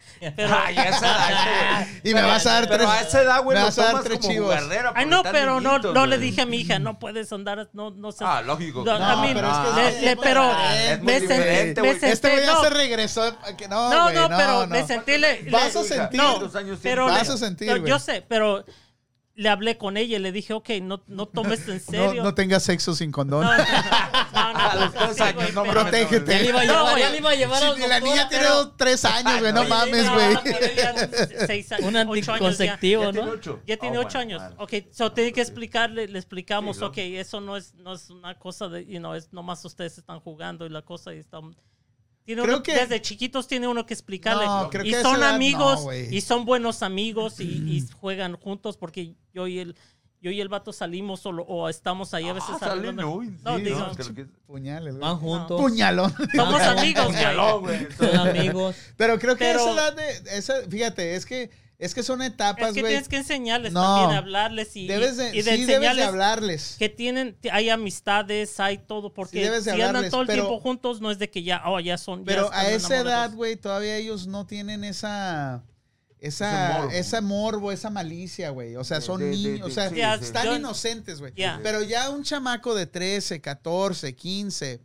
S3: Ay, a esa edad, güey.
S1: Y me vas a dar
S3: Pero a esa edad, güey,
S1: me
S3: lo
S1: vas a dar
S3: tomas
S1: tres
S3: como
S1: chivos.
S3: jugarrera por
S5: Ay, no,
S3: estar
S5: pero no,
S3: niñitos,
S5: no le
S3: güey.
S5: dije a mi hija, no puedes andar, no, no sé.
S3: Ah, lógico. Ah.
S5: No,
S3: claro.
S5: I mean,
S1: pero es que
S5: le-
S1: sí,
S5: le-
S1: es muy
S5: pero
S1: diferente,
S3: es muy
S5: me
S3: diferente,
S5: senté,
S3: güey.
S5: me
S3: Este
S1: Este güey
S5: senté,
S1: ya
S5: no,
S1: se regresó. a que- No,
S5: no,
S1: güey,
S5: no, pero
S1: no.
S5: me senté, le-
S1: Vas
S5: le-
S1: a sentir.
S5: no,
S3: ¿Cuántos años
S5: pero
S3: tienes?
S1: Vas a sentir,
S5: No,
S1: güey.
S5: yo sé, pero le hablé con ella y le dije, ok, no, no tomes en
S1: No,
S5: serio.
S1: no tengas sexo sin condón.
S5: No, no, no,
S3: A los tres
S5: sí,
S3: años,
S5: güey,
S3: no
S5: pero-
S3: mames.
S1: Protégete.
S4: Ya le iba a llevar,
S5: No,
S4: ya le iba a llevar
S1: Si
S4: al
S1: ni la
S4: doctor,
S1: niña tiene
S4: pero-
S1: tres años, güey. No
S3: Ay,
S1: mames,
S5: no,
S1: güey.
S5: no, pero ya seis años,
S4: Un
S5: ocho años ya.
S4: anticonceptivo,
S3: Ya tiene
S4: ¿no?
S3: ocho.
S5: Ya tiene
S3: Ah,
S5: ocho
S3: bueno,
S5: años.
S3: bueno.
S5: Ok, so tiene que explicarle, le explicamos,
S3: Sí, ¿no?
S5: ok, eso no es, no es una cosa de, you know, es nomás ustedes están jugando y la cosa y están... Tiene
S1: Creo
S5: uno-
S1: que-
S5: desde chiquitos tiene uno que explicarle.
S1: No, creo
S5: y
S1: que a esa
S5: son
S1: edad no,
S5: amigos,
S1: güey.
S5: y son buenos amigos y, y juegan juntos porque yo y el, yo y el vato salimos o, lo- o estamos ahí a veces.
S3: Ah, salen
S5: hablando.
S3: hoy.
S5: No,
S3: sí,
S5: digo,
S3: no, creo que-
S1: Puñales, güey.
S4: Van juntos.
S1: Puñalón.
S5: somos
S4: Ah,
S5: amigos, güey.
S3: Puñalón, güey.
S4: Son amigos.
S1: Pero creo que
S5: Pero-
S1: esa edad de. Esa, fíjate, es que, es que son
S5: Es
S1: etapas,
S5: que
S1: Pues, güey.
S5: tienes que enseñarles
S1: No.
S5: también, hablarles y,
S1: Debes de, sí,
S5: y de
S1: debes de
S5: enseñarles
S1: hablarles.
S5: que tienen, que hay amistades, hay todo, porque
S1: debes
S5: si
S1: de
S5: andan
S1: hablarles,
S5: todo el
S1: pero-
S5: tiempo juntos, no es de que ya, oh, ya son. ya
S1: Pero a
S5: están
S1: esa
S5: enamorados.
S1: edad, güey, todavía ellos no tienen esa.
S3: Ese
S1: Esa,
S3: morbo.
S1: esa morbo, esa malicia, güey. O sea,
S3: De-
S1: son
S3: de- de-
S1: niños, o
S3: de-
S1: sea,
S3: sí,
S5: sí.
S1: están
S5: Yo-
S1: inocentes, güey.
S5: Ya.
S1: Pero ya un chamaco de 13, 14, 15,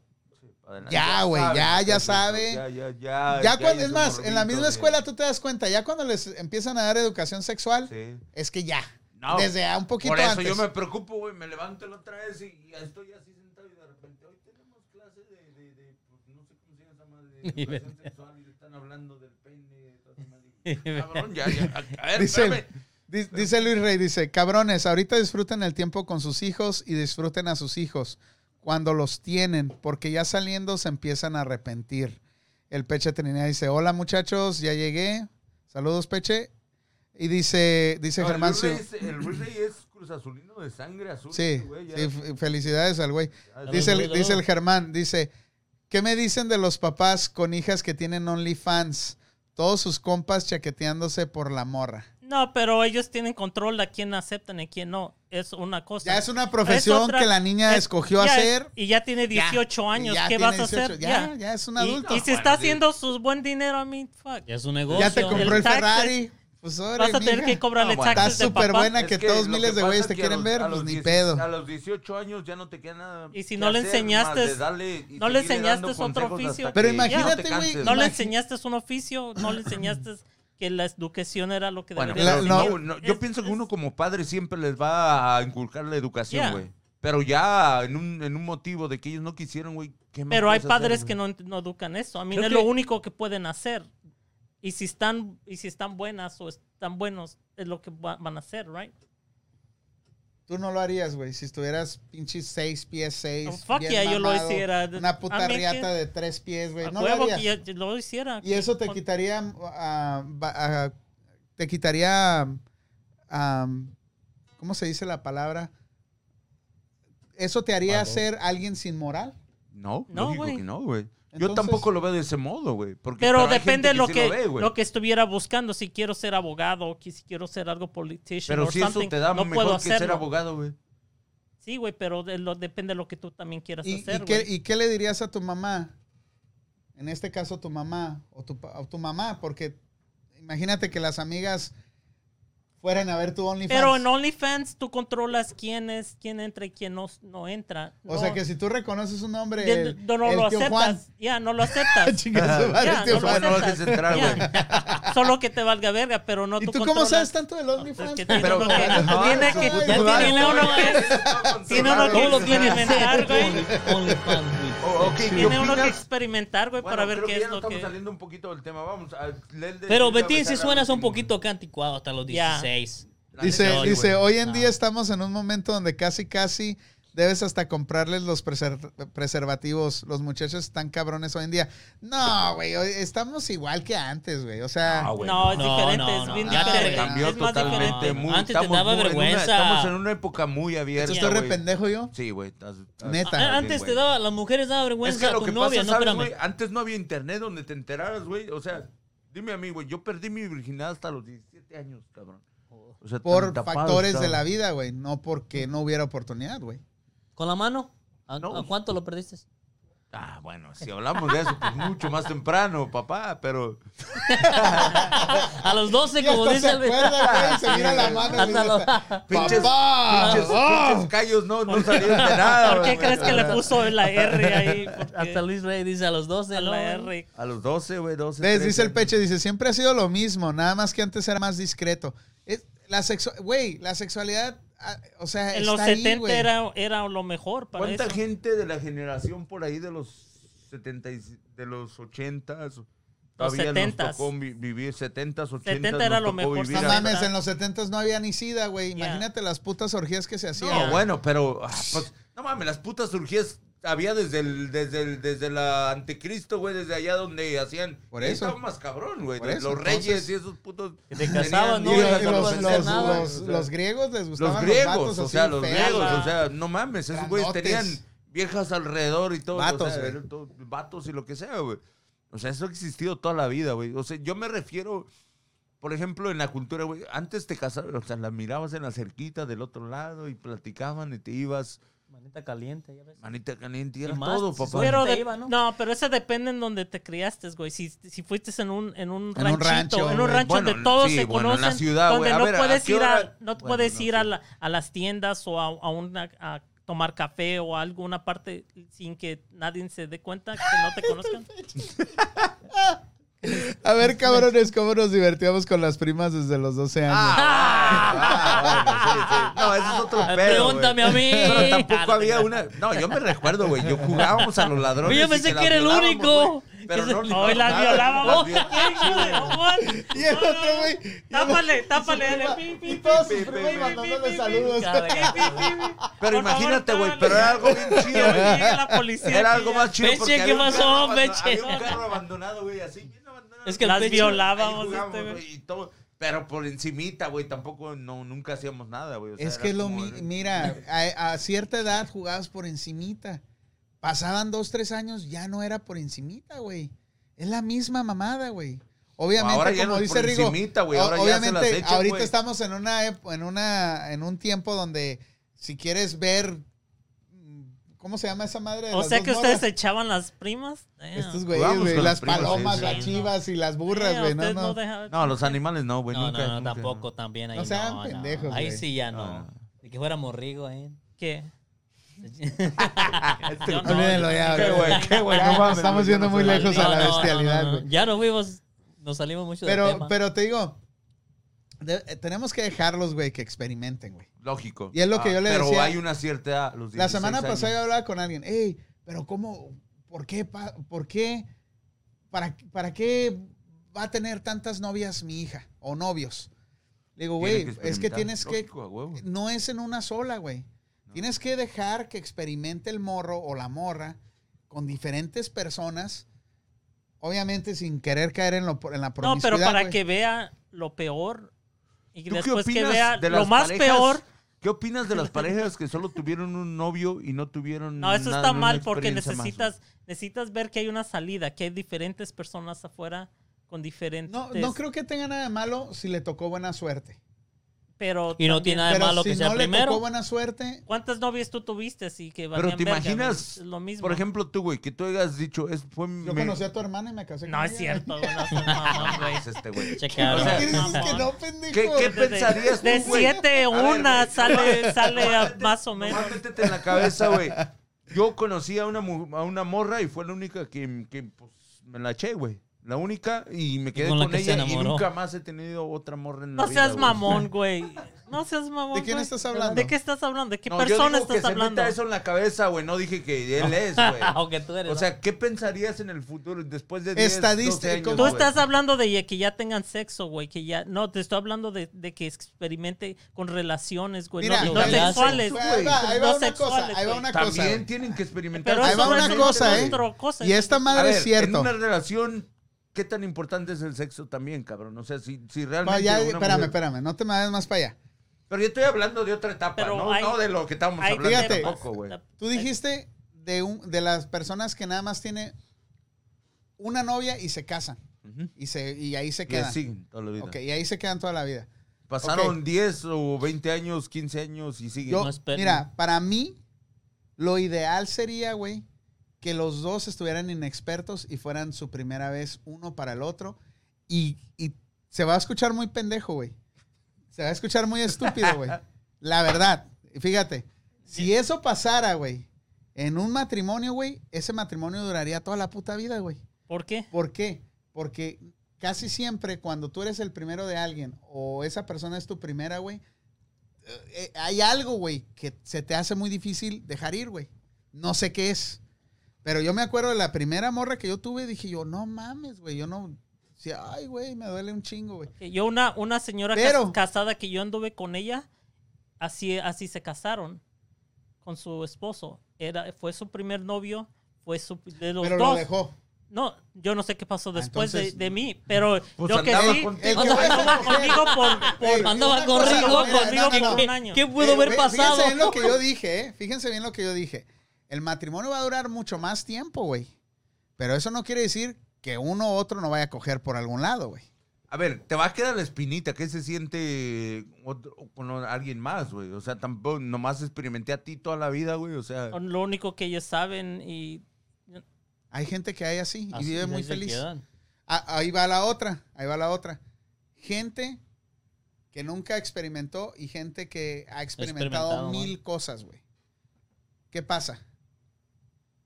S3: Adelante.
S1: Ya, güey,
S3: sabe,
S1: ya, ya
S3: perfecto,
S1: sabe.
S3: Ya, ya, ya.
S1: ya cuando, es
S3: un
S1: más, en la
S3: morrito,
S1: misma
S3: güey.
S1: escuela tú te das cuenta, ya cuando les empiezan a dar educación sexual,
S3: Sí.
S1: es que ya,
S3: No.
S1: desde a un poquito
S3: Por eso
S1: antes.
S3: yo me preocupo, güey. Me levanto la otra vez y, y estoy así sentado y de repente, hoy tenemos clase de, de, de pues, no sé cómo se llama esa madre, de educación sexual y están hablando del pene. de todas esas madres. Cabrón, ya, ya. A, a ver, espérame.
S1: Dice, di- dice Luis Rey, dice, cabrones, ahorita disfruten el tiempo con sus hijos y disfruten a sus hijos cuando los tienen, porque ya saliendo se empiezan a arrepentir. El Peche Trinidad dice, hola muchachos, ya llegué. Saludos, Peche. Y dice, dice
S3: No, el
S1: Germán
S3: Luis
S1: Ciu-
S3: Rey es- El Luis Rey es cruz azulino de sangre azul.
S1: Sí,
S3: este güey, ya.
S1: sí, f- felicidades al güey.
S3: Ah,
S1: Dice el,
S4: Saludos,
S1: dice el
S4: saludos.
S1: Germán, dice, ¿qué me dicen de los papás con hijas que tienen OnlyFans? Todos sus compas chaqueteándose por la morra.
S5: No, pero ellos tienen control a quién aceptan y a quién no. Es una cosa.
S1: Ya es una profesión
S5: otra-
S1: que la niña
S5: es-
S1: escogió
S5: ya es-
S1: hacer.
S5: Y ya tiene
S1: Ya.
S5: 18 años.
S1: Ya
S5: ¿Qué
S1: tiene
S5: vas a
S1: 18,
S5: hacer?
S1: Ya, ya es un
S5: Y-
S1: adulto.
S5: Y,
S1: Ya,
S5: si
S3: Bueno,
S5: está
S3: sí.
S5: haciendo su buen dinero, I mean, fuck.
S4: Ya es un negocio.
S1: te compró el,
S5: El taxi.
S1: Ferrari. Pues órale,
S5: Vas a tener
S1: mija.
S5: que cobrarle
S3: No, bueno.
S5: taxes
S1: Está
S5: de
S1: súper
S5: papá.
S1: buena. que todos
S3: lo
S1: miles de
S3: pasa
S1: güeyes
S3: es
S1: te
S3: que
S1: quieren
S3: a
S1: ver,
S3: a
S1: pues, ni
S3: 10
S1: pedo.
S3: A los 18 años ya no te queda nada.
S5: Y si
S3: que
S5: no le
S3: hacer,
S5: enseñaste-
S3: más de darle y
S5: no
S3: seguirle
S5: le enseñaste
S3: dando
S5: otro
S3: consejos hasta
S5: oficio.
S3: que
S1: Pero
S3: ya
S1: imagínate,
S3: te
S1: güey,
S3: canses,
S5: No le
S1: Imagi-
S5: enseñaste un oficio, no le enseñaste que la educación era lo que
S3: Bueno,
S5: debería
S1: la-
S5: de
S3: pero
S1: no-
S5: enseñar.
S3: no, no, yo
S5: Es-
S3: pienso que
S5: es-
S3: uno como padre siempre les va a inculcar la educación,
S5: Yeah.
S3: güey. Pero ya en un, en un motivo de que ellos no quisieron, güey. ¿qué más
S5: Pero hay
S3: puedes hacer,
S5: padres
S3: güey?
S5: que no, no educan eso. A mí
S4: Creo
S5: es
S4: que-
S5: lo único que pueden hacer. Y si están, y si están buenas o están buenos, es lo que va- van a hacer, right?
S1: Tú no lo harías, güey. Si estuvieras pinches seis pies, seis.
S5: Oh, fuck
S1: bien
S5: yeah, yo lo
S1: mamado,
S5: hiciera.
S1: Una puta
S5: A mí que-
S1: riata de tres pies, güey.
S5: a
S1: No lo
S5: huevo
S1: harías.
S5: que ya- lo hiciera.
S1: Y eso te
S5: Con-
S1: quitaría. ah, va- ah, te quitaría. ah, ¿Cómo se dice la palabra? ¿Eso te haría
S4: Valor.
S1: ser alguien sin moral?
S3: No,
S5: No,
S3: lógico
S5: güey.
S3: que no, güey. Yo
S1: Entonces-
S3: tampoco lo veo de ese modo, güey. porque-
S5: Pero,
S3: hay gente
S5: depende de lo
S3: sí
S5: que,
S3: ve, güey.
S5: lo que estuviera buscando. Si quiero ser abogado o que si quiero ser algo politician
S3: Pero
S5: or
S3: si eso
S5: something,
S3: te da
S5: no puedo
S3: mejor que ser
S5: hacerlo.
S3: abogado, güey.
S5: Sí, güey, pero de lo- depende de lo que tú también quieras
S1: ¿Y, y
S5: hacer,
S1: qué,
S5: güey.
S1: y qué le dirías a tu mamá? En este caso, tu mamá o tu, pa- o tu mamá, porque imagínate que las amigas fueran a ver tu OnlyFans.
S5: Pero en OnlyFans tú controlas quién es, quién entra y quién no, no entra.
S1: O sea
S5: No-
S1: que si tú reconoces un nombre,
S5: de-
S1: el,
S5: no, no
S1: el
S5: lo
S1: tío
S5: aceptas.
S1: Juan.
S5: Ya, no lo aceptas.
S1: Chinga
S3: Ah,
S1: su madre,
S5: Ya,
S1: tío
S5: no lo
S1: Juan.
S3: no lo dejes
S5: aceptas.
S3: entrar,
S5: Ya. Solo que te valga verga, pero no
S1: ¿Y tú cómo
S5: controlas.
S1: sabes tanto del
S5: Es
S1: OnlyFans?
S5: que
S1: Pero-
S5: tiene uno que-
S3: no,
S5: tiene
S1: eso
S5: que-
S1: es
S5: ya
S1: verdad.
S5: tiene uno que- tiene uno que
S4: ¿Cómo lo tienes?
S5: experimentar, güey.
S4: OnlyFans,
S3: Oh, ok, ¿qué
S5: Tiene uno que
S3: opinas?
S5: experimentar, güey,
S3: Bueno,
S5: para ver
S3: creo
S5: qué
S3: que ya
S5: es
S3: no
S5: lo
S3: estamos
S5: que...
S3: saliendo un poquito del tema. Vamos a leer de-
S4: Pero
S3: de-
S4: Betín
S3: de-
S4: sí suenas un poquito acá anticuado, hasta los
S5: Ya.
S4: 16.
S3: La neta,
S1: Dice,
S3: sí,
S1: dice
S3: güey.
S1: hoy en día estamos en un momento donde casi, casi Debes hasta comprarles los preser- preservativos. Los muchachos están cabrones hoy en día. No, güey, hoy estamos igual que antes, güey. O sea,
S3: Ah, güey,
S5: No, es
S4: No,
S5: diferente,
S4: no,
S5: es
S4: no.
S5: bien
S1: Ya te
S5: diferente.
S3: cambió
S5: es más
S3: totalmente.
S5: diferente.
S3: Muy,
S4: Antes te daba
S3: muy en una-
S4: vergüenza.
S3: estamos en una época muy abierta.
S1: ¿esto estoy
S3: güey.
S1: rependejo yo?
S3: Sí, güey. estás- estás-
S1: Neta.
S3: estás bien,
S4: Ah, Antes te
S3: güey.
S4: daba, las mujeres daban
S3: Es
S4: vergüenza
S3: que
S4: a
S3: lo
S4: tu
S3: que
S4: novia,
S3: pasa,
S4: no,
S3: ¿sabes,
S4: espérame.
S3: güey? Antes no había internet donde te enteraras, güey. O sea, dime a mí, güey. Yo perdí mi virginidad hasta los 17 años, cabrón. O sea,
S1: Por
S3: tan tapado
S1: factores
S3: estaba.
S1: de la vida, güey. No porque no hubiera oportunidad, güey.
S4: ¿Con la mano? ¿A,
S3: No.
S4: a cuánto lo perdiste?
S3: Ah, bueno, si hablamos de eso, pues mucho más temprano, papá, pero...
S4: A los 12,
S1: Ya
S4: como
S1: hasta
S4: dice
S1: se
S4: el
S1: acuerda, güey, se mira la mano.
S4: Hasta
S1: güey,
S4: lo-
S1: hasta,
S3: Pinches-
S1: ¡Papá!
S3: pinches,
S1: ¡Oh!
S3: pinches callos no, no salieron de nada,
S5: ¿Por qué
S3: güey.
S5: crees que le puso la R ahí? Porque
S4: Hasta Luis Rey dice a los 12,
S5: a
S4: ¿no?
S5: la R.
S3: A los 12, güey, 12.
S1: Ves, dice
S3: 13.
S1: el peche, dice, siempre ha sido lo mismo, nada más que antes era más discreto. Es, la sexu- güey, la sexualidad, ah, o sea,
S5: En
S1: está
S5: los
S1: ahí,
S5: 70
S1: güey.
S5: era, era lo mejor para
S3: ¿Cuánta
S5: eso.
S3: gente de la generación por ahí de los 70 y- de los 80s? Todavía nos
S5: 70s.
S3: tocó vi- vivir 70s, 80s.
S5: 70
S3: nos
S5: era lo
S3: tocó
S5: mejor.
S3: vivir
S1: No
S5: Mira.
S3: ahí.
S1: mames, en los 70 no había ni sida, güey.
S5: Ya.
S1: Imagínate las putas orgías que se
S3: No,
S1: hacían.
S3: bueno, pero. ah, pues, no mames, las putas surgías había desde el, desde el, desde la anticristo, güey, desde allá donde hacían.
S1: Por
S3: ahí
S1: eso.
S3: Estaba más cabrón, güey.
S1: Por
S3: de
S1: eso,
S3: Los
S1: entonces.
S3: reyes y esos putos.
S4: Que te
S3: tenían
S4: casaban, ¿no?
S1: Y- y los,
S3: hijas a
S4: no
S1: los-
S4: puedes hacer
S1: los-
S4: nada.
S1: los-
S3: o sea,
S1: los griegos les gustaban
S3: los
S1: los,
S3: griegos,
S1: vatos
S3: o
S1: así,
S3: sea, los
S1: feos.
S3: griegos,
S5: feos.
S3: o sea, no mames, esos güeyes
S1: Grandotes.
S3: tenían viejas alrededor y todo,
S1: Vatos,
S3: o sea,
S1: güey.
S3: eran todos vatos y lo que sea, güey. O sea, eso ha existido toda la vida, güey. O sea, yo me refiero, por ejemplo, en la cultura, güey, antes te casabas, o sea, la mirabas en la cerquita del otro lado y platicaban y te ibas,
S4: Manita caliente, ya ves.
S3: manita caliente, y era
S4: Y más,
S3: todo,
S4: si
S3: papá.
S4: fuera-
S5: Pero
S4: Te
S5: de-
S4: iba, ¿no?
S5: ¿no? pero eso depende en donde te criaste, güey. Si, si fuiste en un, en un
S1: En
S5: ranchito,
S1: un rancho,
S5: en un
S1: güey.
S5: rancho donde
S3: Bueno,
S5: todos
S3: sí,
S5: se
S3: bueno, en la
S5: conocen,
S3: ciudad,
S5: donde
S3: güey. A
S5: no
S3: ver, ¿a
S5: puedes
S3: qué
S5: ir, a,
S3: hora?
S5: no
S3: Bueno,
S5: puedes
S3: no,
S5: ir a,
S3: sí.
S5: la- a las tiendas o a, a una, a tomar café o a alguna parte sin que nadie se dé cuenta que no te conozcan.
S1: A ver, cabrones, cómo nos divertíamos con las primas desde los 12 años.
S3: Ah, bueno, sí, sí. No, eso es otro
S4: Ah,
S3: pedo, güey.
S4: Pregúntame a mí.
S3: Pero tampoco había una. No, yo me recuerdo, güey. Yo jugábamos a los ladrones.
S4: Yo
S3: y
S4: pensé
S3: la
S4: que era el
S3: violábamos,
S4: único.
S3: güey. Pero
S4: Ese-
S3: no,
S4: Hoy
S3: no,
S5: Hoy la
S3: nada,
S5: violábamos.
S3: la viol-
S1: Y el otro, güey. y el otro-
S5: Tápale, tápale.
S1: prima-
S5: pi, pi,
S1: y todos
S3: pi,
S1: sus
S3: pi,
S1: primas
S3: pi,
S1: mandándole
S5: pi,
S1: saludos.
S4: Carga.
S5: pi, pi, pi.
S3: Pero
S5: Por favor,
S3: imagínate, güey.
S5: tápale.
S3: Pero era algo bien
S5: Ya
S3: chido, güey.
S5: llega la policía
S3: Era
S5: aquí,
S3: algo
S5: ya.
S3: más chido.
S4: Peche,
S3: porque
S4: ¿qué
S3: había un
S4: pasó,
S3: carro abandonado-
S4: Peche?
S3: Había un carro abandonado, güey, así. bien abandonado.
S4: Es que el
S5: Las
S4: pecho-
S5: violábamos.
S3: Ahí jugábamos,
S5: este, güey.
S3: güey, y todo. Pero por encimita, güey, tampoco, no, nunca hacíamos nada, güey. o sea,
S1: Es
S3: pues, era
S1: que lo
S3: como-
S1: mi- mira, a, a cierta edad jugabas por encimita. Pasaban dos, tres años, ya no era por encimita, güey. Es la misma mamada, güey. Obviamente,
S3: Ahora ya
S1: como
S3: no es
S1: dice
S3: por
S1: Rigo,
S3: encimita, güey,
S1: o-
S3: ahora ya se las
S1: obviamente,
S3: echan,
S1: ahorita
S3: güey.
S1: estamos en una, ep- en una, en un tiempo donde si quieres ver, mm, ¿cómo se llama esa madre? de
S5: O
S1: las
S5: sea
S1: dos
S5: que ustedes
S1: morras?
S5: echaban las primas. Damn.
S1: estos güeyes,
S3: Jugábamos
S1: güey,
S3: con las
S1: las
S3: primas, sí,
S1: palomas,
S3: sí.
S1: las chivas y las burras,
S5: Eh,
S1: güey, no,
S5: ustedes
S1: no.
S5: dejaban-
S3: No, los animales no, güey.
S4: No,
S3: nunca,
S4: no, no,
S3: nunca.
S4: tampoco, también ahí.
S1: No sean pendejos,
S4: Ahí
S1: güey.
S4: sí ya no.
S3: No.
S4: De que fuera morrigo, ¿eh?
S5: ¿Qué?
S3: Este-
S5: No,
S1: Olvídenlo ya,
S3: Qué
S1: güey.
S3: güey, qué güey.
S1: Ya,
S3: no
S1: nos
S3: mames,
S1: Ah, estamos
S3: güey, yo
S1: yendo
S3: no
S1: muy
S3: soy-
S1: lejos. a la bestialidad, güey.
S4: Ya no fuimos, nos salimos mucho del
S1: Pero,
S4: tema.
S1: pero te digo, de- eh, tenemos que dejarlos, güey, que experimenten, güey.
S3: Lógico.
S1: Y es lo que yo le
S3: pero
S1: decía.
S3: hay una cierta edad, los
S1: La
S3: 16
S1: semana
S3: años.
S1: pasada yo hablaba con alguien, hey, pero ¿cómo? ¿Por qué? pa- ¿Por qué? ¿Para, ¿Para qué va a tener tantas novias mi hija o novios? Le digo,
S3: Tiene
S1: güey, es que
S3: experimentar.
S1: tienes que...
S3: Lógico, a huevo.
S1: No es en una sola, güey.
S3: No.
S1: Tienes que dejar que experimente el morro o la morra con diferentes personas, obviamente sin querer caer en, lo, en la
S5: No,
S1: promiscuidad.
S5: pero para
S1: güey.
S5: que vea lo peor y
S3: ¿Tú qué
S5: después que
S3: opinas
S5: vea
S3: de
S5: lo
S3: las
S5: más
S3: parejas?
S5: peor.
S3: ¿Qué opinas de las parejas que solo tuvieron un novio y no tuvieron
S5: No, eso
S3: nada,
S5: está
S3: una
S5: mal porque
S3: experiencia más,
S5: necesitas necesitas ver que hay una salida, que hay diferentes personas afuera con diferentes.
S1: No, no creo que tenga nada de malo si le tocó buena suerte.
S5: Pero
S4: y no
S5: también-
S4: tiene nada de
S1: Pero
S4: malo
S1: si
S4: que sea
S1: no le tocó
S4: primero.
S1: buena suerte,
S5: ¿Cuántas novias tú tuviste así que
S3: Pero
S5: valían
S3: te
S5: verga?
S3: imaginas,
S5: Es lo mismo.
S3: Por ejemplo, tú, güey, que tú hayas dicho, es, fue
S1: yo
S3: me-
S1: conocí a tu hermana y me casé con
S5: No es
S1: ella.
S5: cierto, güey, no seas mamón, güey.
S3: es este, güey.
S4: Checa,
S3: O
S1: ¿Por
S3: sea,
S1: qué dices que
S5: mamón.
S1: no, pendejo?
S3: ¿Qué, qué
S5: De-
S3: pensarías
S5: De
S3: tú, güey?
S5: siete
S3: A ver,
S5: una
S3: güey,
S5: sale,
S3: nomás-
S5: sale a-
S3: nomás
S5: más o
S3: métete-
S5: menos.
S3: nomás métete en la cabeza, güey. Yo conocí a una, mu- a una morra y fue la única que, que, pues, me la eché, güey. La única y me quedé
S4: con
S3: con,
S4: la que se
S3: ella y
S4: enamoró.
S3: nunca más he tenido otra morra en la
S5: No
S3: vida,
S5: seas
S3: güey.
S5: mamón, güey. No seas mamón.
S1: ¿De quién
S5: güey.
S1: estás hablando?
S5: ¿De qué estás hablando? ¿De qué
S3: No, yo
S5: persona
S3: digo que
S5: estás
S3: se
S5: hablando?
S3: meta eso en la cabeza, güey. No dije que él es, güey.
S4: Aunque tú eres.
S3: O sea, ¿qué pensarías en el futuro después de 10, 12 años,
S1: Estadístico.
S5: Tú
S3: güey?
S5: estás hablando de ya- que ya tengan sexo, güey, que ya... No, te estoy hablando de, de que experimente con relaciones, güey.
S1: Mira,
S5: no, no
S4: dale,
S5: sexuales,
S1: Ahí va, ahí va
S5: No
S1: una cosa,
S5: sexuales,
S1: ahí va
S5: güey.
S1: una cosa.
S3: También tienen que experimentar.
S5: Pero
S1: Ahí
S5: eso
S1: va
S5: no
S1: una
S5: es-
S1: cosa,
S5: es
S1: ¿eh?
S5: otra cosa,
S1: Y esta
S3: A
S1: madre
S3: ver,
S1: es cierto.
S3: En una relación, ¿qué tan importante es el sexo también, cabrón? O sea, si, si
S1: Va,
S3: realmente.
S1: ya,
S3: una
S1: espérame,
S3: mujer-
S1: espérame, no te me vayas más para allá.
S3: Pero yo estoy hablando de otra etapa,
S5: Pero
S3: no,
S5: hay-
S3: no de lo que estamos
S5: Hay
S3: hablando
S1: Fíjate.
S3: tampoco, güey.
S1: Tú dijiste de, un, de las personas que nada más tiene una novia y se casan.
S3: Ujú.
S1: Y, se, y ahí se
S3: Y así,
S1: quedan.
S3: toda la vida.
S1: Ok, y ahí se quedan toda la vida.
S3: Pasaron
S1: Ok.
S3: 10 o 20 años, 15 años y siguen.
S1: Yo,
S4: no esperen.
S1: mira, para mí, lo ideal sería, güey, que los dos estuvieran inexpertos y fueran su primera vez uno para el otro. Y, y se va a escuchar muy pendejo, güey. Se va a escuchar muy estúpido, güey. La verdad, fíjate, si eso pasara, güey, en un matrimonio, güey, ese matrimonio duraría toda la puta vida, güey.
S5: ¿Por qué?
S1: ¿Por qué? Porque casi siempre cuando tú eres el primero de alguien o esa persona es tu primera, güey, eh, eh, hay algo, güey, que se te hace muy difícil dejar ir, güey. No sé qué es. Pero yo me acuerdo de la primera morra que yo tuve, dije yo, no mames, güey, yo no... Sí, ay, güey, me duele un chingo, güey.
S5: Que Yo una, una señora cas-
S1: Pero-
S5: casada que yo anduve con ella, así, así se casaron con su esposo. Era, fue su primer novio, fue su, de los
S1: Pero
S5: dos.
S1: lo dejó.
S5: No, yo no sé qué pasó después de-
S1: entonces-
S5: de, mí, pero
S3: Pues
S5: yo que
S3: andaba
S5: sí,
S3: contigo.
S1: El que
S5: andaba
S1: vaya a coger.
S5: conmigo por, por-
S1: Ey,
S4: Andaba
S1: una
S4: con
S1: cosa,
S4: Rigo,
S1: mira,
S4: con
S1: no,
S4: Rigo,
S1: no.
S5: por un
S4: ¿qué,
S5: año.
S4: qué pudo
S1: Eh,
S4: haber
S1: güey,
S4: pasado?
S1: Fíjense bien lo que yo dije, ¿eh? Fíjense bien lo que yo dije. El matrimonio va a durar mucho más tiempo, güey. Pero eso no quiere decir que uno u otro no vaya a coger por algún lado, güey.
S3: A ver, te va a quedar la espinita. ¿Qué se siente otro- con alguien más, güey? O sea, tampoco, nomás experimenté a ti toda la vida, güey. O sea,
S5: lo único que ellos saben y
S1: Hay gente que hay así y
S4: Así
S1: vive
S4: se
S1: muy feliz.
S4: quedan.
S1: Ah, ahí va la otra, ahí va la otra. Gente que nunca experimentó y gente que ha experimentado,
S4: Experimentado,
S1: mil
S4: güey.
S1: cosas, güey. ¿Qué pasa?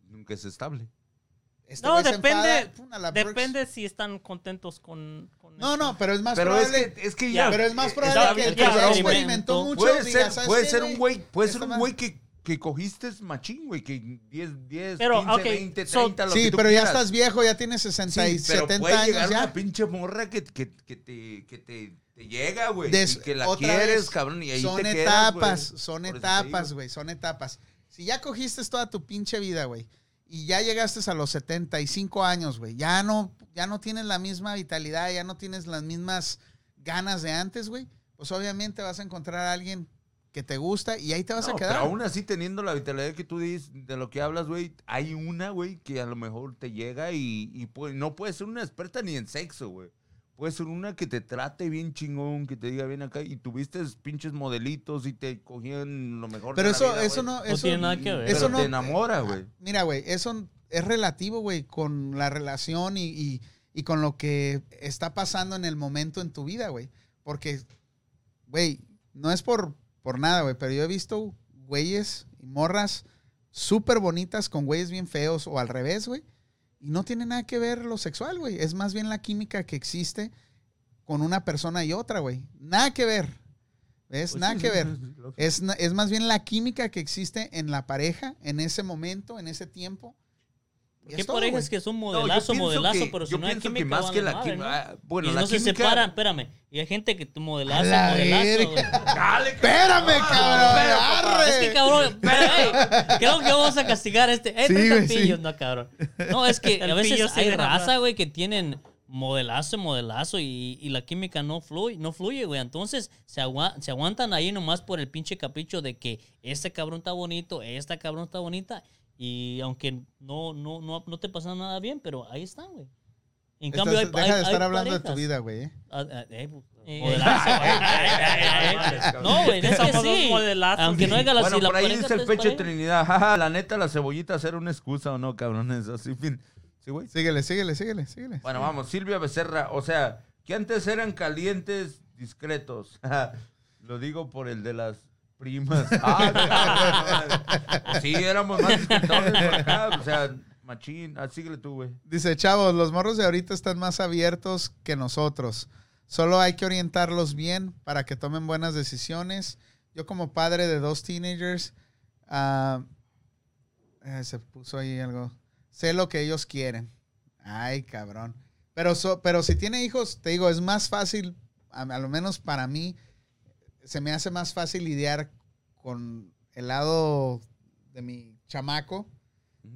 S3: nunca es estable.
S1: Este
S5: No,
S1: güey se
S5: depende-
S1: enfada, pum, a la Brooks.
S5: depende si están contentos con, con
S1: No,
S5: eso.
S1: no, pero es más
S3: Pero es
S1: probable.
S3: que, es que
S5: Ya,
S3: ya.
S1: pero es más
S3: eh,
S1: probable
S5: está
S1: que el que
S5: bien,
S1: ya
S5: cabrón,
S1: experimentó
S4: güey.
S1: mucho
S3: Puede
S1: diga,
S3: ser,
S1: ¿sabes
S3: puede
S1: qué,
S3: ser un güey, puede ser
S1: Esta
S3: un
S1: madre.
S3: güey que, que cogiste es machín, güey, que 10, 10,
S5: Pero,
S3: 15,
S5: ok,
S3: 20,
S5: so-
S3: 30, lo
S1: Sí,
S3: que tú
S1: pero ya
S3: quieras.
S1: estás viejo, ya tienes 60 y
S3: Sí, pero
S1: 70
S3: puede llegar
S1: años
S3: una
S1: ya.
S3: pinche morra que, que, que te, que te, te llega, güey,
S1: Des-
S3: y que la
S1: otra
S3: quieres,
S1: vez,
S3: cabrón, y ahí
S1: son
S3: te quedas, güey.
S1: etapas, son
S3: Por eso te
S1: etapas,
S3: digo.
S1: güey, son etapas. Si ya cogiste toda tu pinche vida, güey, y ya llegaste a los 75 años, güey, ya no, ya no tienes la misma vitalidad, ya no tienes las mismas ganas de antes, güey, pues obviamente vas a encontrar a alguien que te gusta y ahí te vas
S3: No,
S1: a quedar.
S3: Pero aún así, teniendo la vitalidad que tú dices, de lo que hablas, güey, hay una, güey, que a lo mejor te llega y, y puede- no puede ser una experta ni en sexo, güey. Puede ser una que te trate bien chingón, que te diga bien acá, y tuviste pinches modelitos y te cogían lo mejor
S1: Pero
S3: de la
S1: eso,
S3: vida,
S1: eso
S3: güey.
S1: no,
S4: No
S1: eso,
S4: tiene nada que ver.
S3: Pero
S1: eso no-
S3: te enamora, güey.
S1: Mira, güey, eso es relativo, güey, con la relación y, y- y con lo que está pasando en el momento en tu vida, güey. Porque, güey, no es por, por nada, güey, pero yo he visto güeyes y morras súper bonitas con güeyes bien feos o al revés, güey. Y no tiene nada que ver lo sexual, güey. Es más bien la química que existe con una persona y otra, güey. Nada que ver. ¿Ves?
S3: Pues
S1: nada que ver. Es, na- es más bien la química que existe en la pareja, en ese momento, en ese tiempo. Y
S4: ¿Qué
S1: es todo,
S4: parejas
S1: güey.
S4: que son
S3: No, yo
S4: modelazo,
S3: pienso
S4: modelazo,
S3: que-
S4: pero si
S3: yo
S4: no hay
S3: pienso
S4: química,
S3: más que
S4: valen
S3: la
S4: madre,
S3: química-
S4: ¿no?
S3: ah, Bueno,
S4: y
S3: la
S4: no se
S3: química-
S4: separan, espérame. Y hay gente que modelazo,
S1: A la
S4: modelazo.
S1: verga.
S4: güey.
S3: Dale,
S1: Espérame,
S3: cabrón.
S1: cabrón,
S3: Pero,
S1: arre.
S4: Es que, Ah, cabrón, pero, hey, creo que vamos a castigar a este. Eh,
S1: Sí,
S4: treinta
S1: güey, sí.
S4: pillos, no, cabrón. No, es que
S5: El
S4: a veces
S5: pillo sí
S4: hay
S5: deja
S4: raza,
S5: hablar.
S4: güey, que tienen modelazo, modelazo y, y la química no fluye, no fluye, güey. Entonces se, agua- se aguantan ahí nomás por el pinche capricho de que este cabrón está bonito, esta cabrón está bonita. Y aunque no, no, no, no te pasa nada bien, pero ahí están, güey. En
S1: Estás-
S4: cambio, hay,
S1: deja de
S4: hay-
S1: estar
S4: hay
S1: hablando de
S4: parejas.
S1: tu vida, güey. ¿eh?
S4: Ah, ah, eh, pues,
S5: Eh,
S4: modelazo,
S5: eh,
S4: güey.
S5: eh, eh, eh,
S4: No, güey, es que
S5: Somos dos
S4: sí.
S5: modelazos.
S4: Aunque no haya la
S3: bueno,
S4: si la
S3: por ahí
S4: pareja
S3: dice el
S4: te
S3: pecho de
S4: espera-
S3: Trinidad. Jaja, la neta, la cebollita será una excusa o no, cabrones. Así, fin. Sí, güey.
S1: Síguele, síguele, síguele, síguele.
S3: Bueno, vamos, Silvia Becerra, o sea, que antes eran calientes, discretos. Lo digo por el de las primas. Ah, no, no, no. sí, éramos más discretones por acá, o sea, machín, así síguele tú, güey.
S1: Dice, chavos, los morros de ahorita están más abiertos que nosotros. Solo hay que orientarlos bien para que tomen buenas decisiones. Yo como padre de dos teenagers, ah, eh, se puso ahí algo. Sé lo que ellos quieren. Ay, cabrón. Pero, so- pero si tiene hijos, te digo, es más fácil, a, a lo menos para mí, se me hace más fácil lidiar con el lado de mi chamaco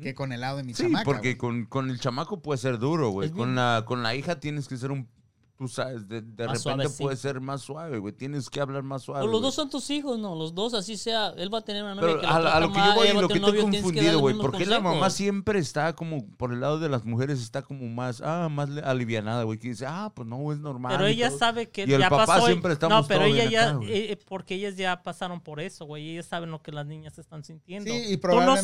S1: que con el lado de mi
S3: Sí,
S1: chamaca.
S3: porque
S1: güey.
S3: con, con el chamaco puede ser duro, güey.
S4: Es
S3: Con
S4: bien-
S3: la, con la hija tienes que ser un... Tú sabes, de, de repente
S4: Más suave, sí.
S3: puede ser más suave, güey. Tienes que hablar más suave.
S4: O los
S3: güey.
S4: dos son tus hijos, no, los dos, así sea. Él va a tener una novia
S3: Pero
S4: que
S3: a, a
S4: trata
S3: lo que yo
S4: mal,
S3: voy y
S4: ella va a
S3: lo que
S4: tener
S3: estoy
S4: novio, tienes que darle
S3: confundido,
S4: los
S3: güey,
S4: mismos
S3: porque la mamá
S4: consejos.
S3: siempre está como por el lado de las mujeres, está como más, ah, más le- alivianada, güey, que dice, ah, pues no, es normal.
S5: Pero
S3: y
S5: ella
S3: todo.
S5: sabe que
S3: Y el
S5: ya
S3: papá
S5: pasó.
S3: siempre estamos
S5: no, pero
S3: todo
S5: ella
S3: bien
S5: ya,
S3: acá, güey.
S5: eh, porque ellas ya pasaron por eso, güey. Ellas saben lo que las niñas están sintiendo.
S1: Sí, y
S5: Tú no
S1: probablemente,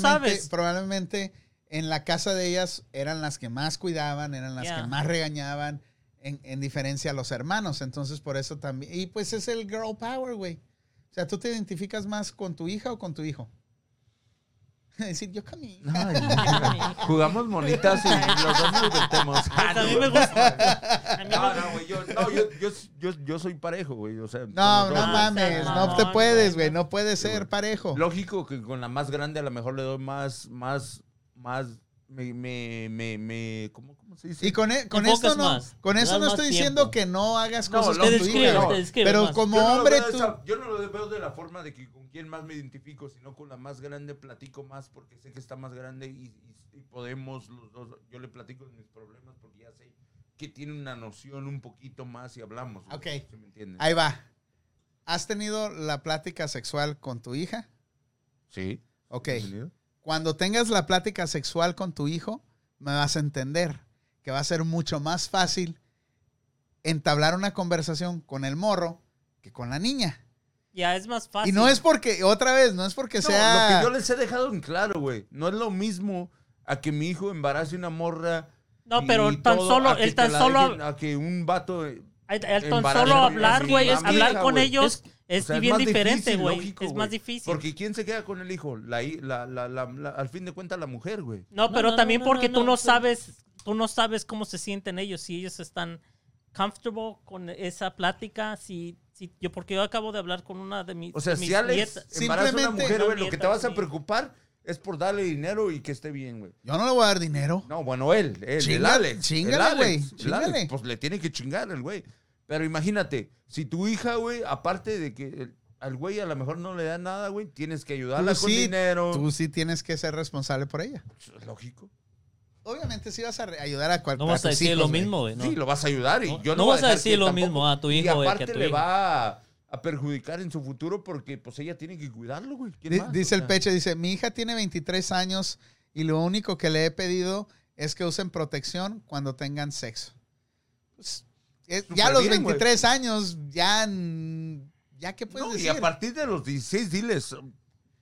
S5: sabes.
S1: probablemente en la casa de ellas eran las que más cuidaban, eran las
S5: Ya.
S1: que más regañaban, en, en diferencia a los hermanos. Entonces, por eso también. Y pues es el girl power, güey. O sea, ¿tú te identificas más con tu hija o con tu hijo? Es decir, yo con mi hija.
S3: Ay, mira, jugamos monitas y los dos nos metemos.
S5: Pues a mí me gusta. A mí
S3: No,
S5: me-
S3: no, güey, yo, no, yo, yo, yo, yo soy parejo, güey, o sea.
S1: No,
S3: con
S1: no
S3: los dos.
S5: no,
S1: mames,
S5: no,
S1: no, te
S5: no,
S1: puedes,
S5: güey,
S1: güey, no puedes ser
S3: güey.
S1: parejo.
S3: Lógico que con la más grande a lo mejor le doy más, más, más, me, me, me, me- ¿cómo, cómo se dice?
S1: Y con, e- con
S4: enfocas
S1: esto no,
S4: más,
S1: con
S4: le
S1: eso
S4: das
S1: no
S4: más
S1: estoy
S4: tiempo.
S1: diciendo que no hagas
S3: No,
S1: cosas
S3: lo
S1: con
S4: Te
S1: tu
S4: describes,
S1: hija,
S3: no.
S4: te
S1: güey.
S4: describes
S1: Pero
S4: más.
S1: como
S3: yo no lo
S1: hombre
S3: veo de
S1: tú,
S3: esa- yo no lo veo de la forma de que con quién más me identifico, sino con la más grande platico más porque sé que está más grande y, y- y podemos los dos. Yo le platico de mis problemas porque ya sé que tiene una noción un poquito más y hablamos. güey,
S1: Ok.
S3: ¿sí me entiendes?
S1: ahí va. ¿Has tenido la plática sexual con tu hija?
S3: Sí.
S1: Ok.
S3: ¿entendido?
S1: Cuando tengas la plática sexual con tu hijo, me vas a entender que va a ser mucho más fácil entablar una conversación con el morro que con la niña.
S5: Ya es más fácil.
S1: Y no es porque, otra vez, no es porque
S3: No,
S1: sea...
S3: Lo que yo les he dejado en claro, güey. No es lo mismo a que mi hijo embarace una morra.
S5: No,
S3: y
S5: pero tan
S3: todo,
S5: solo-
S3: a que
S5: el
S3: te
S5: tan
S3: la
S5: solo-
S3: dejen, a que un vato. eh,
S5: Al- al tan
S3: Embarazo,
S5: solo
S3: güey,
S5: hablar,
S3: sí,
S5: güey, es
S3: mami,
S5: hablar
S3: hija,
S5: con
S3: güey.
S5: ellos es,
S3: O sea,
S5: bien
S3: más
S5: diferente,
S3: difícil,
S5: güey.
S3: lógico,
S5: Es más difícil.
S3: Porque ¿quién se queda con el hijo? La, hi- la, la, la, la- al fin de cuentas, la mujer, güey.
S5: No,
S4: No,
S5: pero
S4: no,
S5: también
S4: no, no,
S5: porque
S4: no,
S5: tú
S4: no,
S5: no
S4: pero-
S5: sabes, tú no sabes cómo se sienten ellos, si ellos están comfortable con esa plática, si, si yo porque yo acabo de hablar con una de mis
S3: O sea,
S5: de mis
S3: si Alex
S5: nietas.
S3: embaraza a una
S1: Simplemente-
S3: mujer, güey, lo
S5: Una
S3: que te
S5: nieta,
S3: vas a
S5: sí.
S3: preocupar es por darle dinero y que esté bien, güey.
S1: Yo no le voy a dar dinero.
S3: No, bueno, él, él, el
S1: Chinga-
S3: Alex.
S1: chíngale,
S3: el Alex,
S1: güey,
S3: el
S1: chíngale.
S3: Alex, Pues le tiene que chingar el güey. Pero imagínate, si tu hija, güey, aparte de que el- al güey a lo mejor no le da nada, güey, tienes que ayudarla
S1: Tú
S3: con
S1: Pues sí-
S3: dinero.
S1: Tú sí tienes que ser responsable por ella.
S3: Lógico.
S1: Obviamente sí vas a re- ayudar a
S4: No
S1: cualquier
S4: vas a decir lo mismo, güey. ¿no?
S3: Sí, lo vas a ayudar y
S4: No-
S3: yo
S4: no
S3: no voy
S4: vas a
S3: dejar que
S4: decir lo
S3: tampoco-
S4: mismo a tu
S3: Y
S4: hijo, güey, que a
S3: aparte
S4: tu
S3: le
S4: hija.
S3: va a, a perjudicar en su futuro porque pues ella tiene que cuidarlo, güey. ¿Quién más?
S1: Dice
S3: O
S1: el
S3: sea,
S1: pecho, dice, mi hija tiene 23 años y lo único que le he pedido es que usen protección cuando tengan sexo. Pues, es- ya a los
S3: Superbién, güey.
S1: 23 años, ya, mm, ya qué puedes
S3: No, y
S1: decir.
S3: a partir de los 16 diles, um,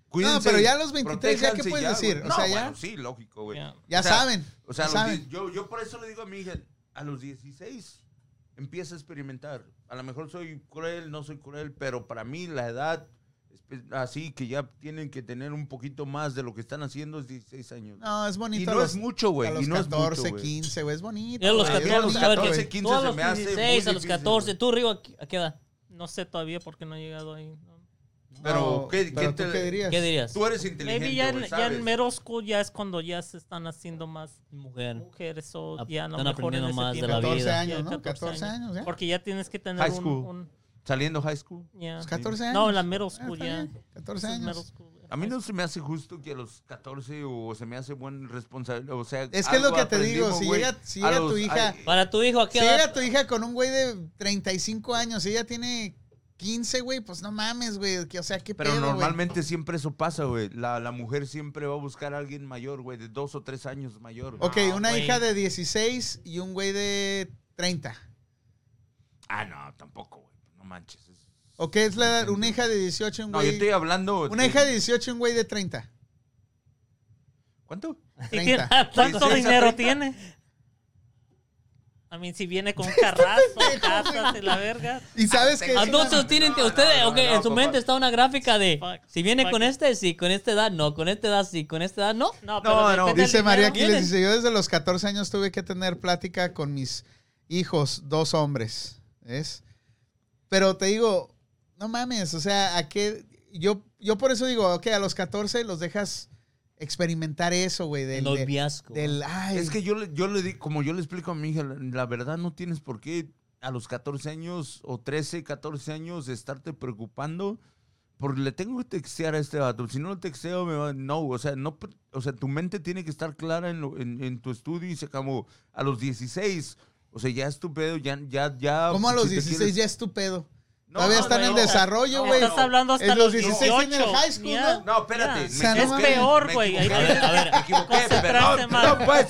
S3: cuídense.
S1: pero ya a los 23 ya, ¿qué
S3: protéjanse
S1: puedes
S3: güey.
S1: decir? O
S3: No,
S1: sea, ya-
S3: bueno, sí, lógico, güey.
S5: Ya.
S1: ya
S3: o sea,
S1: saben.
S3: O sea,
S1: ya
S3: a los
S1: saben.
S3: die- yo, yo por eso le digo a mi hija, a los 16 empieza a experimentar. A lo mejor soy cruel, no soy cruel, pero para mí la edad, espe- así que ya tienen que tener un poquito más de lo que están haciendo es 16 años.
S1: No, es bonito.
S3: y
S1: a
S3: no
S1: los-
S3: es mucho, güey.
S1: A
S3: Y
S1: los
S3: no
S1: 14,
S3: es mucho, güey.
S1: 15, güey, es bonito.
S4: Ya a los
S1: güey, es
S4: 14, a los
S1: bonito,
S4: 14,
S1: güey.
S3: 15
S4: Tú a
S3: se
S4: los
S3: me hace muy
S4: 16, a los
S3: difícil,
S4: 14.
S3: güey.
S4: ¿Tú, Río, a qué- a qué edad?
S5: No sé todavía porque no he llegado ahí. ¿no?
S3: Pero, ¿qué,
S1: pero
S3: qué
S1: ¿tú
S3: te-
S1: qué dirías?
S4: ¿Qué dirías?
S3: Tú eres inteligente,
S5: Maybe ya en,
S3: güey,
S5: ya en
S3: ¿sabes?
S5: middle school ya es cuando ya se están haciendo más
S4: Mujer.
S5: mujeres o
S4: Ap-
S5: ya no
S4: están aprendiendo más de la
S1: 14
S4: vida.
S1: años,
S5: Ya,
S1: ¿no? 14 años, ya.
S5: Porque ya tienes que tener
S3: High
S5: un...
S3: school.
S5: un-
S3: Saliendo high school.
S5: ya.
S1: Los 14 Pues, años. Ah,
S5: No, en la middle school
S1: está
S5: ya.
S1: bien, 14
S5: Ese es middle
S1: años.
S5: school, eh. ya.
S3: A mí no se me hace justo que a los 14 o se me hace buen responsable, o sea,
S1: Es que es lo
S3: algo
S1: que te digo,
S3: aprendimos,
S1: si
S3: güey,
S1: llega- si
S3: a
S1: llega tu hija-
S3: ay,
S4: Para tu hijo, ¿a qué
S1: Si
S4: edad?
S1: llega tu hija con un güey de 35 años y ella tiene 15, güey, pues no mames, güey. que- O sea, qué
S3: pero
S1: pedo, güey?
S3: normalmente siempre eso pasa, güey. La, la mujer siempre va a buscar a alguien mayor, güey, de dos o tres años mayor. güey.
S1: Ok, una
S5: güey.
S1: hija de 16 y un güey de 30.
S3: Ah, no, tampoco, güey. No manches. es-
S1: ¿O qué es la edad? Una hija de 18 y un
S3: No, yo
S1: güey...
S3: estoy hablando.
S1: una hija de 18 y un güey de 30.
S3: ¿Cuánto?
S5: Si tiene,
S1: 30.
S5: ¿Tanto
S3: 16 a
S5: dinero
S3: 30?
S5: tiene? A mí, si viene con un carrazo, casas y la verga.
S1: Y sabes que...
S3: Ah,
S4: Entonces tienen que- ustedes,
S3: no,
S4: ok,
S3: no,
S4: en su
S3: papá.
S4: mente está una gráfica de
S5: Fuck,
S4: si viene
S5: fuck
S4: con
S5: it.
S4: este, sí, con esta edad no, con esta edad sí, con esta edad no.
S3: No,
S5: No, pero
S3: no.
S5: depende del
S1: Dice María
S5: dinero.
S1: Aquiles, dice, yo desde los 14 años tuve que tener plática con mis hijos, dos hombres. Es. Pero te digo, no mames, o sea, ¿a qué? Yo, yo por eso digo, ok, a los 14 los dejas experimentar eso, güey. Del,
S4: El
S1: de-
S4: noviazgo.
S1: del, ay,
S3: Es que yo, le- yo le di, como yo le explico a mi hija, la, la verdad no tienes por qué a los 14 años o 13, 14 años estarte preocupando por le tengo que textear a este vato. Si no lo texteo, me va, no, o sea, no, pre- o sea, tu mente tiene que estar clara en, lo- en- en tu estudio y se acabó a los 16. O sea, ya es tu pedo, ya, ya, ya.
S1: ¿Cómo a los
S3: si te
S1: 16
S3: quieres-
S1: ya es tu pedo?
S3: No,
S1: Todavía
S3: no,
S1: están
S3: no,
S1: en
S3: no.
S1: desarrollo,
S3: No,
S1: güey.
S5: Estás hablando hasta
S1: Es
S5: los
S1: los 16 en el
S5: 18,
S1: high school,
S5: ya.
S1: ¿no?
S3: No, espérate.
S5: Ya.
S3: me
S1: sea, no
S5: Es
S3: equivoqué,
S5: peor,
S3: me
S5: güey. Hay
S3: equivoqué.
S4: A ver, a ver.
S3: Me equivoqué,
S5: Concentrarse
S3: perdón,
S5: más.
S3: no, pues.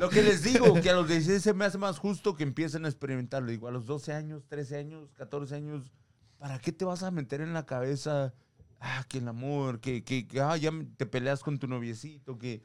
S3: Lo que les digo, que a los 16 se me hace más justo que empiecen a experimentarlo. Digo, a los 12 años, 13 años, 14 años, ¿para qué te vas a meter en la cabeza? Ah, que el amor, que, que, que, ah, ya me- te peleas con tu noviecito, que...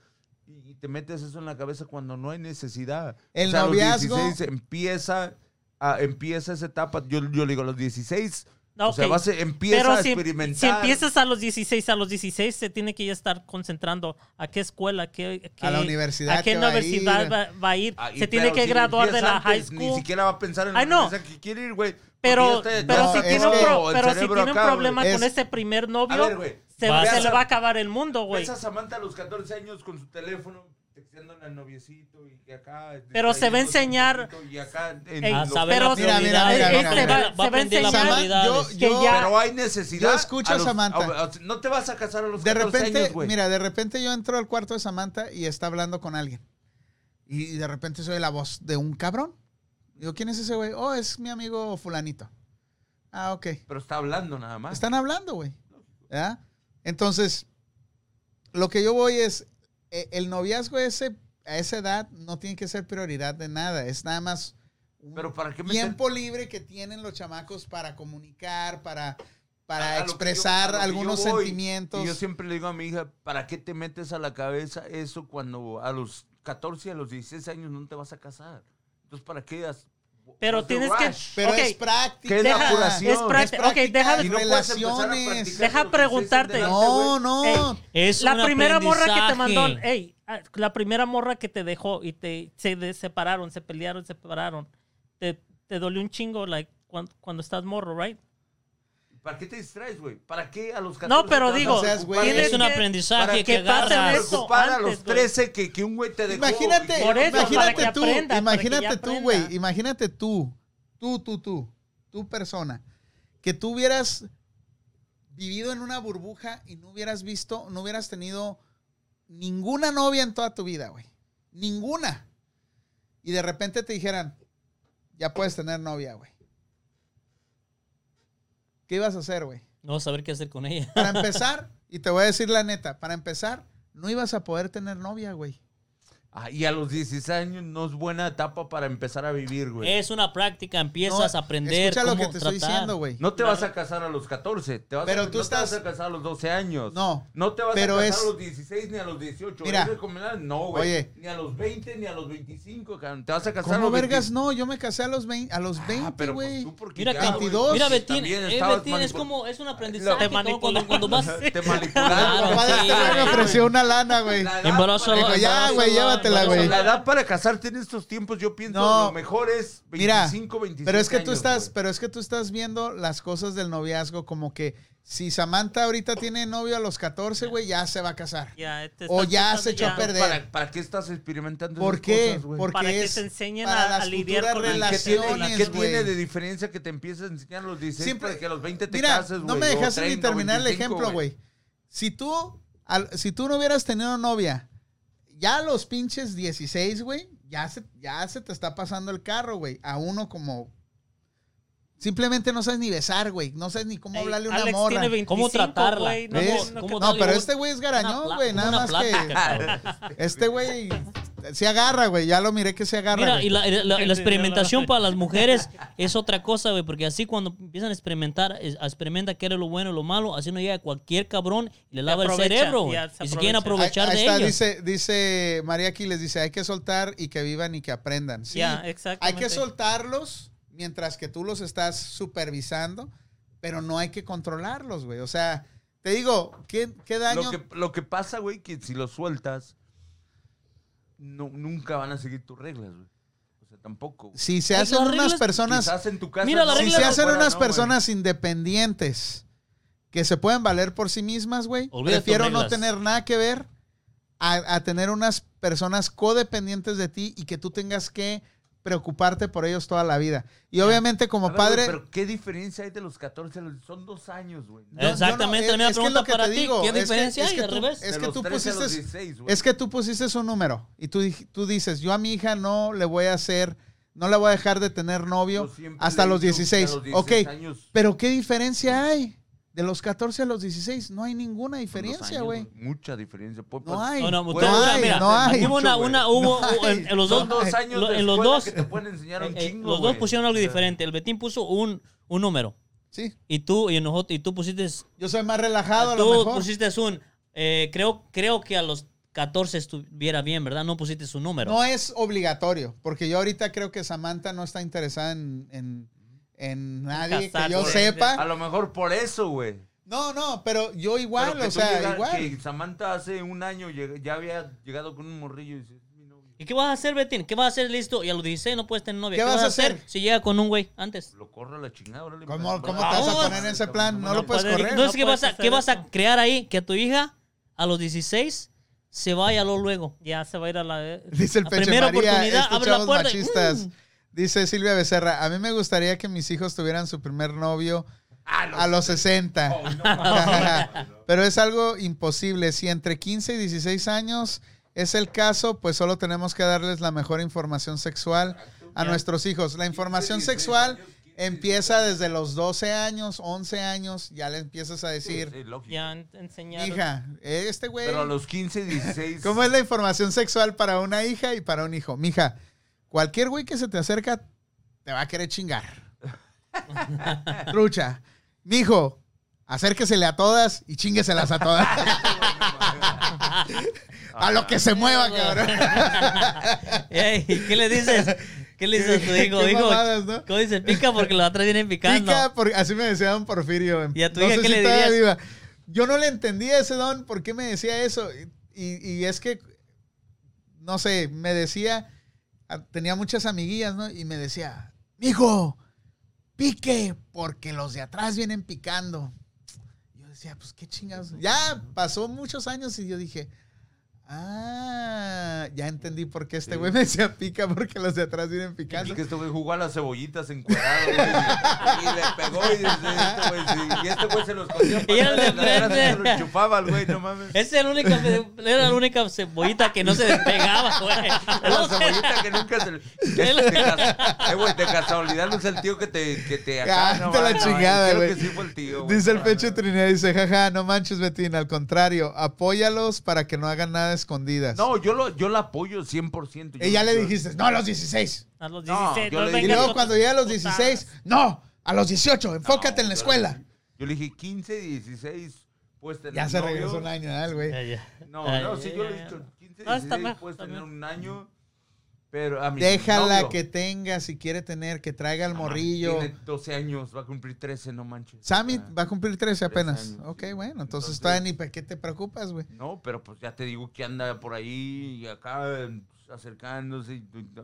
S3: Y y te metes eso en la cabeza cuando no hay necesidad.
S1: El
S3: a los
S1: noviazgo-
S3: 16 empieza, a- empieza esa etapa. Yo, yo le digo, a los 16...
S5: No,
S3: O sea,
S5: ok.
S3: vas a- empieza
S5: Pero
S3: a
S5: si,
S3: experimentar.
S5: si empiezas a los 16, a los 16 se tiene que ya estar concentrando a qué escuela, a qué,
S1: A la
S5: qué-
S1: universidad
S5: a qué
S1: que va a
S5: universidad
S1: ir.
S5: va, va a ir.
S3: Ah, y
S5: se tiene
S3: pero
S5: que
S3: si
S5: graduar de
S3: empieza
S5: la high
S3: antes, Ni
S5: school.
S3: siquiera va a pensar en la
S5: Ay, no.
S3: universidad que quiere ir, güey. porque ya
S5: Pero,
S3: está-
S5: pero
S1: No,
S5: si
S1: es
S5: tiene un,
S1: que-
S5: pro-
S3: el
S5: pero si
S3: cerebro
S5: tiene un
S3: acá,
S5: problema
S1: güey.
S5: con
S1: Es-
S5: ese primer
S3: A
S5: novio,
S3: ver, güey,
S5: se,
S4: vas
S5: se
S4: a-
S5: le va a acabar el mundo,
S3: güey.
S5: güey.
S3: Ves a Samantha a los 14 años con su teléfono texteándole al noviecito y que acá...
S5: Pero se va a enseñar- Ah,
S3: Y acá... en
S5: Ey,
S4: a
S3: lo-
S4: saber
S5: pero-
S4: las
S1: Mira, mira,
S4: prioridades,
S1: mira,
S4: va a
S1: mira,
S4: aprender-
S5: mira.
S4: va a aprender las
S5: Se va-
S1: yo,
S4: prioridades.
S5: que
S1: yo-
S5: ya-
S3: Pero hay necesidad...
S1: Yo escucho a
S3: los-
S1: Samantha.
S3: a- a- no te vas a casar a los
S1: de
S3: 14
S1: repente,
S3: años, güey.
S1: mira, de repente yo entro al cuarto de Samantha y está hablando con alguien. Y de repente soy la voz de un cabrón. Digo, ¿quién es ese güey? Oh, es mi amigo fulanito. Ah, ok.
S3: Pero está hablando nada más.
S1: Están hablando, güey. ¿Ya? Entonces, lo que yo voy es, eh, el noviazgo ese, a esa edad no tiene que ser prioridad de nada. Es nada más un
S3: Pero ¿para qué meter-
S1: tiempo libre que tienen los chamacos para comunicar, para, para
S3: a Ah, lo que yo-
S1: expresar
S3: a lo que yo
S1: algunos
S3: voy.
S1: sentimientos.
S3: Y yo siempre le digo a mi hija, ¿para qué te metes a la cabeza eso cuando a los 14, a los 16 años no te vas a casar? Entonces, ¿para qué? has-
S5: Pero
S3: what's the
S5: tienes que-
S3: rush?
S1: Pero
S5: Ok.
S1: es práctica.
S3: ¿Qué es la
S5: Deja-
S3: curación?
S5: es práctica.
S1: Es práctica
S5: Ok, deja de-
S1: y
S3: Y no puedes empezar a
S1: relaciones.
S3: practicar
S5: Deja
S3: a los 16
S5: preguntarte.
S3: delante,
S1: No,
S3: güey.
S1: no.
S5: Ey,
S4: Es
S5: la
S4: un
S5: primera morra que te mandó,
S4: aprendizaje.
S5: ey, ah, la primera morra que te dejó y te se de- separaron, se pelearon, se separaron. Te, te dolió un chingo like, cuando, cuando estás morro, right?
S3: ¿Para qué te distraes, güey? ¿Para qué a los 14?
S5: No, pero
S3: te vas a
S5: digo,
S1: No seas güey.
S3: preocupar?
S5: tienes
S4: Es un
S5: que-
S4: aprendizaje que
S5: que pase
S4: agarras.
S5: eso.
S3: Preocupar a los
S5: antes, güey.
S3: 13 que, que un güey te dejó.
S1: Imagínate,
S5: Por eso, para
S1: imagínate
S5: que
S1: tú,
S5: aprenda, para que
S1: imagínate
S5: ya
S1: tú,
S5: aprenda.
S1: güey, imagínate tú, tú, tú, tú, tu persona, que tú hubieras vivido en una burbuja y no hubieras visto, no hubieras tenido ninguna novia en toda tu vida, güey, ninguna. Y de repente te dijeran, ya puedes tener novia, güey. ¿Qué ibas a hacer, güey?
S4: No vas a saber qué hacer con ella.
S1: Para empezar, y te voy a decir la neta, para empezar, no ibas a poder tener novia, güey.
S3: Ah, y a los 16 años no es buena etapa para empezar a vivir, güey.
S4: Es una práctica, empiezas
S1: No,
S4: a aprender
S1: Escucha
S4: cómo
S1: lo que te
S4: tratar.
S1: estoy diciendo, güey.
S3: No te vas a casar a los 14, te vas
S1: Pero
S3: a,
S1: tú
S3: no te vas
S1: estás-
S3: a casar a los 12 años.
S1: No,
S3: No te vas
S1: pero
S3: a casar
S1: es-
S3: a los 16 ni a los 18.
S1: Mira.
S3: ¿Es recomendable? No, güey.
S1: Oye.
S3: Ni a los 20 ni a los 25, cabrón. Te vas a casar a
S1: ¿Cómo
S3: los
S1: vergas
S3: 20?
S1: no? Yo me casé a los 20, a los 20,
S3: Ah, pero pues
S1: güey.
S3: tú porque
S4: Mira,
S3: ya,
S4: que-
S3: güey,
S1: 22.
S4: mira
S3: también
S4: Betín, eh,
S3: estabas
S4: Betín es
S3: manipu-
S4: como, es un aprendizaje.
S5: Te
S4: como cuando, cuando vas...
S5: manipularon.
S3: Te manipularon.
S4: Claro,
S1: Papá de
S4: sí,
S1: este güey me
S4: güey.
S1: ofreció una lana, güey.
S3: La edad
S4: Embarazo,
S3: para-
S1: Dijo, ya,
S4: embarazo,
S1: güey, llévatela,
S4: embarazo.
S1: güey.
S3: La edad para casarte en estos tiempos, yo pienso
S1: No.
S3: lo mejor es
S1: Mira,
S3: 25, 25
S1: Pero es que tú estás, pero es que tú estás viendo las cosas del noviazgo como que si Samantha ahorita tiene novio a los 14, güey, ya se va a casar.
S5: Ya, este te
S1: O
S5: estás
S1: ya
S5: pensando
S1: se echó a perder.
S3: ¿Para, ¿Para qué estás experimentando
S1: ¿Por
S3: esas
S1: qué?
S3: cosas, güey?
S1: Porque
S5: Para que
S1: es
S5: te enseñen
S1: para
S5: a-
S1: las
S5: a lidiar
S1: futuras
S5: con
S3: ¿Y ¿Qué tiene,
S1: relaciones,
S3: ¿Qué
S1: güey.
S3: tiene de diferencia que te empieces a enseñar a los 16
S1: Siempre-
S3: para que a los 20 te
S1: Mira,
S3: cases, güey?
S1: no me
S3: o
S1: dejaste ni
S3: 30 o
S1: terminar el
S3: 25,
S1: ejemplo, güey. Si tú, al- si tú no hubieras tenido novia, ya a los pinches 16, güey, ya se, ya se te está pasando el carro, güey. A uno como... Simplemente no sabes ni besar, güey. No sabes ni cómo
S5: Ey,
S1: hablarle a una
S5: Alex
S1: morra.
S5: tiene 25,
S4: ¿Cómo tratarla?
S5: güey, no,
S1: ¿Ves?
S5: no,
S4: ¿Cómo
S5: que-
S1: No,
S4: darle
S1: pero
S4: un-
S1: este güey es
S4: Una
S1: garañón,
S4: pla-
S1: güey. Nada
S4: una
S1: más
S4: plática,
S1: que...
S4: cabrón.
S1: Este güey se agarra, güey. Ya lo miré que se agarra.
S4: Mira,
S1: güey.
S4: y la, la- la- la
S5: Sí,
S4: experimentación
S5: sí,
S4: para las mujeres es otra cosa, güey, porque así cuando empiezan a experimentar, es- a experimenta qué era lo bueno y lo malo, así no llega cualquier cabrón y le lava el
S5: aprovecha,
S4: cerebro, güey.
S5: ya, se
S4: Y se quieren
S1: Ahí-
S5: aprovecha.
S4: aprovechar
S1: ahí
S4: de
S1: está, Dice,
S4: ellos.
S1: dice María Aquiles, dice, hay que soltar y que vivan y que aprendan. Sí,
S5: Ya,
S1: hay que
S5: exactamente.
S1: soltarlos mientras que tú los estás supervisando, pero no hay que controlarlos, güey. O sea, te digo, ¿qué, qué daño?
S3: Lo que, lo que pasa, güey, que si lo sueltas, no, nunca van a seguir tus reglas, güey. O sea, tampoco. güey.
S1: Si se
S4: Ay,
S1: hacen
S4: las
S1: unas
S4: reglas-
S1: personas,
S3: Quizás en tu casa.
S4: Mira, la
S3: no,
S1: si
S4: regla
S1: se
S4: de-
S1: hacen
S3: fuera
S1: unas
S3: no, güey.
S1: personas independientes que se pueden valer por sí mismas, güey,
S4: Olvida tus
S1: prefiero no
S4: reglas.
S1: tener nada que ver a, a tener unas personas codependientes de ti y que tú tengas que preocuparte por ellos toda la vida. Y obviamente
S3: A
S1: como
S3: ver, güey,
S1: padre...
S3: Pero qué diferencia hay de los 14 a los- Son dos años, güey. ¿Eh?
S1: No, yo no,
S4: Exactamente, la misma
S1: es que es
S4: pregunta
S1: lo que
S4: para
S1: te
S4: ti.
S1: digo,
S4: ¿Qué
S1: es que-
S4: diferencia
S1: es
S4: hay,
S1: que
S4: al
S1: tú-
S4: revés?
S1: es
S3: De
S1: que
S3: los
S1: tú
S3: 13 a los
S1: pusiste-
S3: 16, güey.
S1: Es que tú pusiste un número y tú, dij- tú dices, yo a mi hija no le voy a hacer, no le voy a dejar de tener novio
S3: Yo siempre
S1: hasta
S3: le he
S1: los
S3: dicho que a
S1: 16.
S3: los 16
S1: ok,
S3: años son
S1: pero ¿qué diferencia hay? De los 14 a los 16, no hay ninguna
S3: dos
S1: diferencia,
S3: años,
S1: güey.
S3: Mucha diferencia. Pues,
S1: No
S3: pues,
S1: hay.
S4: No, no,
S1: no
S4: ustedes-
S1: hay,
S4: mira,
S1: no hay.
S4: hubo una,
S3: mucho, güey.
S4: una, hubo
S1: No hay.
S4: en, en los
S3: Son
S4: dos,
S3: dos años
S4: lo-
S3: de
S4: en los
S3: escuela
S4: dos,
S3: que te pueden enseñar un
S4: eh, eh,
S3: chingo,
S4: los dos
S3: güey.
S4: pusieron
S3: O
S4: algo
S3: sea,
S4: diferente. El Betín puso un, un número
S1: Sí,
S4: y tú y nosotros y tú pusiste, Ah,
S1: yo soy más relajado a lo
S4: tú
S1: mejor.
S4: pusiste un, eh, creo, creo que a los 14 estuviera bien, ¿verdad? No pusiste su número.
S1: No es obligatorio, porque yo ahorita creo que Samantha no está interesada en, en- en nadie que yo
S5: Casarse.
S3: A
S1: sepa.
S3: lo mejor por eso, güey.
S1: No, no, pero yo igual,
S3: Pero que
S1: o
S3: tú
S1: sea,
S3: llega-
S1: igual.
S3: Que Samantha hace un año lleg- ya había llegado con un morrillo y dice, "Es mi novio".
S4: ¿Y qué vas a hacer, Betín? ¿Qué vas a hacer listo? Y a los 16 no puedes tener novia.
S1: ¿Qué vas a hacer?
S4: si llega con un güey antes?
S3: Lo corro a la chingada. órale,
S1: ¿Cómo,
S3: pues,
S1: cómo te
S3: vamos,
S1: vas a
S4: No,
S1: poner en ese plan? No lo puedes
S5: puede-
S1: correr.
S4: Entonces,
S5: no
S4: ¿qué, vas a,
S5: puedes
S4: ¿qué
S5: hacer
S4: vas a
S5: eso.
S4: crear ahí? Que tu hija a los 16 se vaya lo luego.
S5: Ya se va a ir a la.
S1: Dice el
S4: La
S1: Peche
S4: primera
S1: María,
S4: oportunidad,
S1: estos
S4: abre la
S1: chavos
S4: puerta y,
S1: machistas.
S4: mm.
S1: Dice Silvia Becerra, a mí me gustaría que mis hijos tuvieran su primer novio a los 60.
S3: Oh,
S1: Pero es algo imposible. Si entre 15 y 16 años es el caso, pues solo tenemos que darles la mejor información sexual a nuestros hijos. La información
S3: 16
S1: sexual
S3: años, 15,
S1: empieza desde los 12 años, 11 años, ya le empiezas a decir,
S3: Sí, lógico.
S5: Ya en- enseñaron.
S1: hija, este güey...
S3: Pero a los 15, 16.
S1: ¿Cómo es la información sexual para una hija y para un hijo? Mija, cualquier güey que se te acerca te va a querer chingar. Trucha. Mijo, acérquesele a todas y chingueselas a todas. a lo que se mueva, cabrón.
S4: Ey, ¿Qué le dices? ¿Qué le dices a tu hijo?
S1: Qué
S4: Hijo,
S1: mamadas, ¿no?
S4: ¿Cómo dice? Pica porque los atrás vienen picando.
S1: Pica, por- así me decía don Porfirio.
S4: ¿Y a tu
S1: No
S4: hija
S1: sé
S4: qué
S1: si
S4: le
S1: todavía
S4: dirías?
S1: viva. Yo no le entendía a ese don, ¿por qué me decía eso? Y, y- y es que, no sé, me decía, a- tenía muchas amiguillas, ¿no? Y me decía, mijo, pique, porque los de atrás vienen picando. Yo decía, pues qué chingados. Ya pasó muchos años y yo dije, ah, ya entendí por qué este
S3: Sí.
S1: güey me decía pica, porque los de atrás vienen picando.
S3: Es que este güey jugó a las cebollitas encuadrado, güey. Y le pegó y dice, este güey, sí. Y este güey se los cogió.
S4: Y era el de frente.
S3: Se los chupaba al güey, no mames.
S4: Esa era la única- era la única cebollita que no se despegaba, güey.
S3: Es la cebollita que nunca se... Es, de, cas- eh, güey, de casualidad no es el tío que te... Que te
S1: Ah,
S3: no
S1: te la
S3: mames,
S1: chingada,
S3: creo
S1: güey.
S3: que sí fue el tío, güey.
S1: Dice el
S3: No
S1: Pecho
S3: mames.
S1: Trinidad, dice, jaja, no manches, Betín, al contrario, apóyalos para que no hagan nada escondidas.
S3: No, yo, lo, yo la apoyo 100%. Yo-
S1: Y ya le
S3: yo-
S1: dijiste, no a los 16.
S5: A los
S3: No,
S5: 16.
S3: yo
S5: no
S3: le
S1: Y
S3: dije-
S5: vengas
S1: luego
S5: con
S1: cuando
S5: tus
S1: llega a los
S5: putadas.
S1: 16, no, a los 18, enfócate en la
S3: yo-
S1: escuela.
S3: Yo le dije 15, 16, pues tener
S1: Ya se
S3: novio.
S1: regresó un año, ¿eh,
S4: Ya,
S1: güey?
S4: ya.
S3: No,
S4: Ay,
S3: no,
S4: ya,
S3: sí,
S4: ya,
S3: yo le he
S4: ya.
S3: dicho 15,
S5: No, está
S3: 16,
S5: mejor,
S3: puedes
S5: está
S3: tener
S5: mejor.
S3: un año, pero a mi
S1: Déjala
S3: novio,
S1: que tenga, si quiere tener, que traiga al
S3: no mames,
S1: morrillo.
S3: Tiene 12 años, va a cumplir 13, no manches. Ah.
S1: Sammy
S3: O sea,
S1: va a cumplir 13
S3: Tres
S1: apenas.
S3: años,
S1: ok,
S3: sí.
S1: bueno, entonces,
S3: Entonces-
S1: todavía ni para qué te preocupas, güey.
S3: No, pero pues ya te digo que anda por ahí y acá eh, acercándose. y- y no,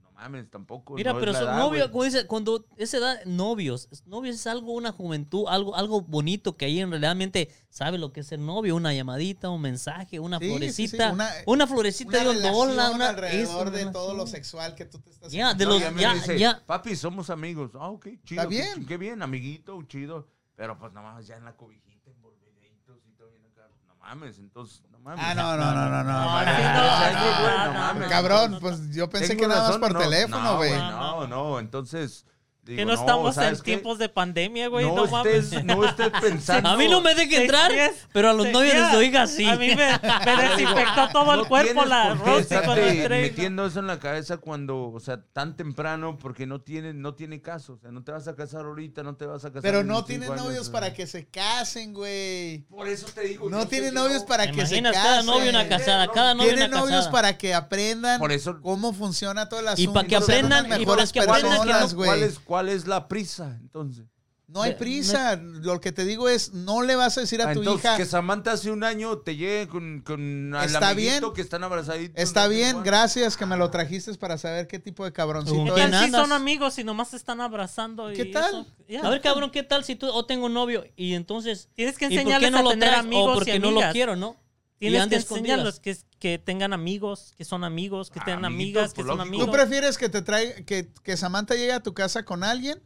S3: no mames, tampoco.
S4: Mira,
S3: Pues no es
S4: pero
S3: la
S4: son
S3: edad,
S4: novios,
S3: güey.
S4: como dice, cuando esa edad, novios, novios es algo, una juventud, algo, algo bonito que ahí en realmente sabe lo que es ser novio, una llamadita, un mensaje, una
S1: Sí, sí, sí,
S4: florecita,
S1: una-
S4: una, florecita de un
S1: relación
S4: dólar, una
S1: alrededor
S4: es-
S1: de todo lo
S4: sí.
S1: sexual que tú te estás...
S4: Ya, de
S3: No,
S4: los,
S3: ya me
S4: ya,
S3: dice,
S4: ya,
S3: Papi, somos amigos. Ah, ok,
S1: Está
S3: chido. qué
S1: bien.
S3: chi- Qué bien, amiguito, chido. Pero pues no mames, ya en la cobijita, envolveditos y todo bien acá. No mames, entonces, no mames.
S1: Ah, no, no, no, no, no.
S5: No,
S1: no,
S5: así
S1: no,
S5: no,
S1: no,
S5: ah,
S1: no,
S3: güey, no
S5: no,
S3: mames.
S5: no,
S1: Cabrón,
S5: no, no.
S1: pues yo pensé
S3: Tengo
S1: que nada más
S3: razón,
S1: por
S3: no,
S1: teléfono, güey.
S3: No, no, no, entonces.
S5: Que
S3: digo,
S5: no estamos en
S3: ¿sabes qué?
S5: tiempos de pandemia, güey.
S3: no,
S5: No, mames.
S3: estés, no estés pensando.
S4: a mí no me dejen entrar,
S5: diez,
S4: pero a los
S5: Sí,
S4: novios de
S5: ya.
S4: su hija sí.
S5: A mí me, me desinfectó todo el
S3: No
S5: cuerpo
S3: tienes
S5: la
S3: por qué
S5: Rosy cuando
S3: estarte
S5: entré. y no-
S3: metiendo eso en la cabeza cuando, o sea, tan temprano, porque no tiene, no tiene caso. O sea, no te vas a casar ahorita, no te vas a casar.
S1: Pero
S3: en
S1: no
S3: cinco
S1: tienen
S3: años,
S1: novios
S3: o sea.
S1: para que se casen, güey.
S3: Por eso te digo. yo
S1: No
S3: sé
S1: tienen
S3: que
S1: novios
S3: no.
S1: para que se
S4: Imaginas,
S1: casen.
S4: cada novio una
S3: casa.
S4: casada, cada novio una
S1: Tienen novios
S4: casada.
S1: para que aprendan
S3: Por eso-
S1: cómo funciona todo el asunto.
S4: Y para que
S1: sean unas
S4: aprendan- y para
S1: mejores
S4: que aprendan que no-
S1: personas,
S3: ¿Cuál
S1: güey.
S3: es, ¿Cuál es la prisa, entonces?
S1: No hay
S4: Me-
S1: prisa. Lo que te digo es, no le vas a decir a
S3: Ah,
S1: tu
S3: entonces,
S1: hija.
S3: que Samantha hace un año te llegue con, con al
S1: Está
S3: amiguito
S1: bien.
S3: que están abrazaditos.
S1: Está bien,
S3: gracias.
S1: gracias que me lo trajiste para saber qué tipo de
S5: ¿Qué
S1: cabroncito
S4: ¿Con
S5: tal
S1: es.
S4: quién
S5: si
S4: andas?
S5: son amigos y nomás se están abrazando? y
S1: ¿Qué tal?
S5: eso? Ya.
S4: A ver, cabrón, ¿qué tal si tú, o tengo novio, y entonces,
S5: Tienes que
S4: ¿y por qué
S5: enseñarles
S4: no
S5: a
S4: lo
S5: tener
S4: traes?
S5: amigos
S4: O porque
S5: y
S4: no
S5: amigas.
S4: lo quiero, ¿no? Y
S5: Tienes que
S4: ande escondidas.
S5: enseñarlos que, que tengan amigos, que son amigos, que
S3: Ah,
S5: tengan
S3: amiguitos,
S5: amigas, que
S3: pues,
S5: son
S3: lógico.
S5: amigos.
S1: ¿Tú prefieres que te traiga, que, que Samantha llegue a tu casa con alguien?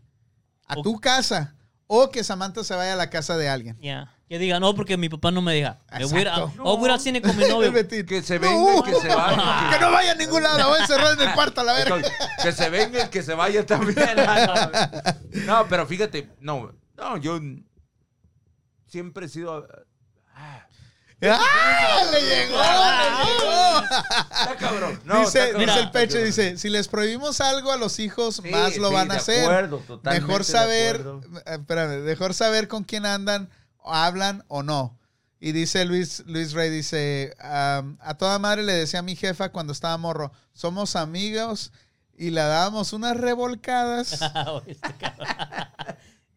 S1: A
S4: O-
S1: tu casa. O que Samantha se vaya a la casa de alguien.
S5: Ya.
S4: Que diga, no, porque mi papá no me deja. Me voy a ir a-
S1: Exacto.
S4: o voy a ir al cine con mi
S1: El
S4: novio.
S1: Betín.
S3: Que se
S1: No,
S3: venga,
S1: uh,
S3: que se vaya.
S1: Que no vaya a ningún lado, la voy a encerrar en el cuarto a la verga.
S3: Entonces, que se venga y que se vaya también. No, pero fíjate, no, no, yo siempre he sido. ah,
S1: ¡Ah! ¡Le llegó! Ah. ¡Le llegó!
S3: Está cabrón. No,
S1: dice, dice
S3: está cabrón.
S1: el
S4: Mira,
S1: pecho, dice, si les prohibimos algo a los hijos,
S3: Sí,
S1: más lo
S3: sí,
S1: van a
S3: de
S1: hacer.
S3: acuerdo, totalmente
S1: mejor
S3: de
S1: saber,
S3: acuerdo.
S1: eh, espérame, mejor saber con quién andan, o hablan o no. Y dice Luis, Luis Rey, dice, am, a toda madre le decía a mi jefa cuando estaba morro, somos amigos y le dábamos unas revolcadas.
S4: Ah, Oíste, cabrón.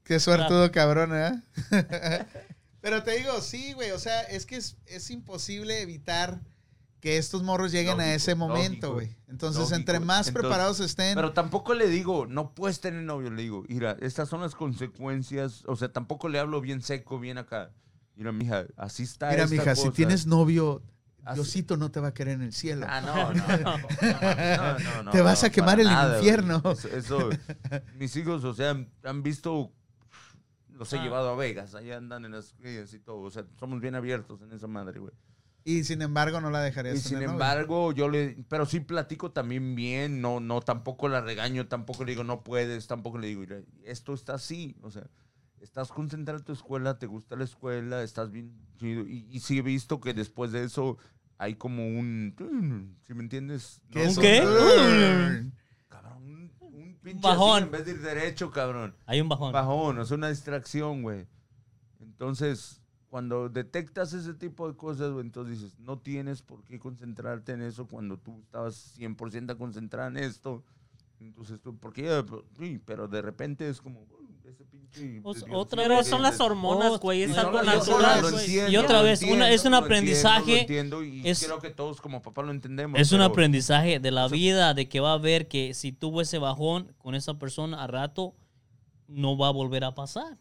S1: Qué suertudo cabrón, ¿eh? Pero te digo, sí, güey, o sea, es que es, es imposible evitar que estos morros lleguen a
S3: Lógico,
S1: ese momento,
S3: lógico,
S1: güey. Entonces,
S3: lógico.
S1: entre más
S3: Entonces,
S1: preparados estén,
S3: Pero tampoco le digo, no puedes tener novio. Le digo, mira, estas son las consecuencias. O sea, tampoco le hablo bien seco, bien acá. Mira, mija, así está.
S1: mira,
S3: esta
S1: mija, si
S3: cosa.
S1: tienes novio,
S3: Así-
S1: Diosito no te va a querer en el cielo.
S3: Ah, no, no, no, no, no, no,
S1: Te vas a
S3: no,
S1: quemar
S3: para
S1: el
S3: nada, güey.
S1: infierno.
S3: Eso, eso, mis hijos, o sea, han visto, los he
S5: Ah.
S3: llevado a Vegas, allá andan en las calles y todo, o sea, somos bien abiertos en esa madre, güey.
S1: Y sin embargo, no la dejarías
S3: Y sin
S1: tener novio.
S3: embargo, yo le, pero sí platico también bien, no, no, tampoco la regaño, tampoco le digo no puedes, tampoco le digo, "Mira, esto está así, o sea, estás concentrado en tu escuela, te gusta la escuela, estás bien chido, y, y sí he visto que después de eso hay como un, si me entiendes,
S1: ¿Qué es
S4: ¿Un qué?
S1: un-
S3: Cabrón, un, un pinche así,
S4: Bajón.
S3: en vez de ir derecho, cabrón.
S4: Hay un bajón.
S3: Bajón, es una distracción, güey. Entonces, cuando detectas ese tipo de cosas, güey, entonces dices, no tienes por qué concentrarte en eso cuando tú estabas 100% concentrada en esto. Entonces tú, porque ya, pero- sí, pero de repente es como, "Uy, ese pinche...
S4: Pues,
S3: desviación
S4: otra
S3: que
S5: Pero
S4: vez
S5: son
S3: tienes".
S5: las hormonas,
S4: Oh,
S5: güey. Es
S4: son
S5: algo
S4: las hormonas,
S5: natural,
S4: lo
S5: güey.
S4: Y otra
S3: lo
S4: vez, una- es un
S3: entiendo, lo
S4: aprendizaje,
S3: entiendo, y
S4: es-
S3: creo que todos como papá lo entendemos.
S4: Es un
S3: pero-
S4: aprendizaje de la vida, de que va a haber que si tuvo ese bajón con esa persona a rato, no va a volver a pasar.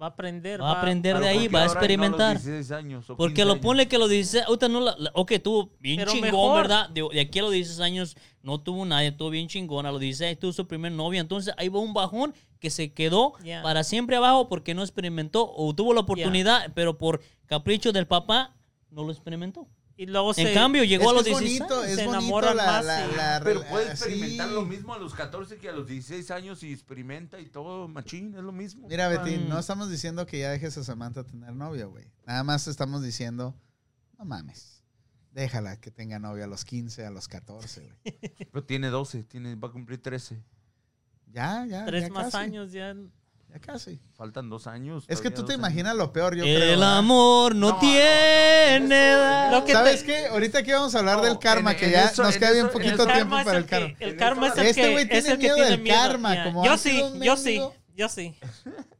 S5: Va a aprender.
S4: Va a aprender
S3: pero
S4: de
S3: ¿por
S4: ahí,
S3: qué
S4: va a
S3: ahora y no a los
S4: experimentar.
S3: 16 años o
S4: Porque
S3: 15
S4: lo
S3: años?
S4: ponle que lo dice, ahorita no la, la- ok, tú bien
S5: Pero
S4: chingón,
S5: mejor.
S4: ¿verdad? De, de aquí a los 16 años no tuvo nadie, tuvo bien chingona, a los 16 tuvo su primer novia, entonces ahí va un bajón que se quedó
S5: Yeah.
S4: para siempre abajo porque no experimentó o tuvo la oportunidad, pero por capricho del papá no lo experimentó.
S5: Y luego
S4: En
S5: se-
S4: cambio,
S1: Es
S4: llegó
S1: que
S4: a los
S1: es
S4: 16
S1: bonito,
S4: años.
S1: es
S5: se
S1: bonito
S5: enamoran
S1: la,
S5: más,
S1: la,
S5: sí.
S1: la-
S3: Pero
S1: la-
S3: puede
S1: sí.
S3: experimentar lo mismo a los 14 que a los 16 años y experimenta y todo, machín, es lo mismo.
S1: Mira, Betín,
S4: Mm.
S1: no estamos diciendo que ya dejes a Samantha tener novio, güey. Nada más estamos diciendo, no mames, déjala que tenga novio a los 15, a los 14, güey.
S3: Pero tiene 12, tiene, va a cumplir 13.
S1: Ya, ya.
S5: Ah, Tres
S1: ya
S5: más
S1: casi,
S5: años ya.
S1: Ya casi.
S3: Faltan dos años.
S1: Es que
S3: todavía
S1: tú te
S3: dos
S1: imaginas
S3: años.
S1: lo peor, yo creo.
S4: El
S1: ¿verdad?
S4: amor
S3: No,
S4: no,
S3: no,
S4: tiene
S3: no, eso-
S4: edad.
S5: Lo que
S1: Ah, ¿Sabes
S5: te-
S1: qué? Ahorita aquí vamos a hablar
S3: No,
S1: del karma,
S3: en-
S1: que
S3: en
S1: ya
S3: eso-
S1: nos
S3: en
S1: queda bien
S3: eso- en
S1: poquito
S3: eso-
S1: tiempo
S5: es
S1: para
S5: el
S1: el karma.
S5: Que, el karma es el
S1: Este
S5: que,
S1: güey
S5: es
S1: tiene
S5: el que
S1: miedo
S5: tiene
S1: del
S5: miedo.
S1: karma,
S5: ya.
S1: como ha
S5: yo
S1: sido
S5: sí,
S1: un
S5: yo sí,
S1: mendigo.
S5: yo sí.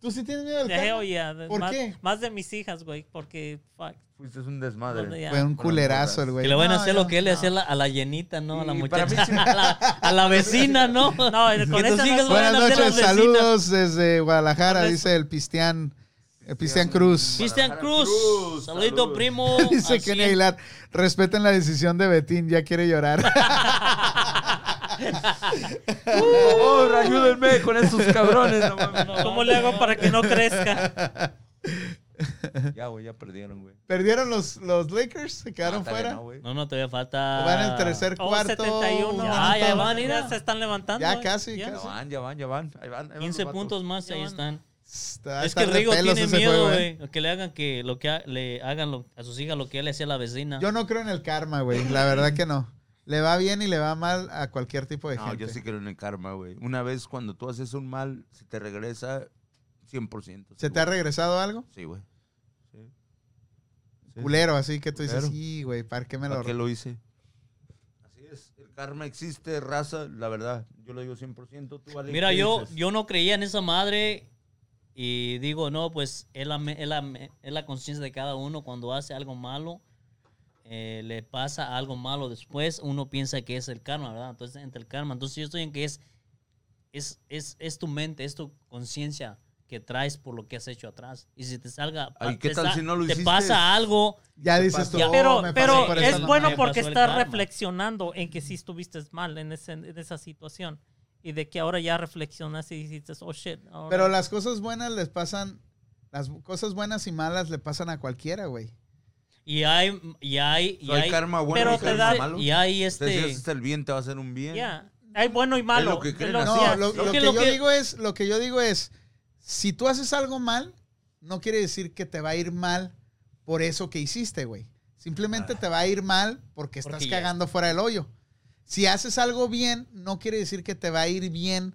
S1: ¿Tú sí tienes miedo del
S5: Dejé
S1: karma?
S5: oye, de-
S1: ¿Por
S5: más,
S1: qué?
S5: más de mis hijas, güey, porque fuck,
S3: Fuiste un
S5: donde
S3: desmadre.
S5: ya-
S1: Fue un
S3: Por las
S1: culerazo
S3: morras.
S1: el güey.
S4: Que le van a
S1: No,
S4: hacer
S1: yo-
S4: lo que él le hacía a la- a la llenita, ¿no? A la
S3: Y para mí
S4: muchacha.
S3: sí-
S4: a, la, a la vecina, ¿no?
S5: No,
S4: Que
S5: con
S4: tus
S5: esa no-
S4: hijas
S1: Buenas
S4: vayan a ser las
S1: noches,
S4: vecinas.
S1: saludos desde Guadalajara,
S5: Con eso.
S1: dice el Pistián, el Pistián Cruz.
S4: Cristian Cruz.
S3: Cruz,
S4: Saludito,
S3: saludos.
S4: primo.
S1: Dice
S4: Así
S1: Kenny
S4: es.
S1: Aguilar, respeten la decisión de Betín, ya quiere llorar.
S4: Uh.
S3: Por favor, ayúdenme con esos cabrones. no mames, no.
S5: ¿Cómo le hago para que no crezca?
S3: Ya, güey, ya perdieron, güey.
S1: ¿Perdieron los, los Lakers? ¿Se quedaron
S3: Ándale,
S1: fuera?
S3: Ah, no, güey.
S4: No, no, todavía falta.
S1: ¿O van al tercer
S4: oh,
S5: O
S1: cuarto?
S5: 71.
S1: ¿Van
S4: Ah, ya
S1: todos?
S4: van, mira.
S5: ya se están levantando.
S1: Ya
S5: güey.
S1: casi,
S5: Ya.
S3: Ya
S1: casi.
S3: van, ya van, ya van. Ahí van, ahí van
S4: 15
S3: los vatos.
S4: puntos más y ahí
S5: Ya van.
S4: están.
S1: Está-
S4: es
S1: está
S4: que
S1: re
S4: Rigo
S1: pelos
S4: tiene
S1: ese
S4: miedo,
S1: juego, ¿eh?
S4: güey. Que le hagan que lo que ha- le hagan lo- a sus hijas lo que él le hacía a la vecina.
S1: Yo no creo en el karma, güey. La verdad que no. Le va bien y le va mal a cualquier tipo de
S3: No,
S1: gente.
S3: yo sí creo en el karma, güey. Una vez cuando tú haces un mal, se te regresa 100%.
S1: ¿Se te ha regresado algo?
S3: Sí, güey. Sí. Sí.
S1: Culero, así que tú dices,
S3: Culero.
S1: sí, güey, ¿para qué me
S3: ¿Para
S1: lo
S3: qué lo hice? Así es. es- el karma existe, raza, la verdad. Yo lo digo 100%. Tú, Ale,
S4: Mira,
S3: ¿qué
S4: yo,
S3: dices?
S4: yo no creía en esa madre y digo, no, pues es la, me- es la me- es la conciencia de cada uno cuando hace algo malo, eh, le pasa algo malo después, uno piensa que es el karma, ¿verdad? Entonces, entre el karma, entonces yo estoy en que es, es, es, es tu mente, es tu conciencia que traes por lo que has hecho atrás. Y si te salga,
S3: Ay, ¿qué
S4: te
S3: tal
S4: sa-
S3: si no lo
S4: te
S3: hiciste?
S4: pasa algo,
S1: Ya dices tú.
S4: Ya.
S1: oh,
S5: pero
S1: me pasé
S5: pero
S1: por
S5: es
S1: esta
S5: bueno
S1: mamá.
S4: Me
S5: porque
S4: pasó el
S5: estás
S4: karma.
S5: reflexionando en que sí estuviste mal en, ese- en esa situación y de que ahora ya reflexionas y dices, oh shit. ahora-
S1: Pero las cosas buenas les pasan. Las cosas buenas y malas le pasan a cualquiera, güey.
S4: y hay, y hay, y
S3: No hay
S4: hay,
S3: karma bueno
S5: pero
S3: y
S5: te
S3: karma
S5: da-
S3: malo.
S4: y hay
S3: Usted, si
S4: este...
S3: haces el bien, te va a hacer un bien.
S5: Yeah. Hay bueno y malo.
S3: lo que creen
S5: Es
S3: así.
S1: No,
S5: yeah.
S1: lo, lo
S4: Lo
S1: que,
S4: que- lo
S1: yo
S4: que-
S1: digo es, lo que yo digo es, si tú haces algo mal, no quiere decir que te va a ir mal por eso que hiciste, güey. Simplemente te va a ir mal porque estás
S4: Porque ya-
S1: cagando fuera del hoyo. Si haces algo bien, no quiere decir que te va a ir bien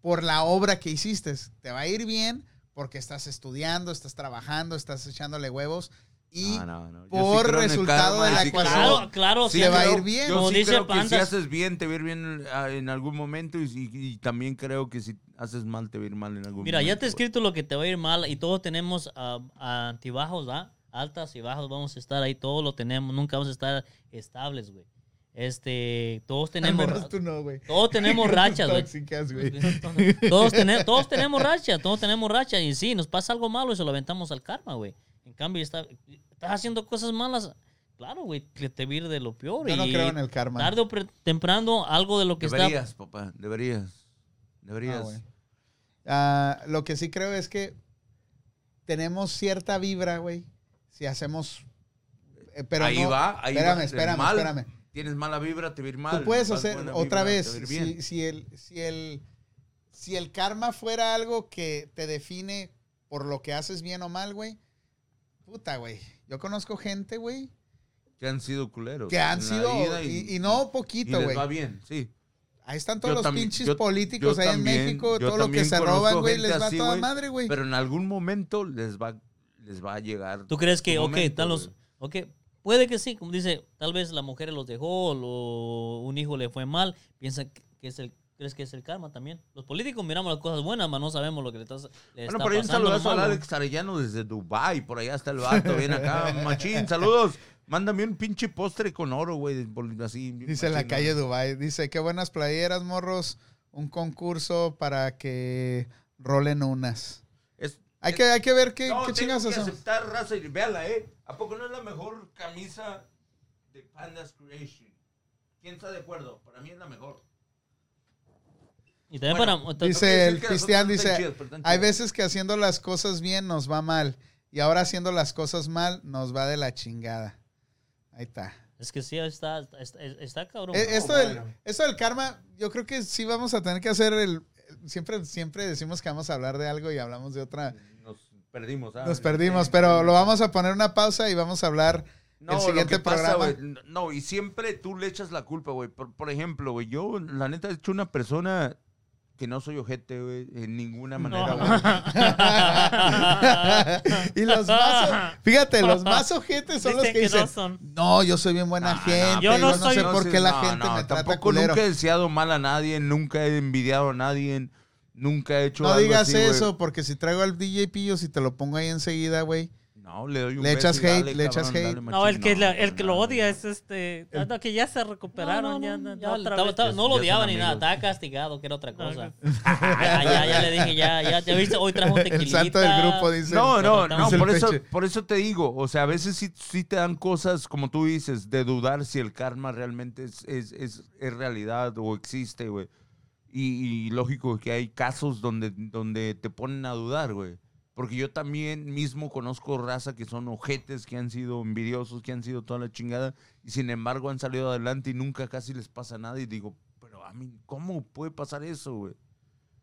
S1: por la obra que hiciste. Te va a ir bien porque estás estudiando, estás trabajando, estás echándole huevos y
S3: No, Ah, no, no. Yo sí
S1: por
S3: creo en el
S1: resultado
S3: karma,
S1: de la
S3: sí creo-
S1: ecuación.
S4: Claro, claro,
S1: Sí,
S4: sí,
S1: le va a
S4: pero-
S1: ir bien.
S3: Yo
S4: Como
S3: sí
S4: dice
S3: creo que si
S4: Pandas.
S3: haces bien, te va a ir bien ah, en algún momento. Y, si- y también creo que si haces mal, te va a ir mal en algún momento.
S4: Mira, ya te
S3: güey.
S4: he escrito lo que te va a ir mal y todos tenemos ah, antibajos, ¿ah? Altas y bajos vamos a estar ahí, todos lo tenemos, nunca vamos a estar estables, güey. Este, todos
S1: al
S4: tenemos,
S1: menos tú no, güey.
S4: todos tenemos rachas, güey.
S1: Tóxicas, güey.
S4: Todos, tene- todos tenemos racha, todos tenemos racha. Y sí, nos pasa algo malo y se lo aventamos al karma, güey. En cambio, está- estás haciendo cosas malas. Claro, güey, que te va a ir de lo peor.
S1: Yo no
S4: y
S1: creo en el karma.
S4: Tarde o pre- temprano, algo de lo que está
S3: Deberías, papá. Deberías.
S1: Ah,
S3: Deberías.
S1: bueno. Ah, lo que sí creo es que tenemos cierta vibra, güey. Si hacemos. eh, pero
S3: ahí
S1: no-
S3: va, ahí
S1: espérame,
S3: va.
S1: espérame,
S3: Mal,
S1: espérame.
S3: Tienes mala vibra, te va a ir mal.
S1: Tú puedes
S3: Vas
S1: hacer
S3: buena
S1: otra
S3: vibra,
S1: vez.
S3: te va a ir bien.
S1: Si, si el, si, el, si el karma fuera algo que te define por lo que haces bien o mal, güey. Puta, güey. Yo conozco gente, güey,
S3: Que han sido culeros.
S1: que han
S3: en la
S1: sido.
S3: vida
S1: Y, y no
S3: y
S1: poquito,
S3: les
S1: güey.
S3: va bien, sí.
S1: Ahí están
S3: Yo
S1: todos los
S3: también-
S1: pinches
S3: yo-
S1: políticos
S3: yo
S1: ahí
S3: también-
S1: en México.
S3: yo
S1: Todo lo que
S3: también
S1: se
S3: conozco
S1: roban, güey,
S3: gente
S1: les va
S3: así,
S1: toda
S3: güey,
S1: madre, güey.
S3: Pero en algún momento les va, les va a llegar.
S4: ¿Tú crees que,
S3: su
S4: ok,
S3: momento,
S4: tal los,
S3: güey.
S4: ok, puede que sí, como dice, tal vez la mujer los dejó, lo- un hijo le fue mal, piensa que que es el, crees que es el karma también. Los políticos miramos las cosas buenas, pero no sabemos lo que le, estás- le está
S3: Bueno, por ahí un
S4: pasando.
S3: saludazo
S4: lo
S3: al
S4: malo.
S3: Alex Arellano desde Dubai, por allá está el vato, viene acá, machín, saludos. Mándame un pinche postre con oro, güey, bol- así. bien
S1: Dice en la
S3: machín,
S1: calle Dubai, dice, qué buenas playeras, morros. Un concurso para que rolen unas.
S3: Es-
S1: Hay que, hay que ver qué,
S3: No,
S1: qué
S3: tengo
S1: chingas
S3: que
S1: hacemos.
S3: aceptar raza y véala, ¿eh? ¿A poco no es la mejor camisa de Pandas Creation? ¿Quién está de acuerdo? Para mí es la mejor.
S4: Y también
S3: Bueno,
S4: Eh, para... ta-
S3: quiere
S1: Dice
S3: decir
S1: el
S3: que las
S1: Cristian,
S3: otras no están
S1: dice,
S3: chidas, pero están
S1: hay
S3: chidas".
S1: veces que haciendo las cosas bien nos va mal. Y ahora haciendo las cosas mal nos va de la chingada. Ahí está.
S4: es que sí, está, está, está- está cabrón.
S1: Eh, esto, del, esto del karma, yo creo que sí vamos a tener que hacer el... Siempre, siempre decimos que vamos a hablar de algo y hablamos de otra.
S3: Nos perdimos, ¿ah?
S1: Nos perdimos, pero lo vamos a poner una pausa y vamos a hablar
S3: No,
S1: el
S3: lo
S1: siguiente
S3: que pasa,
S1: programa.
S3: güey, n- no, y siempre tú le echas la culpa, güey. Por, por ejemplo, güey, yo, la neta, he hecho una persona que no soy ojete, güey, en ninguna manera,
S5: No.
S3: güey.
S1: y los más, fíjate, los más ojetes son los
S5: Dicen
S1: que
S5: que no
S1: dicen, no,
S5: son.
S1: yo soy bien buena
S3: Ah, No, no,
S1: gente,
S5: yo
S1: yo no,
S5: no soy-
S1: sé
S3: No,
S1: por
S3: sí,
S1: qué la
S3: no,
S1: gente
S3: no,
S1: me trata
S3: Tampoco
S1: culero.
S3: nunca he deseado mal a nadie, nunca he envidiado a nadie, nunca he hecho
S1: No
S3: algo
S1: digas
S3: así, güey.
S1: eso, porque si traigo al DJ Pillo, si te lo pongo ahí enseguida, güey.
S3: No, le doy un
S1: Le
S3: beso
S1: echas
S3: y dale,
S1: hate, le echas
S3: cabrón,
S1: hate.
S3: dale,
S5: No, el que,
S3: machín,
S5: la-
S3: no,
S5: el que lo
S3: no,
S5: odia es este. ah, no, que ya se recuperaron.
S4: No, no,
S5: ya,
S4: no,
S5: ya
S4: ya
S5: otra
S4: estaba-
S5: vez.
S4: estaba- no lo
S3: Ya son
S4: odiaba ni nada,
S3: amigos.
S4: estaba castigado, que era otra
S5: No,
S4: cosa.
S5: no.
S4: Ah, ya, ya le dije, ya, ya, ya viste, hoy trajo un tequilita.
S1: El santo del grupo dice,
S3: No, no, no,
S4: tratamos
S1: el
S3: por eso,
S1: peche.
S3: por eso te digo, o sea, a veces sí, sí te dan cosas, como tú dices, de dudar si el karma realmente es, es, es- es realidad o existe, güey. Y, y lógico que hay casos donde, donde te ponen a dudar, güey. Porque yo también mismo conozco raza que son ojetes, que han sido envidiosos, que han sido toda la chingada, y sin embargo han salido adelante y nunca casi les pasa nada. Y digo, pero a mí, ¿cómo puede pasar eso, güey?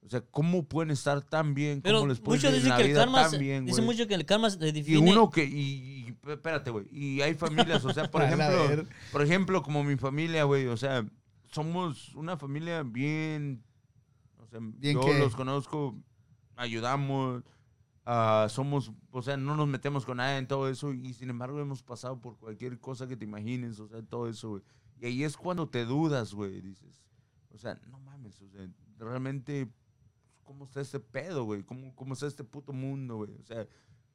S3: O sea, ¿cómo pueden estar tan bien? ¿Cómo
S4: Pero
S3: les puede
S4: muchos
S3: ir en
S4: dicen
S3: la
S4: que el
S3: vida
S4: karma,
S3: tan
S4: se-
S3: bien,
S4: dicen
S3: güey?
S4: mucho que el karma se define...
S3: Y uno que, y, y- espérate, güey, y hay familias, o sea, por
S1: A la ver.
S3: ejemplo, por ejemplo, como mi familia, güey, o sea, somos una familia bien, o sea,
S1: ¿Bien
S3: yo
S1: qué?
S3: los conozco, ayudamos, ah, somos, o sea, no nos metemos con nada en todo eso, y sin embargo hemos pasado por cualquier cosa que te imagines, o sea, todo eso, güey. Y Y ahí es cuando te dudas, güey. Dices, o sea, no mames, o sea, realmente, ¿cómo está este pedo, güey? ¿Cómo, ¿Cómo está este puto mundo, güey? O sea,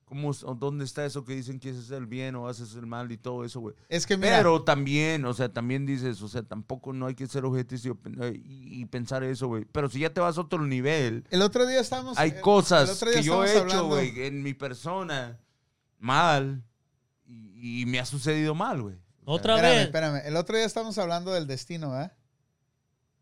S3: ¿cómo, es- o ¿dónde está eso que dicen que haces el bien o haces el mal y todo eso, güey?
S1: Es que mira,
S3: Pero también, o sea, también dices, o sea, tampoco no hay que ser objetivos y open- eh, y, y pensar eso, güey. Pero si ya te vas a otro nivel,
S1: el otro día eh, estábamos...
S3: hay
S1: el- el
S3: cosas
S1: otro día
S3: que yo he
S1: estábamos
S3: hecho,
S1: hablando-
S3: güey, en mi persona, mal, y, y me ha sucedido mal, güey.
S4: Otra
S1: Espérame,
S4: vez.
S1: espérame. El otro día estábamos hablando del destino, ¿verdad?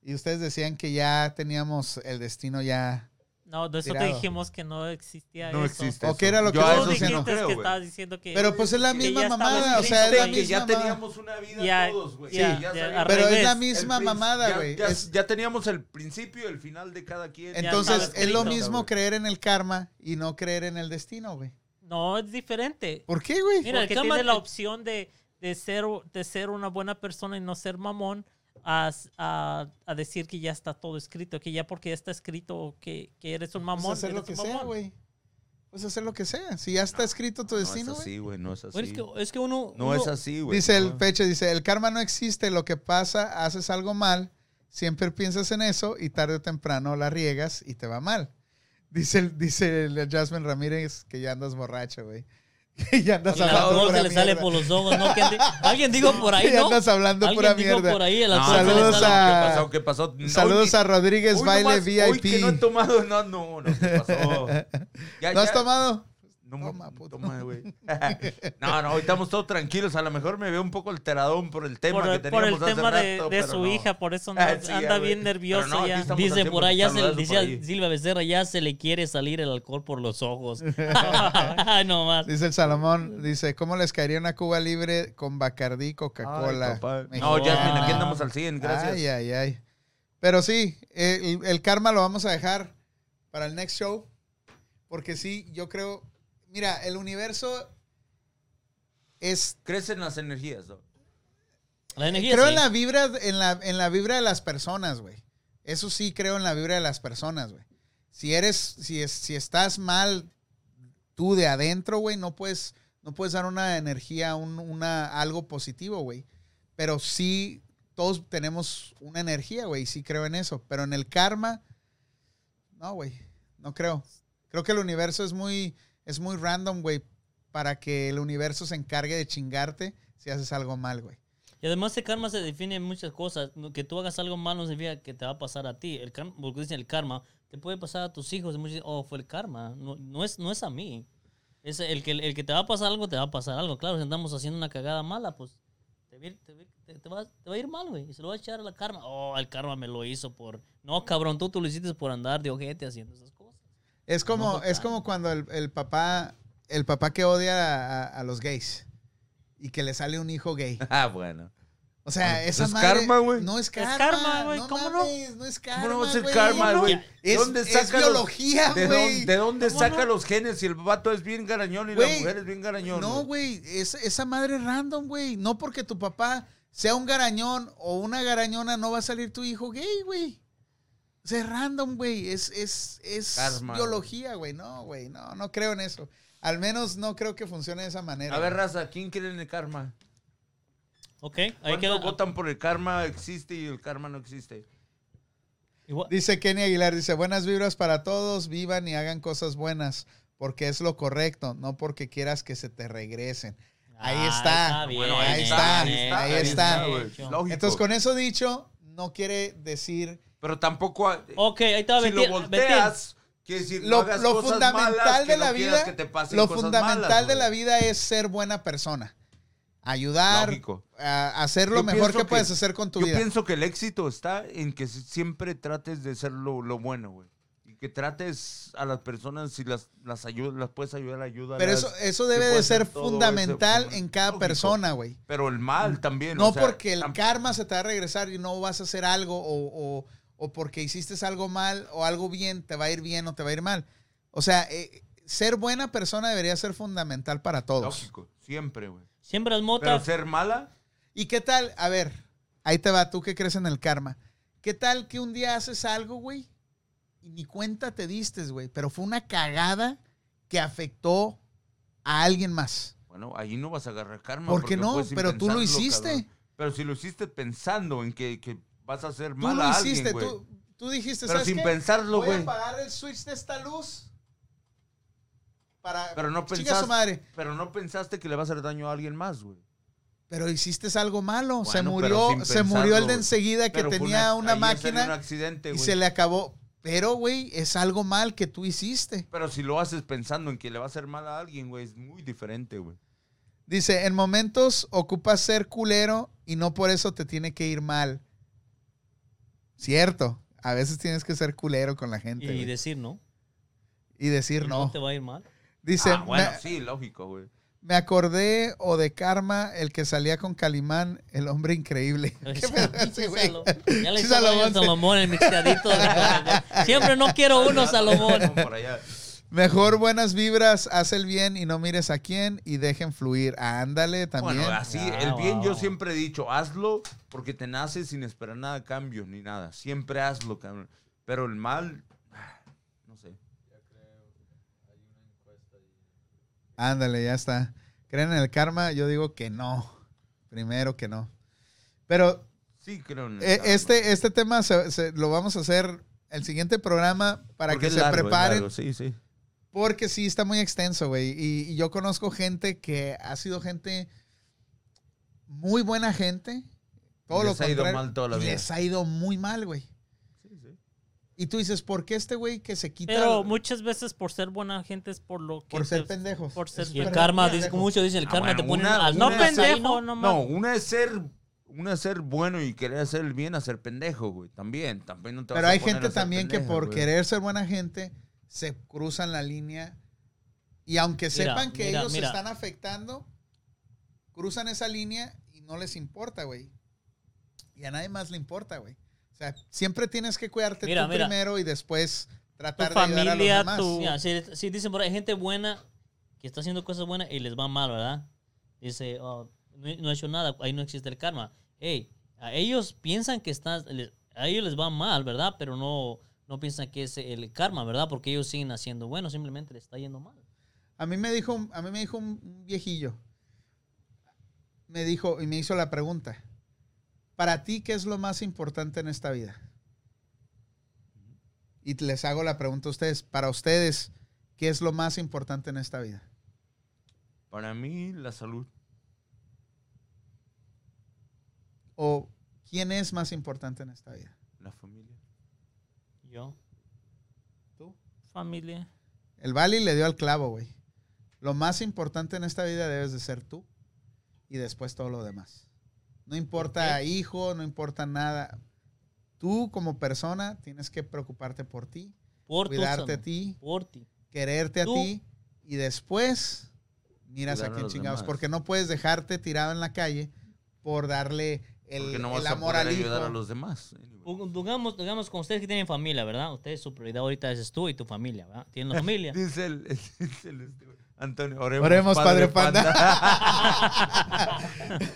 S1: Y ustedes decían que ya teníamos el destino ya...
S5: No, de eso te
S1: Tirado.
S5: dijimos que no existía
S3: No
S5: eso.
S3: existe.
S1: ¿O
S3: eso.
S1: qué era lo que
S3: Yo a
S5: Tú
S1: estabas
S3: eso sí
S5: dijiste
S1: diciendo?
S3: no creo,
S5: que
S3: güey.
S5: estabas diciendo que...
S1: Pero pues es la
S5: que
S1: misma
S5: ya estaba
S1: mamada, o sea, es
S5: escrito,
S1: la
S3: Creo
S5: güey.
S3: que ya
S1: misma mamada.
S3: teníamos una vida
S5: Ya,
S3: todos, güey.
S5: ya,
S3: Sí, ya
S5: ya,
S3: sabíamos.
S5: al
S1: Pero es
S5: revés.
S1: la
S3: El
S1: misma
S3: princ-
S1: mamada,
S3: ya-
S1: güey.
S3: Ya,
S1: Es-
S3: ya teníamos el principio y el final de cada quien.
S5: ya
S1: Entonces,
S5: estaba
S1: es lo
S5: escrito.
S1: mismo
S3: que...
S1: creer en el karma y no creer en el destino, güey.
S5: No, es diferente.
S1: ¿Por qué, güey?
S4: Mira, el
S5: pues, porque
S4: karma
S5: tiene
S4: te-
S5: la opción de, de, ser, de ser una buena persona y no ser mamón a, a, a decir que ya está todo escrito, que ya porque ya está escrito que, que eres
S4: Pues,
S5: un mamón.
S1: Puedes Pues hacer
S5: eres
S1: lo que
S5: un
S1: sea,
S5: mamón.
S1: güey. Puedes hacer lo que sea. Si ya está escrito tu
S3: No es
S1: destino, güey.
S3: así, güey, no es así.
S4: Bueno, es, que, es que uno.
S3: No
S4: uno-
S3: es así, güey.
S1: Dice el
S3: No.
S1: pecho, dice, el karma no existe, lo que pasa, haces algo mal, siempre piensas en eso y tarde o temprano la riegas y te va mal. Dice, el- dice el Jasmine Ramírez que ya andas borracho, güey. Que ya andas
S4: El
S1: hablando
S4: alcohol
S1: pura
S4: se le sale
S1: mierda.
S4: por los ojos, ¿no? Que andi- Alguien dijo por ahí,
S1: Que ya
S4: ¿no?
S1: andas hablando
S4: Alguien
S1: pura
S4: dijo
S1: mierda.
S4: por ahí, el
S3: No,
S4: alcohol se le
S1: saludos
S4: sale-
S1: a-
S3: ¿Qué pasó? ¿Qué pasó?
S1: Saludos a Rodríguez
S3: Hoy
S1: Baile
S3: nomás,
S1: VIP.
S3: Hoy que no he tomado, no, no, no, ¿qué pasó? Ya,
S1: ¿No has
S3: ya,
S1: tomado?
S3: No,
S1: Toma,
S3: toma,
S1: puto.
S3: toma, güey. no, no, hoy estamos todos tranquilos. A lo mejor me veo un poco alteradón por el tema
S5: Por,
S3: que
S5: el- por
S3: teníamos
S5: el
S3: hace
S5: tema de,
S3: rato,
S5: de
S3: pero
S5: su
S3: no.
S5: hija, por eso
S3: Ah,
S5: anda-
S3: sí, ya,
S5: anda
S3: güey.
S5: bien nervioso
S3: Pero no, aquí
S5: ya.
S3: estamos
S4: Dice
S3: haciendo
S4: por allá, se,
S3: saludazo por
S4: dice
S3: ahí.
S4: Silvia Becerra, ya se le quiere salir el alcohol por los ojos. no más.
S1: Dice el Salomón, dice, ¿cómo les caería una Cuba libre con Bacardí y
S3: Ay,
S1: Coca-Cola?
S3: papá. No,
S1: mexicana?
S3: Jasmine, aquí andamos al 100, gracias.
S1: Ay, ay, ay. Pero sí, el, el karma lo vamos a dejar para el next show. Porque sí, yo creo. Mira, el universo es.
S3: Crecen las energías, ¿no?
S4: La energía.
S1: Creo
S4: sí.
S1: en la vibra, en la, en la vibra de las personas, güey. Eso sí creo en la vibra de las personas, güey. Si eres, si es, si estás mal tú de adentro, güey, no puedes, no puedes dar una energía, un- una, algo positivo, güey. Pero sí, todos tenemos una energía, güey, y sí creo en eso. Pero en el karma, no, güey, no creo. Creo que el universo es muy, es muy random, güey, para que el universo se encargue de chingarte si haces algo mal, güey.
S4: Y además el karma se define en muchas cosas. No, Que tú hagas algo mal no significa que te va a pasar a ti. El karma, porque dicen el karma, te puede pasar a tus hijos. Y muchos dicen, oh, fue el karma. No, no es, no es a mí. Es el, que, el que te va a pasar algo, te va a pasar algo. Claro, si andamos haciendo una cagada mala, pues te, va a ir- te va a ir- te- te va, te va a ir mal, güey. Y se lo va a echar a la karma. Oh, el karma me lo hizo por... No, cabrón, tú, tú lo hiciste por andar de ojete haciendo esas cosas.
S1: Es como,
S4: No,
S1: es
S4: total.
S1: como cuando el, el papá, el papá que odia a, a- a los gays y que le sale un hijo gay.
S3: Ah, bueno.
S1: O sea, esa
S3: Ah, es
S1: madre
S3: karma, güey.
S1: No es karma.
S5: karma, güey,
S1: No
S5: ¿cómo no?
S1: mames, no? es karma.
S3: ¿Cómo no va a ser
S1: güey.
S3: karma, güey?
S1: Es,
S3: ¿Dónde
S1: es
S3: saca los-
S1: biología,
S3: ¿De
S1: güey.
S3: dónde, de dónde
S5: ¿Cómo
S3: saca
S5: no?
S3: los genes si el vato es bien garañón y la
S1: Güey,
S3: mujer es bien garañón?
S1: No, güey, es- esa madre es random, güey. No porque tu papá sea un garañón o una garañona no va a salir tu hijo gay, güey. O sea, es random, güey. Es, es, es
S3: Karma,
S1: biología, güey. No, güey, no, no creo en eso. Al menos no creo que funcione de esa manera.
S3: A ver,
S1: güey.
S3: raza, ¿quién cree en el karma?
S4: Ok, ahí
S3: ¿Cuántos
S4: queda.
S3: votan por el karma existe y el karma no existe?
S4: Igual-
S1: Dice Kenny Aguilar, dice, buenas vibras para todos, vivan y hagan cosas buenas, porque es lo correcto, no porque quieras que se te regresen. Ahí
S3: Ah,
S1: está.
S3: Bueno,
S1: ahí está, ahí está.
S3: güey.
S4: hecho.
S3: Lógico.
S1: Entonces, con eso dicho, no quiere decir...
S3: Pero tampoco... ha-
S4: Ok, ahí estaba
S3: si
S4: Betín.
S3: lo volteas, quiere decir, no
S1: Lo-
S3: hagas
S1: lo
S3: cosas
S1: fundamental
S3: malas, que
S1: de
S3: no
S1: la
S3: quieras
S1: vida-
S3: que te pasen
S1: Lo
S3: cosas
S1: fundamental
S3: malas,
S1: de la
S3: güey.
S1: vida es ser buena persona. Ayudar,
S3: Lógico.
S1: a- hacer lo
S3: Yo
S1: mejor
S3: pienso
S1: que,
S3: que-
S1: puedes hacer con tu
S3: Yo
S1: vida.
S3: pienso que el éxito está en que si- siempre trates de ser lo, lo bueno, güey. Y que trates a las personas, si las, las, ayudas, las puedes ayudar, ayuda.
S1: Pero eso, eso debe de
S3: puedes
S1: ser
S3: hacer todo
S1: fundamental
S3: ese-
S1: en cada
S3: Lógico.
S1: persona, güey.
S3: Pero el mal también.
S1: No
S3: o sea,
S1: porque el
S3: tam-
S1: karma se te va a regresar y no vas a hacer algo o, o- o porque hiciste algo mal o algo bien, te va a ir bien o te va a ir mal. O sea, eh, ser buena persona debería ser fundamental para todos.
S3: Lógico, siempre, güey.
S4: Siempre las
S3: Pero
S4: motas.
S3: ser mala,
S1: ¿Y qué tal? A ver, ahí te va, tú que crees en el karma. ¿Qué tal que un día haces algo, güey? Y ni cuenta te diste, güey. Pero fue una cagada que afectó a alguien más.
S3: bueno, ahí no vas a agarrar karma.
S1: ¿Por qué no?
S3: puedes sin
S1: Pero tú lo
S3: pensarlo,
S1: hiciste.
S3: cabrón. Pero si lo hiciste pensando en que, que vas a hacer
S1: Tú
S3: mal
S1: lo
S3: a
S1: hiciste,
S3: alguien, güey.
S1: tú, tú dijiste,
S3: Pero
S1: ¿sabes
S3: sin
S1: qué?
S3: pensarlo,
S1: Voy a
S3: güey.
S1: apagar el switch de esta luz para...
S3: Pero no
S1: Chinga
S3: pensaste,
S1: su madre.
S3: pero no pensaste que le vas a hacer daño a alguien más, güey.
S1: Pero hiciste algo malo. se
S3: Bueno,
S1: murió,
S3: pero sin
S1: se murió el
S3: pensarlo,
S1: de enseguida que
S3: Pero fue
S1: tenía una,
S3: ahí ya salió un
S1: máquina
S3: accidente,
S1: y
S3: güey.
S1: se le acabó. Pero, güey, es algo mal que tú hiciste.
S3: Pero si lo haces pensando en que le va a hacer mal a alguien, güey, es muy diferente, güey.
S1: Dice, en momentos ocupas ser culero y no por eso te tiene que ir mal. Cierto. A veces tienes que ser culero con la gente. güey.
S4: Y
S1: Y,
S4: decir no.
S1: decir no.
S4: te va a ir mal.
S1: Dice,
S3: ah, bueno,
S1: "Me-
S3: sí, lógico, güey.
S1: Me acordé o de Karma, el que salía con Calimán, el hombre increíble. ¿Qué pedo ese güey?
S4: Ya le
S1: Sí,
S4: hizo Salomón,
S1: Salomón se-
S4: Salomón el mixteadito. de Salomón. Siempre no quiero uno, Salomón.
S3: Por allá.
S1: Mejor buenas vibras, haz el bien y no mires a quién y dejen fluir. Ándale también.
S3: Bueno, así,
S4: Ah,
S3: el bien
S4: wow.
S3: yo siempre he dicho, hazlo porque te nace sin esperar nada a cambio ni nada. Siempre hazlo, cabrón. Pero el mal, ah, no sé.
S1: Ándale, ya está. ¿Creen en el karma? Yo digo que no. Primero que no. Pero
S3: Sí, creo en el
S1: eh,
S3: karma.
S1: este, este tema se- se- lo vamos a hacer el siguiente programa para
S3: Porque
S1: que
S3: es
S1: se
S3: largo, es
S1: preparen.
S3: largo, Sí, sí.
S1: Porque sí, está muy extenso, güey. Y, y yo conozco gente que ha sido gente muy buena gente. Todo
S3: Les
S1: lo
S3: ha ido
S1: contrario,
S3: mal toda la
S1: y
S3: vida.
S1: Les ha ido muy mal, güey.
S3: Sí, sí.
S1: Y tú dices, ¿por qué este güey que se quita
S5: Pero
S1: el-
S5: muchas veces por ser buena gente es por lo que...
S1: por ser
S5: te-
S1: pendejos?
S5: por ser
S1: Es
S4: Y el
S1: súper
S4: karma,
S1: pendejo.
S4: dice, como mucho dice el
S3: Ah,
S4: karma,
S3: bueno,
S4: te ponen
S3: una-
S4: al
S5: No
S3: una-
S4: menos ahí,
S5: pendejo, no
S3: No,
S5: mames.
S3: una es ser, una es ser bueno y querer hacer el bien a ser pendejo, güey. También, también no te vas
S1: Pero
S3: a
S1: hay
S3: poner a
S1: gente
S3: ser
S1: también que
S3: pendeja,
S1: por
S3: güey.
S1: querer ser buena gente se cruzan la línea. Y aunque
S4: Mira,
S1: sepan que
S4: mira,
S1: ellos se
S4: mira.
S1: están afectando, cruzan esa línea y no les importa, güey. Y a nadie más le importa, güey. O sea, siempre tienes que cuidarte
S4: Mira,
S1: tú
S4: mira.
S1: primero y después tratar
S5: Tu
S1: de ayudar a los
S5: familia,
S1: demás.
S5: tu-
S4: Mira, si, si dicen por ahí, hay gente buena que está haciendo cosas buenas y les va mal, ¿verdad? Dice, oh, no, he- no he hecho nada, ahí no existe el karma. Hey, a ellos piensan que están, le- a ellos les va mal, ¿verdad? Pero no, no piensan que es el karma, ¿verdad? Porque ellos siguen haciendo bueno, simplemente les está yendo mal.
S1: A mí me dijo, un- a mí me dijo un un viejillo. Me dijo y me hizo la pregunta. Para ti, ¿qué es lo más importante en esta vida? Y les hago la pregunta a ustedes. Para ustedes, ¿qué es lo más importante en esta vida?
S3: Para mí, la salud.
S1: ¿O quién es más importante en esta vida?
S3: La familia.
S4: Yo.
S5: Familia.
S1: El Bali le dio al clavo, güey. Lo más importante en esta vida debes de ser tú y después todo lo demás. No importa hijo, no importa nada. Tú como persona tienes que preocuparte por ti,
S4: Por tu
S1: cuidarte a
S4: salud,
S1: ti,
S4: Por ti.
S1: quererte a
S4: Tú.
S1: ti y después miras
S3: Cuidar
S1: a
S3: a
S1: quién
S3: los
S1: chingados.
S3: demás.
S1: Porque no puedes dejarte tirado en la calle por darle
S3: Porque
S1: el,
S3: no vas
S1: el
S3: a
S1: amor
S3: poder
S1: al hijo.
S3: ayudar a los demás. Anyway.
S4: Pong- Pongamos, digamos, con ustedes que tienen familia, ¿verdad? Ustedes su prioridad ahorita es tú y tu familia, ¿verdad? Tienen la familia.
S3: Dice el, dice el- este, güey, Antonio, oremos,
S1: Oremos, Padre
S3: Padre,
S1: Panda.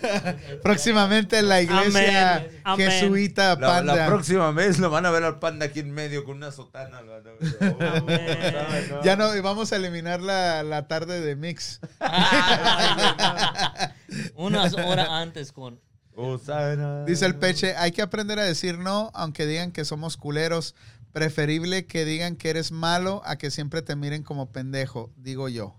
S1: Próximamente en la iglesia
S5: Amén, amén.
S1: jesuita
S3: La,
S1: panda.
S3: la próxima vez lo van a ver al panda aquí en medio con una sotana. lo van a ver. Oh,
S5: Amén.
S3: no, no.
S1: Ya no, y vamos a eliminar la, la tarde de mix.
S4: Unas horas antes con...
S3: Hosanna.
S1: Dice el Peche, hay que aprender a decir no, aunque digan que somos culeros. Preferible que digan que eres malo a que siempre te miren como pendejo, digo yo.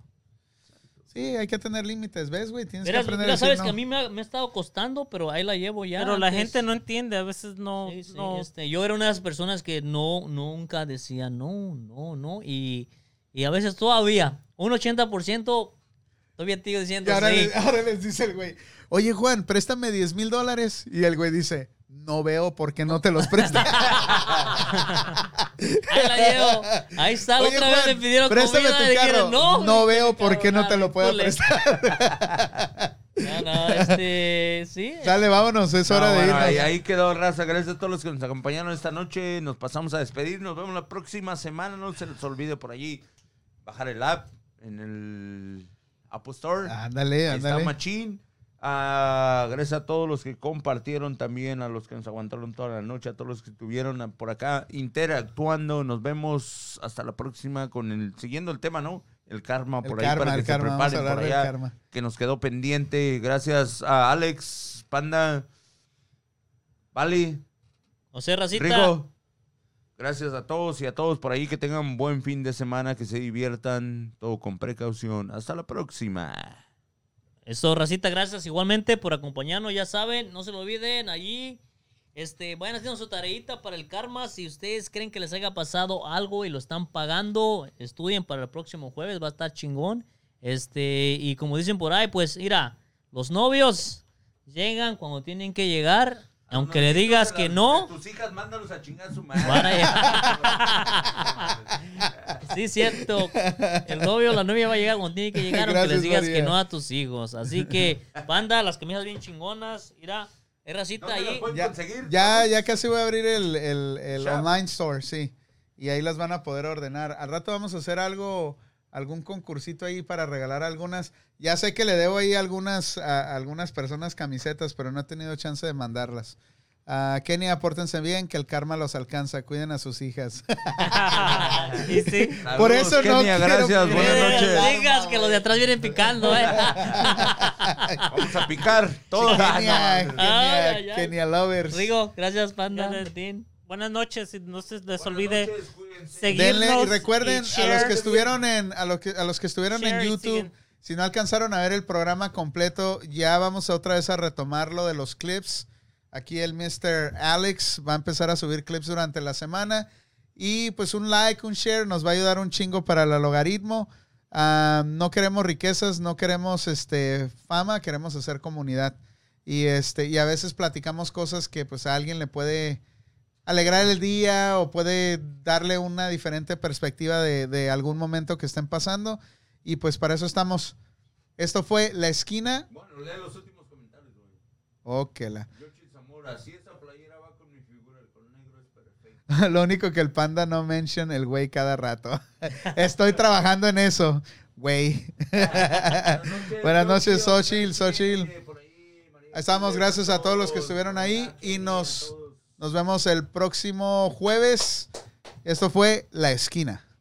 S1: Sí, hay que tener límites, ¿ves, güey? Tienes
S4: Mira,
S1: que aprender
S4: mira,
S1: a decir
S4: sabes
S1: no.
S4: que a mí me ha, me ha estado costando, pero ahí la llevo ya.
S5: Pero la
S4: antes.
S5: gente no entiende, a veces no...
S4: pues, Sí, sí,
S5: no-
S4: este, yo era una de las personas que no, nunca decía no, no, no. Y, y a veces todavía, un 80%, todavía te digo
S1: Y
S4: diciendo
S1: ahora,
S4: sí.
S1: les, ahora les dice el güey, oye, Juan, préstame 10 mil dólares. Y el güey dice, no veo por qué no te los prestas.
S4: Ahí la llevo. Ahí está, la
S1: Oye,
S4: otra
S1: Juan,
S4: vez me pidieron
S1: préstame
S4: comida.
S1: tu
S4: le dije,
S1: carro.
S4: no,
S1: No
S4: Y
S1: veo
S4: dije,
S1: por
S4: "Cabrón,
S1: qué no te lo
S4: dale,
S1: puedo
S4: cule". No, no, este, sí.
S1: Dale, vámonos, es hora
S3: No,
S1: de
S3: bueno,
S1: irnos.
S3: ahí, ahí quedó raza. Gracias a todos los que nos acompañaron esta noche. Nos pasamos a despedir. Nos vemos la próxima semana. No se les olvide por allí bajar el app en el Apple Store.
S1: Ándale,
S3: Ahí está
S1: ándale.
S3: Machín. Ah, gracias a todos los que compartieron también, a los que nos aguantaron toda la noche, a todos los que estuvieron a- por acá interactuando. Nos vemos hasta la próxima con el siguiendo el tema, ¿no? el karma
S1: El
S3: por ahí
S1: karma,
S3: para que
S1: el
S3: se
S1: karma. Vamos a
S3: preparen
S1: hablar
S3: por
S1: del
S3: allá,
S1: karma.
S3: que nos quedó pendiente. Gracias a Alex, Panda, Vali,
S4: O sea, racita.
S3: Rico. Gracias a todos y a todos por ahí. Que tengan un buen fin de semana, que se diviertan, todo con precaución. Hasta la próxima.
S4: Eso, racita, gracias igualmente por acompañarnos. Ya saben, no se lo olviden allí. Este, vayan haciendo su tareita para el karma. Si ustedes creen que les haya pasado algo y lo están pagando, estudien para el próximo jueves, va a estar chingón. Este, y como dicen por ahí, pues mira, los novios llegan cuando tienen que llegar. Aunque le digas que no,
S3: Tus hijas, mándalos a chingar su
S4: Van a
S3: madre.
S4: sí, cierto. El novio o la novia va a llegar cuando tiene que llegar, aunque
S1: Gracias,
S4: les digas
S1: María.
S4: que no a tus hijos. Así que, banda, las camisas bien chingonas. Mira, es racita
S3: ¿Dónde las
S4: ahí.
S3: pueden
S1: Ya-
S3: conseguir?
S1: Ya, ya casi voy a abrir el, el- el
S3: Shop.
S1: online store, sí. Y ahí las van a poder ordenar. Al rato vamos a hacer algo, algún concursito ahí para regalar algunas. Ya sé que le debo ahí algunas, a algunas personas camisetas, pero no he tenido chance de mandarlas. A Kenia, pórtense bien, que el karma los alcanza. Cuiden a sus hijas.
S5: y sí.
S3: Saludos,
S1: Por eso no
S3: Kenia,
S1: quiero-
S3: gracias, buenas
S4: Eh,
S3: noches.
S4: les digas que los de atrás vienen picando, eh.
S3: Vamos a picar todos.
S1: Kenia,
S4: Ay, ay,
S1: Kenia,
S4: ay.
S1: Kenia Lovers.
S4: Rigo, gracias, panda.
S5: Gracias.
S4: Martín.
S5: Buenas noches y no se les olvide
S3: Seguir.
S5: seguirnos.
S1: Denle y recuerden
S5: y
S1: a los
S5: share.
S1: que estuvieron en a, los que, a los que estuvieron
S5: Share
S1: en
S5: y
S1: YouTube,
S5: siguen.
S1: si no alcanzaron a ver el programa completo, ya vamos a otra vez a retomar lo de los clips. Aquí el Mr. Alex va a empezar a subir clips durante la semana y pues un like, un share nos va a ayudar un chingo para el logaritmo. Ah, no queremos riquezas, no queremos este fama, queremos hacer comunidad. Y este y a veces platicamos cosas que pues a alguien le puede alegrar el día o puede darle una diferente perspectiva de, de algún momento que estén pasando. Y pues para eso estamos. Esto fue La Esquina.
S3: Bueno, lee los últimos comentarios, güey.
S1: Oh, que la-
S3: Yoshi Zamora, si esa playera va con mi figura, el color negro es perfecto.
S1: Lo único que el panda no menciona el güey cada rato. Estoy trabajando en eso, güey. Buenas noches, Xochitl, Xochitl. Ahí estamos, gracias a todos los que estuvieron ahí y nos- Nos vemos el próximo jueves. Esto fue La Esquina.